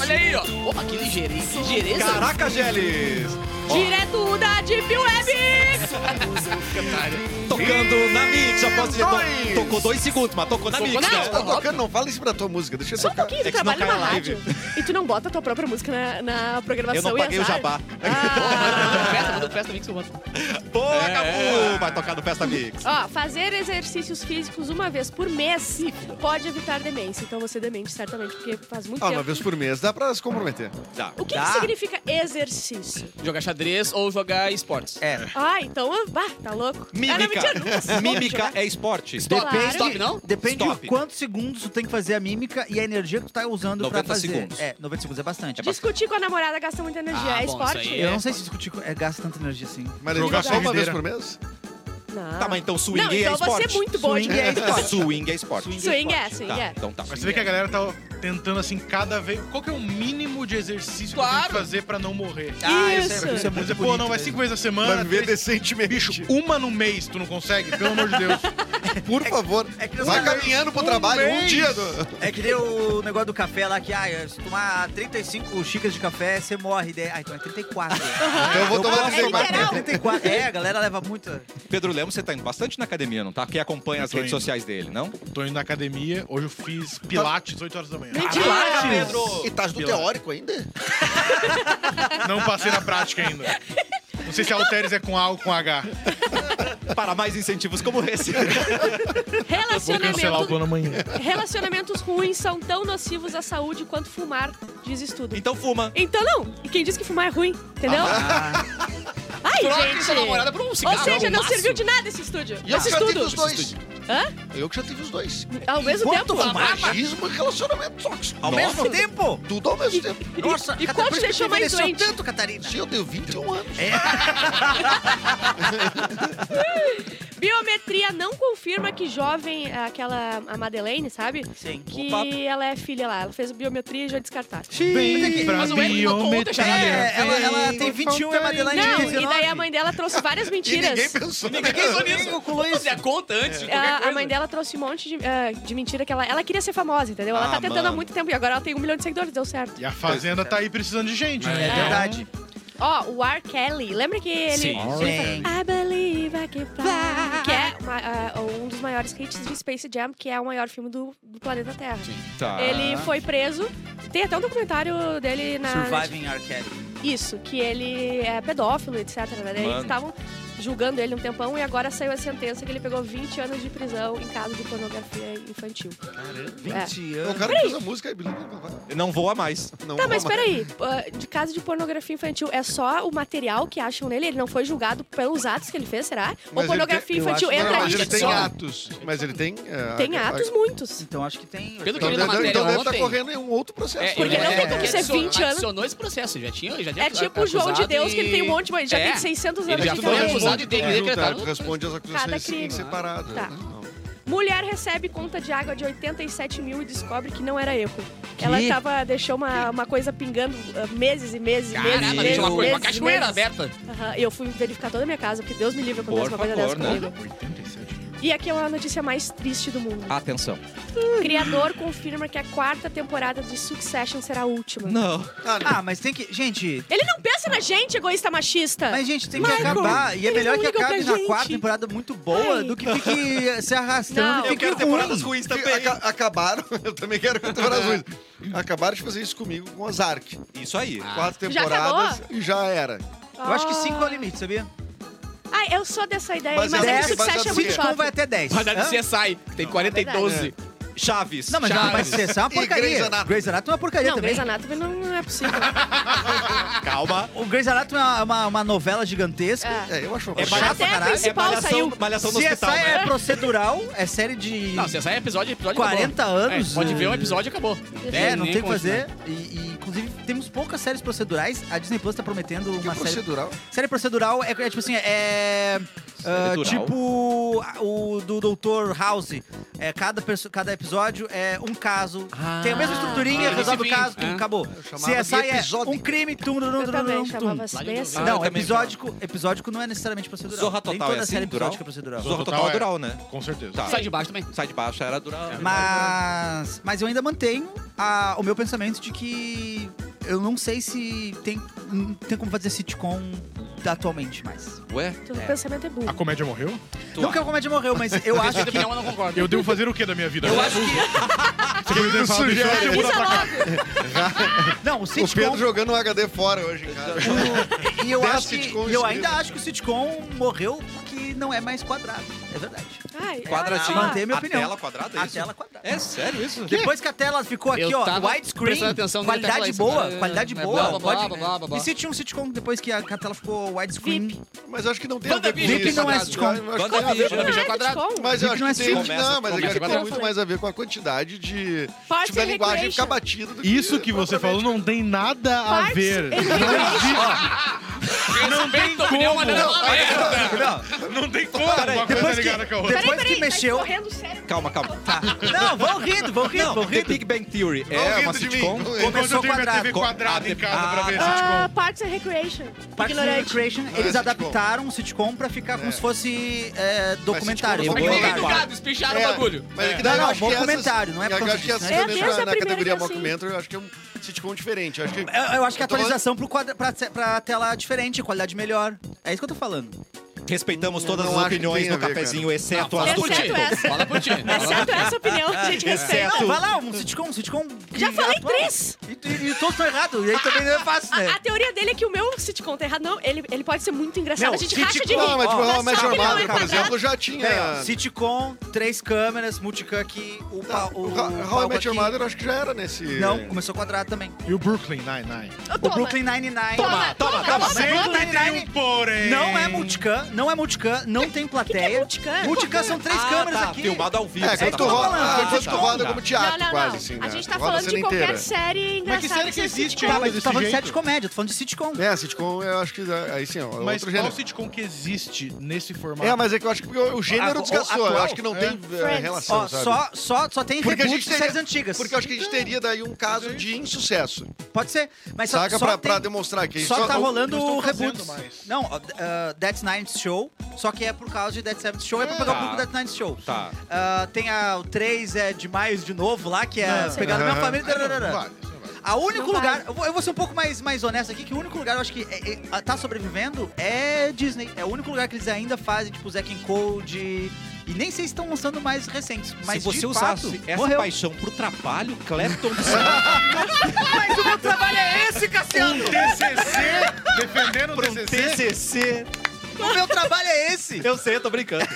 Speaker 5: Olha aí, ó. Opa, que ligeireza. Que ligeireza.
Speaker 1: Caraca, Geles!
Speaker 4: direto da Deep Web!
Speaker 1: Tocando na mix, eu posso dizer. to- Tocou dois segundos, mas tocou na
Speaker 5: Tocou
Speaker 1: mix,
Speaker 5: na
Speaker 1: né?
Speaker 5: mix.
Speaker 2: Tá tocando, não fala isso pra tua música, deixa eu
Speaker 4: Só um
Speaker 2: tocar.
Speaker 4: pouquinho, tu
Speaker 1: É que se não
Speaker 4: trabalha
Speaker 1: cai
Speaker 4: numa
Speaker 1: na
Speaker 4: rádio. E tu não bota a tua própria música na, na
Speaker 1: Eu
Speaker 4: programação
Speaker 1: não
Speaker 4: e
Speaker 1: paguei o
Speaker 4: azar.
Speaker 1: jabá.
Speaker 5: Manda
Speaker 4: Ah.
Speaker 5: festa, manda festa, também que você bota.
Speaker 1: Boa,
Speaker 6: É.
Speaker 1: Capu! Vai tocar no Festa Mix.
Speaker 4: Ó, fazer exercícios físicos uma vez por mês pode evitar demência. Então você demente certamente, porque faz muito
Speaker 2: Ah,
Speaker 4: tempo.
Speaker 2: uma vez por mês, dá pra se comprometer.
Speaker 1: Tá.
Speaker 4: O que,
Speaker 3: Dá.
Speaker 4: que significa exercício?
Speaker 5: Jogar xadrez ou jogar esportes.
Speaker 3: É.
Speaker 4: Ah, então, ah, bah, tá louco? Ah, não,
Speaker 1: Mímica.
Speaker 4: mentira, nunca né? se pode
Speaker 1: Mímica
Speaker 4: jogar.
Speaker 1: é esporte.
Speaker 5: Stop.
Speaker 4: Claro.
Speaker 5: Stop, não?
Speaker 3: Depende
Speaker 1: Stop.
Speaker 3: de quantos segundos tu tem que fazer a mímica e a energia que tu tá usando pra
Speaker 1: 90
Speaker 3: fazer.
Speaker 1: segundos.
Speaker 3: É, 90 segundos é bastante.
Speaker 4: Discutir com a namorada gasta muita energia.
Speaker 5: Ah,
Speaker 4: é
Speaker 5: bom,
Speaker 4: esporte?
Speaker 5: isso aí
Speaker 3: Eu não sei se discutir com- é, gasta tanta energia assim.
Speaker 2: Mas jogar
Speaker 6: Jogar
Speaker 2: só uma vez
Speaker 6: saideira.
Speaker 2: por mês?
Speaker 4: Não.
Speaker 1: Tá, mas então swing
Speaker 4: Não,
Speaker 1: é
Speaker 4: então você
Speaker 1: esporte.
Speaker 4: é muito bom de
Speaker 3: Swing é
Speaker 4: games.
Speaker 3: esporte.
Speaker 1: Swing é esporte.
Speaker 4: Swing é, swing
Speaker 1: Tá,
Speaker 4: é.
Speaker 1: então tá.
Speaker 6: Mas você vê que a galera tá tentando, assim, cada vez... Qual que é o mínimo de exercício que tem
Speaker 5: Claro.
Speaker 6: que fazer pra não morrer?
Speaker 4: Isso.
Speaker 3: isso é
Speaker 6: Mas,
Speaker 3: muito
Speaker 6: pô, não, vai
Speaker 3: mas
Speaker 6: cinco vezes na
Speaker 2: Pra
Speaker 6: semana,
Speaker 2: viver
Speaker 6: três-
Speaker 2: decentemente.
Speaker 6: bicho, uma no mês tu não consegue? Pelo amor de Deus.
Speaker 2: Por favor,
Speaker 3: é que não
Speaker 2: vai
Speaker 3: é
Speaker 2: caminhando pro
Speaker 6: um
Speaker 2: trabalho um
Speaker 6: mês.
Speaker 2: dia. do-
Speaker 3: É que nem o negócio do café lá, que ah, se tomar 35 xícaras de café, você morre. Daí, ah, então é <laughs> 34.
Speaker 2: Então eu vou tomar
Speaker 4: posso- é
Speaker 2: uma.
Speaker 4: literal.
Speaker 3: É 34. É, a galera leva muito.
Speaker 1: Pedro Lemos, você tá indo bastante na academia, não tá? Quem acompanha
Speaker 6: Eu
Speaker 1: as
Speaker 6: tô
Speaker 1: redes
Speaker 6: indo.
Speaker 1: sociais dele, não?
Speaker 6: <laughs> Tô indo na academia, hoje eu fiz pilates 8 horas da manhã.
Speaker 3: Ah,
Speaker 4: Mentira.
Speaker 2: E tá do teórico ainda?
Speaker 6: Não passei na prática ainda. Não sei se Alteres é com A ou com H.
Speaker 1: Para mais incentivos como
Speaker 6: <laughs>
Speaker 1: esse.
Speaker 6: Vou cancelar o
Speaker 4: Relacionamento,
Speaker 6: plano amanhã.
Speaker 4: relacionamentos ruins são tão nocivos à saúde quanto fumar, diz estudo.
Speaker 1: então fuma.
Speaker 4: Então não. E quem diz que fumar é ruim, entendeu?
Speaker 3: Ah,
Speaker 4: Ai,
Speaker 5: Troca
Speaker 4: gente.
Speaker 5: sua namorada por um cigarro.
Speaker 4: Ou seja,
Speaker 5: ao
Speaker 4: não
Speaker 5: máximo.
Speaker 4: serviu de nada esse estúdio.
Speaker 2: E eu
Speaker 4: esse
Speaker 2: cantei
Speaker 4: estudo.
Speaker 2: dos dois.
Speaker 4: Hã?
Speaker 2: Eu que já tive os dois.
Speaker 4: Ao mesmo
Speaker 3: Enquanto
Speaker 4: tempo?
Speaker 3: fumava.
Speaker 2: Machismo e relacionamento tóxico.
Speaker 3: Ao mesmo tempo?
Speaker 2: Tudo ao mesmo tempo.
Speaker 3: Nossa,
Speaker 4: e
Speaker 3: Catarina,
Speaker 4: qual te
Speaker 3: por isso que
Speaker 4: deixou
Speaker 3: tu
Speaker 4: mais
Speaker 3: envelheceu
Speaker 4: doente?
Speaker 3: tanto, Catarina?
Speaker 2: Se eu tenho 21 anos.
Speaker 4: Biometria não confirma que jovem, é aquela, a Madeleine, sabe?
Speaker 3: Sim.
Speaker 4: Que ela é filha lá. Ela fez biometria e já descartaram.
Speaker 6: Bem pra
Speaker 5: Mas o Eric botou outra
Speaker 6: biometria.
Speaker 5: chamada.
Speaker 3: É, ela, ela tem 21 e a Madeleine tem
Speaker 4: Não,
Speaker 3: 19.
Speaker 4: e daí a mãe dela trouxe várias mentiras.
Speaker 2: pensou.
Speaker 3: Ninguém calculou isso.
Speaker 5: Fazer a conta antes de qualquer
Speaker 4: É, A,
Speaker 5: coisa.
Speaker 4: a mãe dela trouxe um monte de, ah, de mentira que ela, ela queria ser famosa, entendeu? Ela
Speaker 2: Ah,
Speaker 4: tá tentando há
Speaker 2: mano.
Speaker 4: muito tempo e agora ela tem um milhão de seguidores, deu certo.
Speaker 6: E a Fazenda tá aí precisando de gente, né?
Speaker 3: É
Speaker 6: Então,
Speaker 3: verdade.
Speaker 4: Ó, o R. Kelly, lembra que ele.
Speaker 3: Sim.
Speaker 4: I believe I can fly. Que é uma- ah, um dos maiores hits de Space Jam, que é o maior filme do, do planeta Terra.
Speaker 1: Tá.
Speaker 4: Ele foi preso. Tem até um documentário dele na.
Speaker 3: Surviving R. Kelly.
Speaker 4: Isso, que ele é pedófilo, etc. Né? Daí
Speaker 1: Mano.
Speaker 4: eles estavam julgando ele um tempão e agora saiu a sentença que ele pegou 20 anos de prisão em caso de pornografia infantil. É.
Speaker 3: 20
Speaker 2: <laughs> O
Speaker 3: anos.
Speaker 2: cara que fez a música aí, Billy.
Speaker 1: Não voa mais.
Speaker 2: Não,
Speaker 4: Tá, mas
Speaker 2: calma.
Speaker 4: peraí, ah, de caso de pornografia infantil, é só o material que acham nele? Ele não foi julgado pelos atos que ele fez, será? Ou
Speaker 2: Mas
Speaker 4: pornografia
Speaker 2: ele tem-
Speaker 4: infantil
Speaker 3: eu acho-
Speaker 2: Não,
Speaker 4: entra
Speaker 2: mas
Speaker 4: aí?
Speaker 2: ele tem
Speaker 5: só.
Speaker 2: atos. Mas ele tem. é,
Speaker 4: Tem
Speaker 2: a- a-
Speaker 4: atos muitos.
Speaker 3: Então acho que tem.
Speaker 5: Pelo que
Speaker 2: Então
Speaker 5: eu li
Speaker 2: deve,
Speaker 5: na matéria
Speaker 2: então deve estar
Speaker 5: ontem.
Speaker 2: correndo em um outro processo.
Speaker 4: Porque
Speaker 2: né?
Speaker 4: não tem como
Speaker 5: porque
Speaker 4: ser
Speaker 5: adicionou-
Speaker 4: 20 anos.
Speaker 5: É, Adicionou esse processo, já tinha, já tinha
Speaker 4: É tipo o João de
Speaker 5: acusado
Speaker 4: Deus, que ele tem um
Speaker 5: e-
Speaker 4: monte, mas já
Speaker 5: É.
Speaker 4: tem 600
Speaker 5: Ele
Speaker 4: anos
Speaker 5: já
Speaker 4: de
Speaker 5: foi
Speaker 4: idade.
Speaker 5: acusado e tem
Speaker 2: Tudo junto,
Speaker 5: decretado.
Speaker 2: é, responde as
Speaker 4: Cada
Speaker 2: acusações
Speaker 4: crime.
Speaker 2: em separado.
Speaker 4: Tá.
Speaker 2: né? Não.
Speaker 4: Mulher recebe conta de água de 87 mil e descobre que não era erro. Ela tava, deixou uma, uma coisa pingando ah, meses e meses e meses.
Speaker 5: Caramba, deixa uma
Speaker 4: meses,
Speaker 5: coisa, uma
Speaker 4: meses,
Speaker 5: cachoeira
Speaker 4: meses.
Speaker 5: aberta.
Speaker 4: Aham, e eu fui verificar toda a minha casa, porque Deus me livre quando
Speaker 1: Por
Speaker 4: acontece uma coisa
Speaker 1: favor,
Speaker 4: dessa
Speaker 1: né?
Speaker 4: comigo. E aqui é uma notícia mais triste do mundo.
Speaker 5: Ah.
Speaker 1: Atenção.
Speaker 4: Criador confirma que a quarta temporada de Succession será a última.
Speaker 1: Não.
Speaker 3: Ah, mas tem que. Gente,
Speaker 4: Ele não pensa na gente, egoísta machista!
Speaker 3: mas gente, tem que
Speaker 4: Michael,
Speaker 3: acabar. E é
Speaker 4: eles
Speaker 3: melhor
Speaker 4: não
Speaker 3: que
Speaker 4: ligam
Speaker 3: acabe
Speaker 4: pra
Speaker 3: na
Speaker 4: gente.
Speaker 3: quarta temporada muito boa
Speaker 4: Ai.
Speaker 3: do que fique se arrastando
Speaker 4: Não.
Speaker 3: e
Speaker 4: Eu
Speaker 3: fique ruim.
Speaker 1: ruins
Speaker 2: Aca- acabaram, <laughs> eu também quero que eu azuis. Acabaram de fazer isso comigo com Ozark.
Speaker 1: Isso aí.
Speaker 2: Quatro
Speaker 4: Já
Speaker 2: temporadas e já era.
Speaker 3: Eu acho que
Speaker 4: Ah.
Speaker 3: 5 é o limite, sabia?
Speaker 4: Ai, eu sou dessa ideia,
Speaker 2: Mas
Speaker 4: mas, mas
Speaker 2: é
Speaker 4: é
Speaker 2: dessa,
Speaker 4: que Succession é
Speaker 2: mas é
Speaker 4: muito
Speaker 2: porque-
Speaker 3: Sitcom
Speaker 4: chato.
Speaker 3: vai até 10.
Speaker 5: Mas a
Speaker 3: Hã?
Speaker 5: de CSI, que tem 40 e
Speaker 4: verdade.
Speaker 5: 12.
Speaker 1: Chaves.
Speaker 3: Não, mas,
Speaker 1: Chaves.
Speaker 3: não, mas CSI é uma
Speaker 2: Grey's
Speaker 3: porcaria.
Speaker 2: Anatomy.
Speaker 3: Grey's Anatomy é uma porcaria
Speaker 4: Não,
Speaker 3: também.
Speaker 4: Grey's Anatomy não é possível.
Speaker 6: Ah.
Speaker 1: Calma.
Speaker 3: O Grey's Anatomy é uma, uma, uma novela gigantesca.
Speaker 4: É.
Speaker 2: É, eu acho uma
Speaker 1: É
Speaker 2: coisa.
Speaker 1: ba-
Speaker 3: chato pra
Speaker 4: Até a
Speaker 3: caralho.
Speaker 1: É
Speaker 4: principal
Speaker 1: malhação,
Speaker 4: saiu.
Speaker 1: malhação no
Speaker 3: CSI
Speaker 1: hospital, né?
Speaker 3: é procedural, é série de
Speaker 5: Não, CSI é episódio, episódio acabou.
Speaker 3: 40 anos.
Speaker 5: É, pode ver um
Speaker 3: eh,
Speaker 5: episódio e acabou.
Speaker 3: É, não
Speaker 5: nem
Speaker 3: tem o que
Speaker 5: como
Speaker 3: fazer. E, e, inclusive, temos poucas séries procedurais. A Disney Plus tá prometendo
Speaker 2: Que é
Speaker 3: uma série.
Speaker 2: procedural.
Speaker 3: Série procedural é, é tipo assim, é. ah,
Speaker 1: Procedural.
Speaker 3: tipo a- o do Dr. House. É, cada, perso- cada episódio é um caso. tem a mesma estruturinha,
Speaker 5: Ah,
Speaker 3: resolve o
Speaker 5: esse fim,
Speaker 3: caso,
Speaker 1: né?
Speaker 5: é.
Speaker 3: tum, acabou.
Speaker 2: chamava de
Speaker 3: CSI é
Speaker 2: episódico.
Speaker 3: um crime, tum, tum, tum,
Speaker 4: Eu também chamava
Speaker 3: tum, tum.
Speaker 4: assim, bem assim.
Speaker 1: Ah, eu
Speaker 3: Não,
Speaker 1: também
Speaker 3: episódico, episódico não é necessariamente procedural.
Speaker 1: Zorra
Speaker 3: Nem
Speaker 1: Total
Speaker 3: toda
Speaker 1: é assim,
Speaker 3: série
Speaker 1: dural?
Speaker 3: episódica é procedural.
Speaker 1: Zorra Total é dural, né?
Speaker 6: Com certeza.
Speaker 1: Tá.
Speaker 5: Sai de baixo também.
Speaker 1: Sai de baixo, era dural.
Speaker 3: Mas, mas eu ainda mantenho a- o meu pensamento de que eu não sei se tem, não tem como fazer sitcom atualmente mais.
Speaker 1: Ué?
Speaker 4: Teu pensamento é
Speaker 6: A
Speaker 4: burro.
Speaker 6: comédia morreu?
Speaker 1: Tu
Speaker 3: Não que a comédia morreu, mas eu acho
Speaker 5: Minha
Speaker 3: que.
Speaker 5: opinião, eu não concordo.
Speaker 6: Eu devo fazer o que da minha vida? Eu acho <laughs> que...
Speaker 2: Ele sugere.
Speaker 3: é
Speaker 4: Avisa logo!
Speaker 3: Não, o
Speaker 2: O Pedro
Speaker 3: sitcom.
Speaker 2: jogando um HD fora hoje em casa.
Speaker 3: E eu,
Speaker 2: Dez
Speaker 3: acho que,
Speaker 2: sitcoms
Speaker 3: e eu
Speaker 2: escritas.
Speaker 3: ainda acho que o sitcom morreu porque não é mais quadrado. É verdade.
Speaker 4: Ai,
Speaker 1: Quadradinho.
Speaker 4: olha só.
Speaker 3: Manter minha
Speaker 1: a
Speaker 3: opinião.
Speaker 1: tela quadrada, é
Speaker 3: A
Speaker 1: isso?
Speaker 3: tela quadrada.
Speaker 1: É sério isso?
Speaker 3: Depois que a tela ficou aqui,
Speaker 5: Eu
Speaker 3: ó,
Speaker 5: tava
Speaker 3: widescreen,
Speaker 5: prestando atenção nele até falar
Speaker 3: qualidade
Speaker 5: isso.
Speaker 3: boa,
Speaker 5: É,
Speaker 3: qualidade
Speaker 5: é, é,
Speaker 3: boa.
Speaker 5: blá, blá,
Speaker 3: pode-
Speaker 5: blá, blá, blá, blá.
Speaker 3: E se tinha um sitcom depois que a, que a tela ficou widescreen?
Speaker 4: VIP.
Speaker 2: Mas eu acho que não tem a ver com
Speaker 5: WandaVision.
Speaker 2: isso.
Speaker 3: Não é
Speaker 2: Eu acho que tem a ver
Speaker 1: WandaVision.
Speaker 4: Não é
Speaker 5: Beijão quadrado.
Speaker 4: sitcom.
Speaker 2: Mas eu
Speaker 3: Não
Speaker 2: acho
Speaker 3: é
Speaker 2: que tem,
Speaker 3: sitcom.
Speaker 2: não, mas eu acho que
Speaker 5: Começa
Speaker 2: tem muito mais a ver com a quantidade de
Speaker 4: Parks
Speaker 2: tipo, da
Speaker 4: and
Speaker 2: linguagem
Speaker 4: Recreation.
Speaker 2: ficar batida
Speaker 3: é
Speaker 2: do
Speaker 6: Isso que você falou
Speaker 2: propriamente-
Speaker 6: não tem nada a
Speaker 4: Parks
Speaker 6: ver.
Speaker 4: and
Speaker 5: não tem opinião, mas não,
Speaker 3: Não,
Speaker 6: <laughs> Não tem como uma coisa
Speaker 3: Depois que-
Speaker 6: ligada com a outra.
Speaker 3: Depois que mexeu-
Speaker 4: Tá escorrendo sério.
Speaker 1: Calma, calma.
Speaker 3: não, vão rindo, vão rindo, vão
Speaker 1: Tá. Não, The
Speaker 3: rindo.
Speaker 1: Big Bang Theory
Speaker 2: Não
Speaker 1: é
Speaker 2: rindo
Speaker 1: uma
Speaker 2: de mim.
Speaker 1: sitcom.
Speaker 2: Não rindo.
Speaker 6: Quando eu
Speaker 3: Começou
Speaker 6: tive minha
Speaker 3: quadrado.
Speaker 6: TV quadrada em casa pra ver
Speaker 4: Ah,
Speaker 6: sitcom.
Speaker 4: Parks and Recreation.
Speaker 3: Parks and
Speaker 4: Ignorante.
Speaker 3: Recreation,
Speaker 2: é
Speaker 3: eles
Speaker 2: sitcom.
Speaker 3: adaptaram o sitcom pra ficar como se fosse é, documentário.
Speaker 2: sitcom
Speaker 5: É que nem
Speaker 1: Boa,
Speaker 5: educado, espicharam o bagulho.
Speaker 2: Mas é que
Speaker 3: É.
Speaker 2: daí
Speaker 3: Não,
Speaker 2: eu
Speaker 3: não,
Speaker 2: acho que
Speaker 3: documentário,
Speaker 2: essas,
Speaker 3: não é por
Speaker 2: Eu
Speaker 3: causa
Speaker 2: acho que
Speaker 3: disso,
Speaker 2: essas
Speaker 4: né?
Speaker 2: também
Speaker 4: É, desde
Speaker 2: na,
Speaker 4: a
Speaker 2: na
Speaker 4: primeira
Speaker 2: categoria
Speaker 4: que eu
Speaker 2: mockumentary, eu acho que é um sitcom diferente. Eu acho que,
Speaker 3: Eu, eu acho que a
Speaker 2: Eu tô
Speaker 3: atualização pro quadra, pra, pra tela diferente, qualidade melhor. É isso que eu tô falando.
Speaker 1: Respeitamos todas
Speaker 2: Não
Speaker 1: as
Speaker 2: acho que
Speaker 1: opiniões
Speaker 2: tem a
Speaker 1: no
Speaker 2: ver, cara.
Speaker 1: cafezinho, exceto
Speaker 5: Fala
Speaker 1: as
Speaker 5: por
Speaker 1: do
Speaker 4: Exceto
Speaker 5: ti.
Speaker 1: Tico.
Speaker 4: essa.
Speaker 5: Fala por ti.
Speaker 4: Exceto é essa opinião, a gente
Speaker 2: É
Speaker 4: respeita.
Speaker 3: Não, vai lá, um sitcom, um sitcom. que
Speaker 4: Já falei
Speaker 3: atua-
Speaker 4: três.
Speaker 3: E, tu- e todos estão errados. E aí também não é
Speaker 4: <laughs>
Speaker 3: fácil,
Speaker 4: A, a
Speaker 3: né?
Speaker 4: teoria dele é que o meu sitcom tá errado. Não, ele, ele pode ser muito engraçado.
Speaker 3: Meu,
Speaker 4: a gente racha de
Speaker 3: sitcom-
Speaker 2: Não,
Speaker 4: rir.
Speaker 2: mas tipo,
Speaker 3: Ó,
Speaker 2: Real
Speaker 4: mas
Speaker 2: Match
Speaker 4: só que não é
Speaker 2: Armada, por
Speaker 4: quadrado.
Speaker 2: exemplo, já
Speaker 3: Peraí, ó,
Speaker 2: tinha...
Speaker 3: sitcom, três câmeras, multicut, o pau.
Speaker 2: Não,
Speaker 3: O,
Speaker 2: o Ra- How I
Speaker 3: palco
Speaker 2: Met Your
Speaker 3: aqui.
Speaker 2: Mother, eu acho que já era nesse...
Speaker 3: Não, começou quadrado também.
Speaker 6: E o Brooklyn Nine-Nine.
Speaker 4: Eu
Speaker 3: O
Speaker 4: tomo.
Speaker 3: Brooklyn Nine-Nine.
Speaker 4: Toma, toma,
Speaker 3: Calma, mas
Speaker 4: toma.
Speaker 3: Brooklyn Nine-Nine
Speaker 6: um porém.
Speaker 3: não é multican, não é multicam, não tem
Speaker 4: que é
Speaker 3: plateia.
Speaker 4: multicam?
Speaker 3: Multicam são três
Speaker 1: Ah,
Speaker 3: câmeras
Speaker 1: tá,
Speaker 3: aqui.
Speaker 1: Filmado ao vivo.
Speaker 2: É,
Speaker 1: você
Speaker 2: quando
Speaker 1: tá
Speaker 2: tu
Speaker 1: falando.
Speaker 2: roda,
Speaker 4: falando,
Speaker 2: ah, quando
Speaker 4: tá
Speaker 2: tu
Speaker 4: bom.
Speaker 2: roda é como teatro,
Speaker 4: Não, não,
Speaker 2: quase
Speaker 4: não.
Speaker 2: assim.
Speaker 4: a
Speaker 2: né?
Speaker 4: gente tá
Speaker 2: Roda a
Speaker 4: falando de
Speaker 2: cena
Speaker 4: qualquer
Speaker 2: inteira.
Speaker 4: série engraçada.
Speaker 6: Mas que série que existe
Speaker 3: Tá,
Speaker 6: ainda
Speaker 3: mas tu
Speaker 6: desse
Speaker 3: tá falando de
Speaker 6: jeito?
Speaker 3: série de comédia, tu falando de sitcom.
Speaker 2: É, sitcom, eu acho que aí sim, ó, é
Speaker 6: Mas
Speaker 2: outro
Speaker 6: qual
Speaker 2: gênero.
Speaker 6: sitcom que existe nesse formato?
Speaker 2: É, mas é que eu acho que porque o gênero
Speaker 3: Ah, o-
Speaker 2: desgastou. Eu
Speaker 3: atual?
Speaker 2: acho que não
Speaker 6: É.
Speaker 2: tem eh,
Speaker 4: Friends.
Speaker 2: relação,
Speaker 3: Ó,
Speaker 2: sabe?
Speaker 3: só, só, só tem
Speaker 2: Porque a
Speaker 3: reboot
Speaker 2: gente
Speaker 3: de
Speaker 2: tem-
Speaker 3: séries antigas.
Speaker 2: Porque eu acho que a gente teria daí um caso de insucesso.
Speaker 3: Pode ser. Mas só,
Speaker 2: Saca?
Speaker 3: só
Speaker 2: pra,
Speaker 3: tem-
Speaker 2: pra demonstrar que
Speaker 3: Só tá rolando
Speaker 6: não estão
Speaker 3: reboots.
Speaker 6: fazendo mais.
Speaker 3: Não, ó, d- ah, Dead Night Show, só que é por causa de Dead Seventh Show, é, pra
Speaker 2: Ah,
Speaker 3: pegar
Speaker 1: Tá.
Speaker 3: o público do Dead Night Show.
Speaker 1: Tá.
Speaker 3: Ah, tem a, o 3 é de maio de novo lá, que é
Speaker 4: Não.
Speaker 3: pegada
Speaker 2: <laughs>
Speaker 3: na
Speaker 2: Aham.
Speaker 3: família. tararara.
Speaker 6: Não vale, isso não vale.
Speaker 3: A único
Speaker 4: Não
Speaker 3: lugar,
Speaker 4: vale.
Speaker 3: eu vou, eu vou ser um pouco mais, mais honesto aqui, que o único lugar eu acho que é- é- tá sobrevivendo é Disney. É o único lugar que eles ainda fazem, tipo, Zack and Code. E nem sei se estão lançando mais recentes. Mas
Speaker 1: Se você
Speaker 3: de
Speaker 1: usasse
Speaker 3: fato,
Speaker 1: essa
Speaker 3: morreu.
Speaker 1: paixão pro trabalho, Clapton
Speaker 3: Mas o meu trabalho é esse,
Speaker 1: <laughs>
Speaker 3: Cassiano! <laughs>
Speaker 6: TCC, defendendo o TCC.
Speaker 1: TCC.
Speaker 3: o meu trabalho é esse!
Speaker 1: Eu sei, eu tô <laughs> brincando.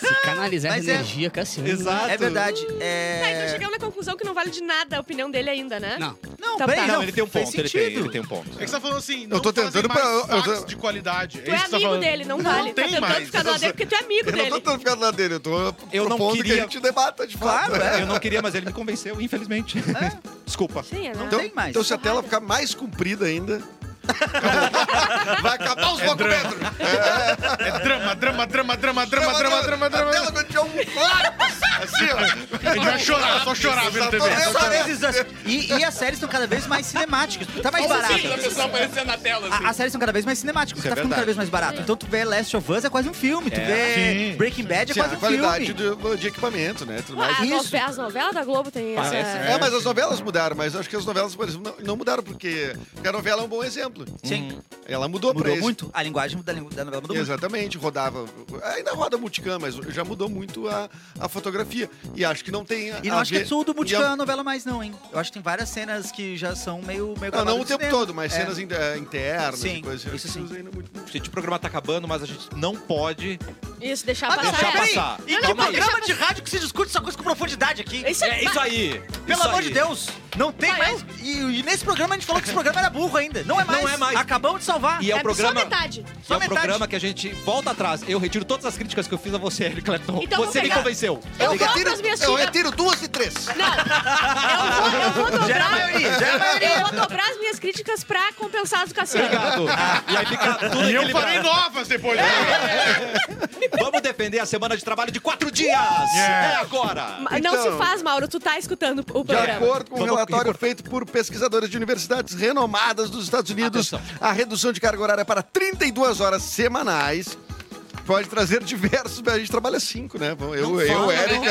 Speaker 5: Se canalizar
Speaker 3: Mas
Speaker 5: essa
Speaker 3: é-
Speaker 5: energia, Cassiano.
Speaker 1: Exato.
Speaker 3: É verdade.
Speaker 4: Tá, então
Speaker 3: É...
Speaker 4: chegamos na conclusão que não vale de nada a opinião dele ainda, né?
Speaker 5: Não.
Speaker 3: Não,
Speaker 4: Tá,
Speaker 3: peraí,
Speaker 4: tá.
Speaker 1: Não,
Speaker 3: não,
Speaker 1: ele tem um
Speaker 3: fez
Speaker 1: ponto, ele tem,
Speaker 3: sentido.
Speaker 1: ele tem um ponto.
Speaker 6: É que você tá falando assim, não eu
Speaker 2: tô
Speaker 6: tô
Speaker 2: tentando
Speaker 6: tentando
Speaker 2: pra- eu- eu tô-
Speaker 6: de qualidade.
Speaker 4: Tu é amigo dele, não vale. tá
Speaker 6: tá tem
Speaker 4: tentando
Speaker 6: mais.
Speaker 4: ficar do lado dele porque tu é amigo
Speaker 2: Eu não tô
Speaker 4: dele.
Speaker 2: tentando ficar do lado dele, eu tô
Speaker 1: Eu não
Speaker 2: propondo que
Speaker 1: queria-
Speaker 2: a gente debata de fato.
Speaker 3: Claro, é.
Speaker 1: Eu não queria, mas ele me convenceu, infelizmente. Desculpa.
Speaker 4: Sim, é, né?
Speaker 3: Não
Speaker 2: Então,
Speaker 3: tem mais.
Speaker 2: então se a tela ficar mais
Speaker 3: <laughs>
Speaker 2: comprida ainda... acabou. Vai acabar os blocos
Speaker 6: drama.
Speaker 2: metro.
Speaker 6: É drama, drama, drama, drama, drama, drama, drama,
Speaker 2: A
Speaker 6: drama.
Speaker 2: tela quando tiver um lápis, assim, ó.
Speaker 6: A gente vai chorar, só chorar vendo
Speaker 1: um
Speaker 6: TV.
Speaker 2: Eu
Speaker 3: É Só
Speaker 2: tô-
Speaker 3: desses dois. E, e as séries estão cada vez mais cinemáticas. Tá mais
Speaker 5: Como assim? A
Speaker 3: barato.
Speaker 5: pessoa aparecendo na tela, assim.
Speaker 3: A- As séries são cada vez mais cinemáticas,
Speaker 1: Isso é
Speaker 3: tá ficando cada vez mais barato. Então tu vê Last of Us é quase um filme, tu vê
Speaker 6: Sim.
Speaker 3: Breaking Bad é
Speaker 2: Sim,
Speaker 3: quase
Speaker 2: a
Speaker 3: um
Speaker 2: qualidade
Speaker 3: filme.
Speaker 2: do- de equipamento, né? Tudo mais.
Speaker 4: Ah,
Speaker 3: isso.
Speaker 4: nove- As novelas da Globo tem essa...
Speaker 1: Parece,
Speaker 2: É, mas as novelas mudaram, mas acho que as novelas, por exemplo, não, não mudaram, porque a novela é um bom exemplo.
Speaker 3: Sim,
Speaker 2: Ela mudou, pra
Speaker 3: mudou
Speaker 2: esse.
Speaker 3: muito. A linguagem da, lingu- da novela mudou muito.
Speaker 2: Exatamente, rodava. Ainda roda multicam, mas já mudou muito a, a fotografia. E acho que não tem.
Speaker 3: E não acho que é tudo multicam a novela mais não, hein? Eu acho que tem várias cenas que já são meio... meio
Speaker 2: Não,
Speaker 3: gravadas
Speaker 2: não o
Speaker 3: de
Speaker 2: tempo
Speaker 3: cinema.
Speaker 2: todo, mas
Speaker 3: É.
Speaker 2: cenas in- eh, internas
Speaker 3: Sim,
Speaker 2: e coisas. assim,
Speaker 3: isso sim.
Speaker 2: Ainda é muito...
Speaker 1: Gente, o programa tá acabando, mas a gente não pode
Speaker 4: Isso, deixar
Speaker 3: Ah,
Speaker 4: passar.
Speaker 3: não,
Speaker 1: deixar
Speaker 4: é.
Speaker 3: peraí.
Speaker 1: passar.
Speaker 3: E que
Speaker 1: Calma aí.
Speaker 3: programa de rádio que se discute essa coisa com profundidade aqui?
Speaker 4: Isso aí.
Speaker 1: É isso <laughs> aí.
Speaker 3: Pelo
Speaker 1: isso
Speaker 3: amor
Speaker 1: aí.
Speaker 3: de Deus, não tem
Speaker 4: Vai,
Speaker 3: mais. E, e nesse programa a gente falou que esse programa era burro ainda. Não é
Speaker 1: Não
Speaker 3: mais.
Speaker 1: é mais.
Speaker 3: Acabamos de salvar.
Speaker 1: E é o
Speaker 4: só
Speaker 1: programa.
Speaker 4: metade.
Speaker 1: e é o
Speaker 3: metade.
Speaker 1: programa que a gente volta atrás. Eu retiro todas as críticas que eu fiz a você, Eric Clapton.
Speaker 4: Então vamos
Speaker 1: você me
Speaker 4: pegar.
Speaker 1: convenceu.
Speaker 4: Eu volto as minhas
Speaker 2: eu
Speaker 4: xingas-
Speaker 2: retiro duas e três.
Speaker 4: Não, eu vou, eu vou
Speaker 3: Já era a
Speaker 4: dobrar...
Speaker 3: maioria, já era a maioria.
Speaker 4: Eu vou dobrar as minhas críticas pra compensar as do Cassiano.
Speaker 1: Obrigado. <laughs> E aí fica tudo
Speaker 6: E eu
Speaker 1: equilibrado.
Speaker 6: farei novas depois.
Speaker 2: <laughs>
Speaker 1: Vamos defender a semana de trabalho de quatro dias. É agora.
Speaker 4: Ma- Não
Speaker 2: Então-
Speaker 4: se faz, Mauro, tu tá escutando o
Speaker 2: De
Speaker 4: programa.
Speaker 2: acordo com um
Speaker 1: Vamos
Speaker 2: relatório feito por pesquisadores de universidades renomadas dos Estados Unidos,
Speaker 1: Atenção.
Speaker 2: a redução de carga horária para 32 horas semanais pode trazer diversos. A gente trabalha cinco, né? Eu, eu,
Speaker 1: fala,
Speaker 4: né?
Speaker 2: Érica.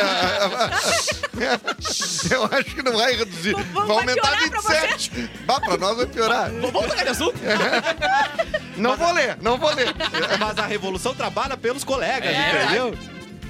Speaker 2: <laughs> eu acho que não vai reduzir.
Speaker 4: Vamos-
Speaker 2: vai
Speaker 4: vai
Speaker 2: aumentar
Speaker 4: piorar pra
Speaker 2: 27. Bah, pra nós vai piorar.
Speaker 5: Vamos pegar de assunto?
Speaker 2: Não vou ler, não vou ler.
Speaker 1: É, Mas a revolução trabalha pelos colegas,
Speaker 4: É.
Speaker 1: entendeu?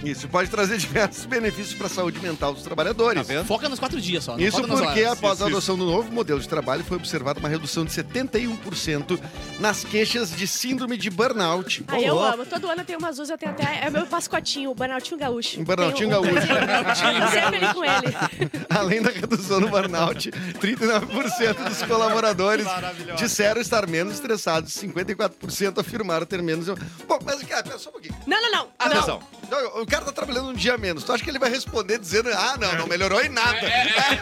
Speaker 2: Isso pode trazer diversos benefícios para a saúde mental dos
Speaker 1: Tá
Speaker 2: trabalhadores.
Speaker 1: vendo?
Speaker 5: Foca nos quatro dias só. Ah, não
Speaker 2: Isso
Speaker 5: foca nas
Speaker 2: porque,
Speaker 5: horas.
Speaker 2: após a
Speaker 1: Isso,
Speaker 2: adoção do novo modelo de trabalho, foi observada uma redução de 71% nas queixas de síndrome de burnout.
Speaker 4: Aí Ah, eu amo. Todo ano eu tenho umas usas, eu tenho até. É meu mascotinho, o Banaltinho Gaúcho.
Speaker 2: Um Bernardinho
Speaker 4: Tenho um-
Speaker 2: Gaúcho.
Speaker 4: <laughs> Sempre ele com ele.
Speaker 2: <laughs> Além da redução no burnout, 39% dos colaboradores disseram estar menos estressados, 54% afirmaram ter menos. Bom, mas cara, pera só um pouquinho.
Speaker 4: Não, não, não.
Speaker 1: Atenção.
Speaker 2: Não, O cara tá trabalhando um dia a menos. Tu acha que ele vai responder dizendo, ah, não, não melhorou em nada?
Speaker 5: É,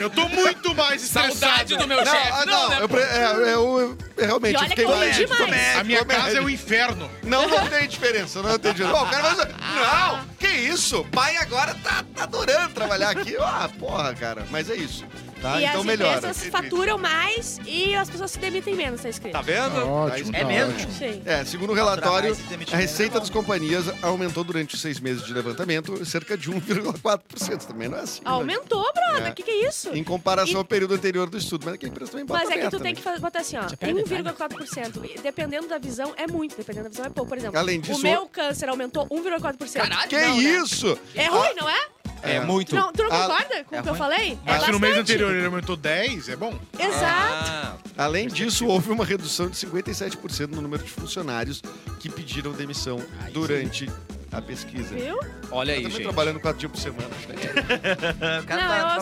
Speaker 6: Eu tô muito mais
Speaker 5: Saudade
Speaker 6: estressado.
Speaker 5: do meu
Speaker 2: Não,
Speaker 5: chefe.
Speaker 2: ah,
Speaker 5: Não,
Speaker 2: não,
Speaker 5: né?
Speaker 2: eu, pre- é, eu- eu
Speaker 4: E
Speaker 2: realmente
Speaker 4: olha que
Speaker 2: fiquei
Speaker 4: eu ri demais.
Speaker 6: A minha casa é o inferno.
Speaker 2: Não, não tem diferença, não tem diferença. Ó, o cara vai dizer, não, que isso? Pai agora tá, tá adorando trabalhar aqui. Ah, porra, cara, mas é isso. Tá,
Speaker 4: e
Speaker 2: então
Speaker 4: as
Speaker 2: melhora.
Speaker 4: empresas faturam mais e as pessoas se demitem menos, tá escrito.
Speaker 1: Tá vendo?
Speaker 2: ótimo,
Speaker 3: É mesmo?
Speaker 4: Sim.
Speaker 2: É, segundo o relatório,
Speaker 3: mais e demitir
Speaker 2: a
Speaker 3: menos,
Speaker 2: receita
Speaker 3: tá bom.
Speaker 2: das companhias aumentou durante os seis meses de levantamento cerca de 1,4%. Também não é assim. né?
Speaker 4: Ah, Aumentou, brother.
Speaker 2: É.
Speaker 4: O que, que é isso?
Speaker 2: Em comparação
Speaker 4: E-
Speaker 2: ao período anterior do estudo. Mas é que a empresa também bota
Speaker 4: Mas é que
Speaker 2: merda,
Speaker 4: tu tem
Speaker 2: né?
Speaker 4: que fa- botar assim, ó,
Speaker 5: pega detalhe.
Speaker 4: 1,4%. E Dependendo da visão, é muito. Dependendo da visão, é pouco. Por exemplo,
Speaker 2: Além disso-
Speaker 4: o meu câncer aumentou 1,4%.
Speaker 5: Caralho.
Speaker 2: Que
Speaker 4: Não, né?
Speaker 2: isso?
Speaker 4: É ruim, não é?
Speaker 1: É muito.
Speaker 4: Tu não, tu não
Speaker 2: Ah,
Speaker 4: concorda com o que eu
Speaker 3: ruim.
Speaker 4: falei? É
Speaker 6: Mas se no
Speaker 4: bastante.
Speaker 6: mês anterior ele aumentou 10, é bom.
Speaker 4: Exato.
Speaker 1: Ah,
Speaker 2: Além disso, houve uma redução de 57% no número de funcionários que pediram demissão durante a pesquisa.
Speaker 4: Viu?
Speaker 1: Olha aí,
Speaker 2: Eu também
Speaker 1: gente.
Speaker 2: trabalhando quatro dias por semana. acho que é.
Speaker 3: O cara
Speaker 4: não,
Speaker 3: tá
Speaker 4: eu sou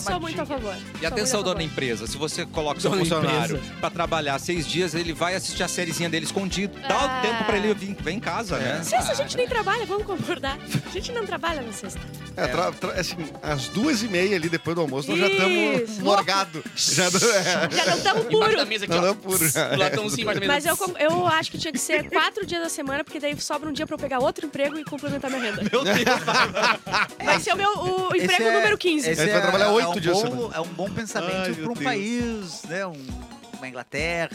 Speaker 3: traumatizado.
Speaker 4: muito a favor.
Speaker 1: E atenção, dona empresa, se você coloca seu
Speaker 5: Dona
Speaker 1: funcionário pra trabalhar seis dias, ele vai assistir a sériezinha dele escondido. Dá
Speaker 4: Ah.
Speaker 1: o tempo pra ele vir, vem em casa, né?
Speaker 4: Sexta a gente nem trabalha, vamos concordar. A gente não trabalha na sexta.
Speaker 2: É, tra- tra- assim, às duas e meia ali depois do almoço, nós já estamos
Speaker 4: Isso.
Speaker 2: morgado. Já não é.
Speaker 4: Já não estamos
Speaker 5: Embaixo
Speaker 4: puro.
Speaker 5: da mesa aqui,
Speaker 2: Não,
Speaker 5: ó.
Speaker 2: não, puro.
Speaker 5: Pss, Latãozinho embaixo da mesa.
Speaker 4: Mas eu, con- eu acho que tinha que ser quatro dias da semana, porque daí sobra um dia pra eu pegar outro emprego e complementar minha renda.
Speaker 1: Meu Deus.
Speaker 4: Vai ser o meu o emprego
Speaker 3: é
Speaker 4: número 15.
Speaker 2: Aí tu vai trabalhar oito
Speaker 3: um
Speaker 2: dias
Speaker 3: bom-
Speaker 2: por
Speaker 3: É um bom
Speaker 1: Ai,
Speaker 3: pensamento
Speaker 1: meu
Speaker 3: para um
Speaker 1: Deus.
Speaker 3: país, né? Um, uma Inglaterra,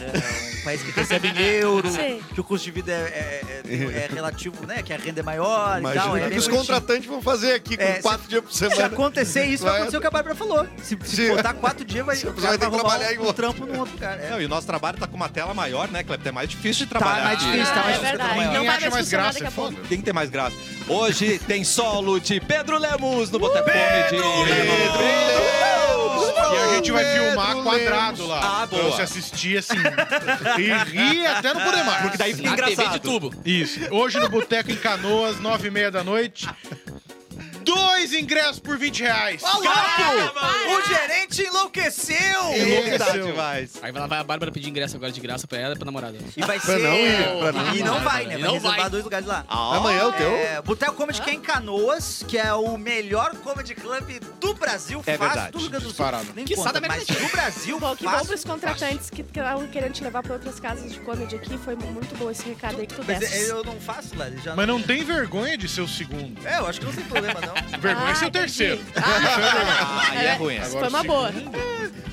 Speaker 3: um país que recebe em euro,
Speaker 4: Sim.
Speaker 3: que o custo de vida é, é- é- é relativo, né? Que a renda é maior e tal.
Speaker 2: Imagina
Speaker 3: é
Speaker 2: o que os
Speaker 3: meio-
Speaker 2: contratantes vão fazer aqui com
Speaker 3: É, se-
Speaker 2: quatro dias por
Speaker 3: Se
Speaker 2: semana.
Speaker 3: acontecer isso, vai
Speaker 2: Vai-
Speaker 3: acontecer o que a Bárbara falou. Se, se
Speaker 2: Sim.
Speaker 3: botar quatro dias, vai,
Speaker 2: Você
Speaker 3: o
Speaker 2: vai
Speaker 3: cara vai
Speaker 2: ter que
Speaker 3: arrumar
Speaker 2: trabalhar em
Speaker 3: um,
Speaker 2: outro.
Speaker 3: trampo num outro lugar. É.
Speaker 1: Não, e o nosso trabalho tá com uma tela maior, né, Clepton? É mais difícil de
Speaker 3: Tá
Speaker 1: trabalhar.
Speaker 3: mais difícil,
Speaker 4: Ah,
Speaker 3: tá mais
Speaker 4: é
Speaker 3: difícil.
Speaker 4: verdade.
Speaker 6: Ninguém
Speaker 4: Não vai
Speaker 6: acha
Speaker 4: mais
Speaker 6: mais
Speaker 4: funcionar
Speaker 6: graça,
Speaker 4: daqui
Speaker 6: é
Speaker 4: a pouco.
Speaker 6: foda.
Speaker 1: Tem que ter mais graça. Hoje tem solo de Pedro Lemos no Boteco Comedy.
Speaker 2: Pedro Lemos!
Speaker 6: E a gente vai
Speaker 2: Pedro
Speaker 6: filmar quadrado
Speaker 2: Lemos.
Speaker 6: lá.
Speaker 1: Ah,
Speaker 6: pra
Speaker 1: boa.
Speaker 6: você assistir assim. <laughs> e rir até não poder mais.
Speaker 1: Porque daí fica
Speaker 5: Na TV de
Speaker 1: engraçado.
Speaker 5: tubo.
Speaker 6: Isso. Hoje no Boteco em Canoas, nove e meia da noite. Dois ingressos por 20 reais.
Speaker 3: O gerente enlouqueceu!
Speaker 2: É
Speaker 6: Enlouqueceu.
Speaker 1: demais.
Speaker 5: Aí vai lá, vai a Bárbara pedir ingresso agora de graça pra ela e pra
Speaker 4: Hum,
Speaker 5: namorada.
Speaker 3: E vai
Speaker 2: Pra
Speaker 3: ser.
Speaker 2: não ir, pra não
Speaker 3: e
Speaker 2: ir.
Speaker 3: não vai, né?
Speaker 5: E
Speaker 3: Vai
Speaker 5: não
Speaker 3: reservar
Speaker 5: vai.
Speaker 3: dois lugares lá.
Speaker 2: Amanhã é o teu?
Speaker 3: É, Boteco Comedy que é em Canoas, que é o melhor comedy club do Brasil,
Speaker 1: É
Speaker 3: fácil,
Speaker 1: verdade.
Speaker 3: do Rio Grande do Sul.
Speaker 6: Disparado.
Speaker 3: Nem
Speaker 5: Que
Speaker 3: conta,
Speaker 5: sada
Speaker 3: mas
Speaker 5: merda.
Speaker 3: do Brasil,
Speaker 4: Bom, que bom
Speaker 3: fácil.
Speaker 4: pros contratantes que estavam querendo te levar pra outras casas de comedy aqui. Foi muito bom esse recado aí que tu
Speaker 3: Mas
Speaker 4: desse.
Speaker 3: é- eu não faço lá, ele já
Speaker 6: Mas não tem vergonha de ser o segundo.
Speaker 3: É, eu acho que não tem problema, não.
Speaker 6: Vergonha é ser o
Speaker 4: Ah, entendi.
Speaker 6: terceiro.
Speaker 1: Ah, e é ruim.
Speaker 4: Isso
Speaker 1: essa.
Speaker 4: foi uma boa.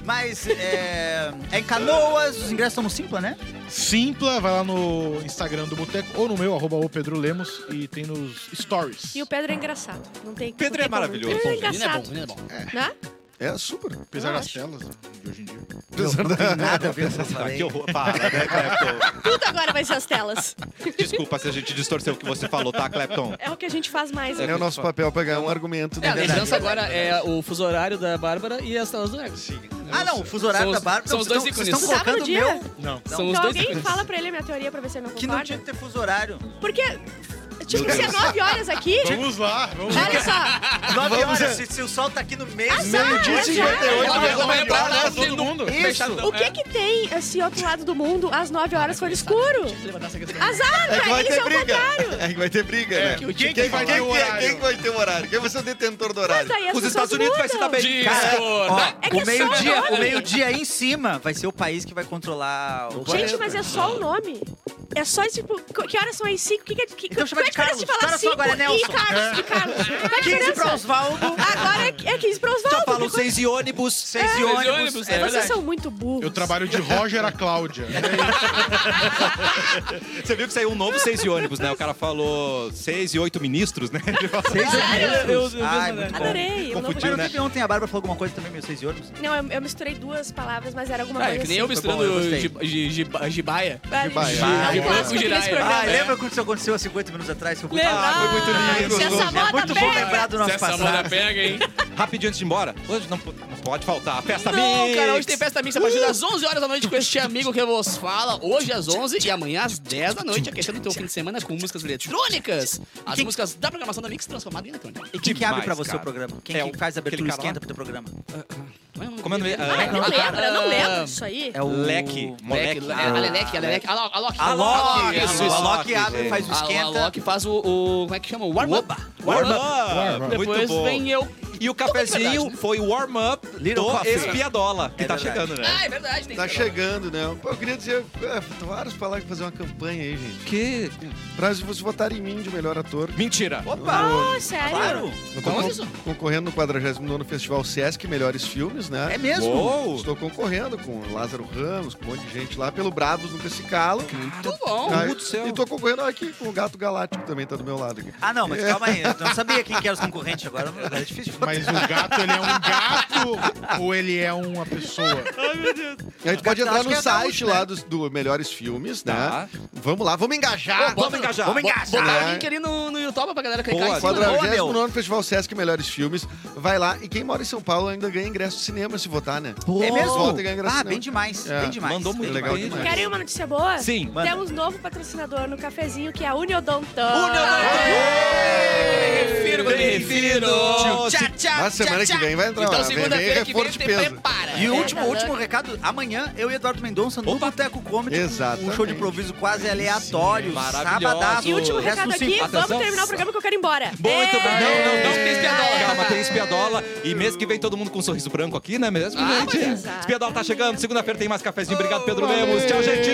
Speaker 3: Mas é, é em Canoas, os ingressos são no Simpla, né?
Speaker 6: Simpla, vai lá no Instagram do Boteco ou no meu, arroba o Pedro Lemos, e tem nos stories.
Speaker 4: E o Pedro é engraçado. Não tem
Speaker 1: Pedro
Speaker 4: não tem
Speaker 1: é maravilhoso.
Speaker 4: como. Pedro é
Speaker 5: Menino é bom,
Speaker 4: engraçado.
Speaker 5: menino é bom.
Speaker 4: Né?
Speaker 2: É, super.
Speaker 6: Apesar
Speaker 4: eu
Speaker 6: das
Speaker 4: acho.
Speaker 6: telas de hoje em dia.
Speaker 2: Apesar da-
Speaker 3: Nada a ver com o que eu
Speaker 1: Ah,
Speaker 3: falei.
Speaker 1: que horror. Para, né, Clepton?
Speaker 4: Tudo agora vai ser as telas.
Speaker 1: Desculpa se a gente distorceu o que você falou, tá, Clepton?
Speaker 4: É o que a gente faz mais.
Speaker 2: É o nosso papel pegar um argumento.
Speaker 5: É, a
Speaker 2: né?
Speaker 5: lembrança agora é o fuso horário da Bárbara e as telas do Ego.
Speaker 3: Ah, não, o fuso horário
Speaker 5: São
Speaker 3: da
Speaker 5: os-
Speaker 3: Bárbara.
Speaker 5: são os dois
Speaker 3: vocês
Speaker 5: ícones.
Speaker 3: estão
Speaker 4: Sábado
Speaker 3: colocando o
Speaker 4: dia?
Speaker 3: meu
Speaker 6: Não.
Speaker 5: São os
Speaker 4: então
Speaker 5: dois.
Speaker 4: alguém fala pra ele a minha teoria pra ver se ele não
Speaker 3: que não
Speaker 4: concorda.
Speaker 3: tinha que ter fuso horário.
Speaker 4: Porque tipo, tinha que ser 9 horas aqui.
Speaker 6: Vamos lá, vamos lá.
Speaker 4: Olha só.
Speaker 3: Nove
Speaker 2: Vamos
Speaker 3: horas,
Speaker 2: a-
Speaker 3: se, se o sol tá aqui no
Speaker 4: Ah,
Speaker 3: meio...
Speaker 2: Meio-dia e
Speaker 4: Azar,
Speaker 2: 58,
Speaker 5: azar.
Speaker 2: nós vamos entrar
Speaker 5: Azar.
Speaker 2: nessa.
Speaker 6: Todo mundo.
Speaker 3: Isso.
Speaker 4: O que que tem esse outro lado do mundo às 9 horas for escuro? Azar,
Speaker 2: É que
Speaker 4: pra
Speaker 2: vai
Speaker 4: eles é
Speaker 2: ter
Speaker 4: o
Speaker 2: briga.
Speaker 4: contrário.
Speaker 2: É que vai ter briga,
Speaker 6: É,
Speaker 2: né?
Speaker 6: quem que vai ter o
Speaker 2: que é-
Speaker 6: horário?
Speaker 2: quem que vai ter o horário? Quem vai ser o detentor do
Speaker 4: Mas
Speaker 2: horário?
Speaker 4: daí as
Speaker 1: Os
Speaker 4: pessoas
Speaker 1: Estados Unidos vai se
Speaker 4: mudam.
Speaker 1: dar bem.
Speaker 3: Ó,
Speaker 5: Discorda.
Speaker 4: É que
Speaker 3: o
Speaker 4: é
Speaker 3: meio-dia,
Speaker 4: só o
Speaker 3: o
Speaker 4: nome.
Speaker 3: meio-dia aí em cima vai ser o país que vai controlar o
Speaker 4: Gente,
Speaker 3: planeta.
Speaker 4: mas é só o nome. É só esse tipo, co- que horas são aí? Cinco? Que, que, que,
Speaker 3: Então chama
Speaker 4: qual é a
Speaker 3: de Carlos.
Speaker 4: diferença falar
Speaker 3: Carlos só
Speaker 4: cinco
Speaker 3: agora,
Speaker 4: e
Speaker 3: Nelson.
Speaker 4: Carlos, e Carlos. Qual é a
Speaker 3: 15
Speaker 4: diferença?
Speaker 3: pra Osvaldo,
Speaker 4: Agora é, é 15 pra
Speaker 3: Já falou
Speaker 4: Osvaldo. que coisa-
Speaker 1: Seis e ônibus.
Speaker 3: seis e
Speaker 5: de
Speaker 3: ônibus.
Speaker 5: ônibus,
Speaker 3: é
Speaker 5: é.
Speaker 4: Vocês
Speaker 5: verdade.
Speaker 4: são muito burros.
Speaker 6: Eu trabalho de Roger a Cláudia. né?
Speaker 1: Você viu que saiu um novo seis e ônibus, né? O cara falou seis e oito ministros, né? Ele falou-
Speaker 3: Seis
Speaker 5: Sério? Eu- eu vi
Speaker 3: ônibus.
Speaker 5: essa
Speaker 3: Ai,
Speaker 5: matéria.
Speaker 3: muito bom.
Speaker 4: Adorei. eu não vou- Tá
Speaker 3: Mas
Speaker 6: né?
Speaker 3: não teve ontem a Bárbara falou alguma coisa também, meio seis e ônibus?
Speaker 4: Não, eu, eu misturei duas palavras, mas era alguma
Speaker 5: Ah,
Speaker 4: coisa
Speaker 5: é que nem eu
Speaker 4: assim.
Speaker 5: misturando
Speaker 3: Foi bom, eu gostei.
Speaker 5: gi- gi- gi- jibaia.
Speaker 4: Vale.
Speaker 2: Gibaia.
Speaker 4: É
Speaker 2: Gibaia.
Speaker 4: um clássico aqui nesse
Speaker 5: Gibaia.
Speaker 4: programa.
Speaker 3: Ah,
Speaker 5: é.
Speaker 3: lembra quando isso aconteceu há 50 minutos atrás? Que eu contei?
Speaker 4: Lembra?
Speaker 1: foi muito lindo,
Speaker 4: Ah, Se essa
Speaker 1: gostoso.
Speaker 4: moda
Speaker 3: É muito bom
Speaker 4: pega.
Speaker 3: lembrar do
Speaker 5: Se
Speaker 3: nosso
Speaker 5: essa moda
Speaker 3: passado.
Speaker 5: pega, hein?
Speaker 1: Rapidinho antes de ir embora. Hoje não, não pode faltar. Festa
Speaker 5: Não,
Speaker 1: mix.
Speaker 5: cara, hoje tem festa mista a partir das 11 horas da noite com este amigo que vos fala. Hoje às 11 e amanhã às 10 da noite, aquecendo o teu fim de semana com músicas eletrônicas. As músicas da programação da Mix transformadas em eletrônica.
Speaker 3: E quem que abre pra
Speaker 1: Demais,
Speaker 3: você
Speaker 1: cara.
Speaker 3: o programa? Quem
Speaker 1: É
Speaker 3: que
Speaker 1: o-
Speaker 3: faz a abertura
Speaker 1: aquele
Speaker 3: e
Speaker 1: cara lá.
Speaker 3: esquenta pro teu programa?
Speaker 5: um
Speaker 1: Como é o nome?
Speaker 4: Ah,
Speaker 1: Ah,
Speaker 4: não lembro, eu não lembro disso aí.
Speaker 3: É o...
Speaker 1: Leque. Moleque.
Speaker 3: ah.
Speaker 5: Moleque, É, Alelec, Alelec, Alo- Alok.
Speaker 3: A Loki.
Speaker 5: Isso,
Speaker 3: A
Speaker 5: isso.
Speaker 1: Alok,
Speaker 3: Loki É. abre,
Speaker 1: gente.
Speaker 3: faz o
Speaker 5: A
Speaker 3: esquenta.
Speaker 5: Alok faz o, o- Como é que chama? O warm-up.
Speaker 1: Warm
Speaker 5: Warm-up.
Speaker 1: up. Muito
Speaker 5: Depois
Speaker 1: bom.
Speaker 5: vem eu.
Speaker 1: E o cafezinho
Speaker 5: Tudo é verdade, né?
Speaker 1: foi o warm up
Speaker 3: Little
Speaker 1: do
Speaker 3: coffee.
Speaker 1: Espiadola, que
Speaker 3: É
Speaker 1: tá
Speaker 3: verdade.
Speaker 1: chegando, né?
Speaker 5: Ah, é verdade, tem
Speaker 2: Tá
Speaker 5: que-
Speaker 2: chegando, né? Pô, eu queria dizer, é, vários palavras fazer uma campanha aí, gente.
Speaker 1: Que?
Speaker 2: Pra vocês votarem em mim de melhor ator.
Speaker 1: Mentira.
Speaker 4: Ah, sério?
Speaker 3: Claro.
Speaker 2: Eu tô
Speaker 5: Como
Speaker 2: con-
Speaker 5: isso?
Speaker 2: concorrendo no 49 Festival Sesc Melhores Filmes, né?
Speaker 3: É mesmo?
Speaker 1: Uou.
Speaker 2: Estou concorrendo com o Lázaro Ramos, com um monte de gente lá, pelo Bravos Nunca Se Calo.
Speaker 5: Muito bom.
Speaker 2: Tá?
Speaker 1: Deus do céu.
Speaker 2: E tô concorrendo aqui com o Gato Galáctico também, tá do meu lado aqui.
Speaker 3: Ah, não, mas calma aí. Eu não sabia quem que era os concorrentes agora. É difícil. de
Speaker 6: Mas o gato, ele é um gato ou ele é uma pessoa?
Speaker 2: A gente pode entrar
Speaker 3: Acho
Speaker 2: no
Speaker 3: que é
Speaker 2: site
Speaker 3: gaúcho, né?
Speaker 2: lá dos do Melhores Filmes,
Speaker 1: Tá.
Speaker 2: né? Vamos lá, vamos engajar.
Speaker 1: Vamos engajar.
Speaker 3: Vamos engajar.
Speaker 5: Botar o
Speaker 2: né?
Speaker 5: link ali no, no YouTube pra galera clicar
Speaker 1: Boa,
Speaker 5: em cima.
Speaker 1: quadra-
Speaker 5: Boa,
Speaker 2: 49
Speaker 5: meu.
Speaker 2: no Festival Sesc Melhores Filmes. Vai lá. E quem mora em São Paulo ainda ganha ingresso de cinema se votar, né?
Speaker 3: É mesmo?
Speaker 2: Volta e ganha ingresso
Speaker 3: Ah,
Speaker 2: não.
Speaker 3: bem demais,
Speaker 2: É,
Speaker 3: bem demais.
Speaker 1: mandou muito né?
Speaker 3: bem
Speaker 2: legal
Speaker 3: demais.
Speaker 2: demais.
Speaker 4: Querem uma notícia boa?
Speaker 1: Sim.
Speaker 3: Manda.
Speaker 4: Temos novo patrocinador no cafezinho, que é a Uniodontan.
Speaker 1: Uniodontan!
Speaker 5: refiro, eu me refiro.
Speaker 3: Tchau, tchau,
Speaker 2: Na semana
Speaker 3: tchau,
Speaker 2: que vem vai entrar
Speaker 5: Então,
Speaker 2: lá. Vem,
Speaker 5: segunda-feira
Speaker 2: vem
Speaker 5: que vem,
Speaker 2: reforço
Speaker 5: te
Speaker 2: de peso.
Speaker 5: prepara.
Speaker 3: E o último, último recado, amanhã eu e Eduardo Mendonça no Boteco Comedy.
Speaker 2: Exatamente.
Speaker 3: Um show de improviso quase aleatório,
Speaker 1: Maravilhoso.
Speaker 3: sabadaço.
Speaker 4: E último
Speaker 3: Resto
Speaker 4: recado
Speaker 3: do
Speaker 4: aqui,
Speaker 3: Simpla.
Speaker 4: vamos terminar o programa que eu quero ir embora. É.
Speaker 1: Muito bem. Não, então, não, não tem
Speaker 5: Ei.
Speaker 1: espiadola. Calma, tem espiadola. E mês que vem todo mundo com um sorriso branco aqui, não é mesmo,
Speaker 5: Ah,
Speaker 1: gente?
Speaker 4: exato.
Speaker 1: Espiadola tá chegando. Segunda-feira tem mais cafezinho. Obrigado, Pedro Lemos. Tchau, gente.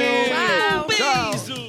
Speaker 4: Tchau.
Speaker 5: Beijo.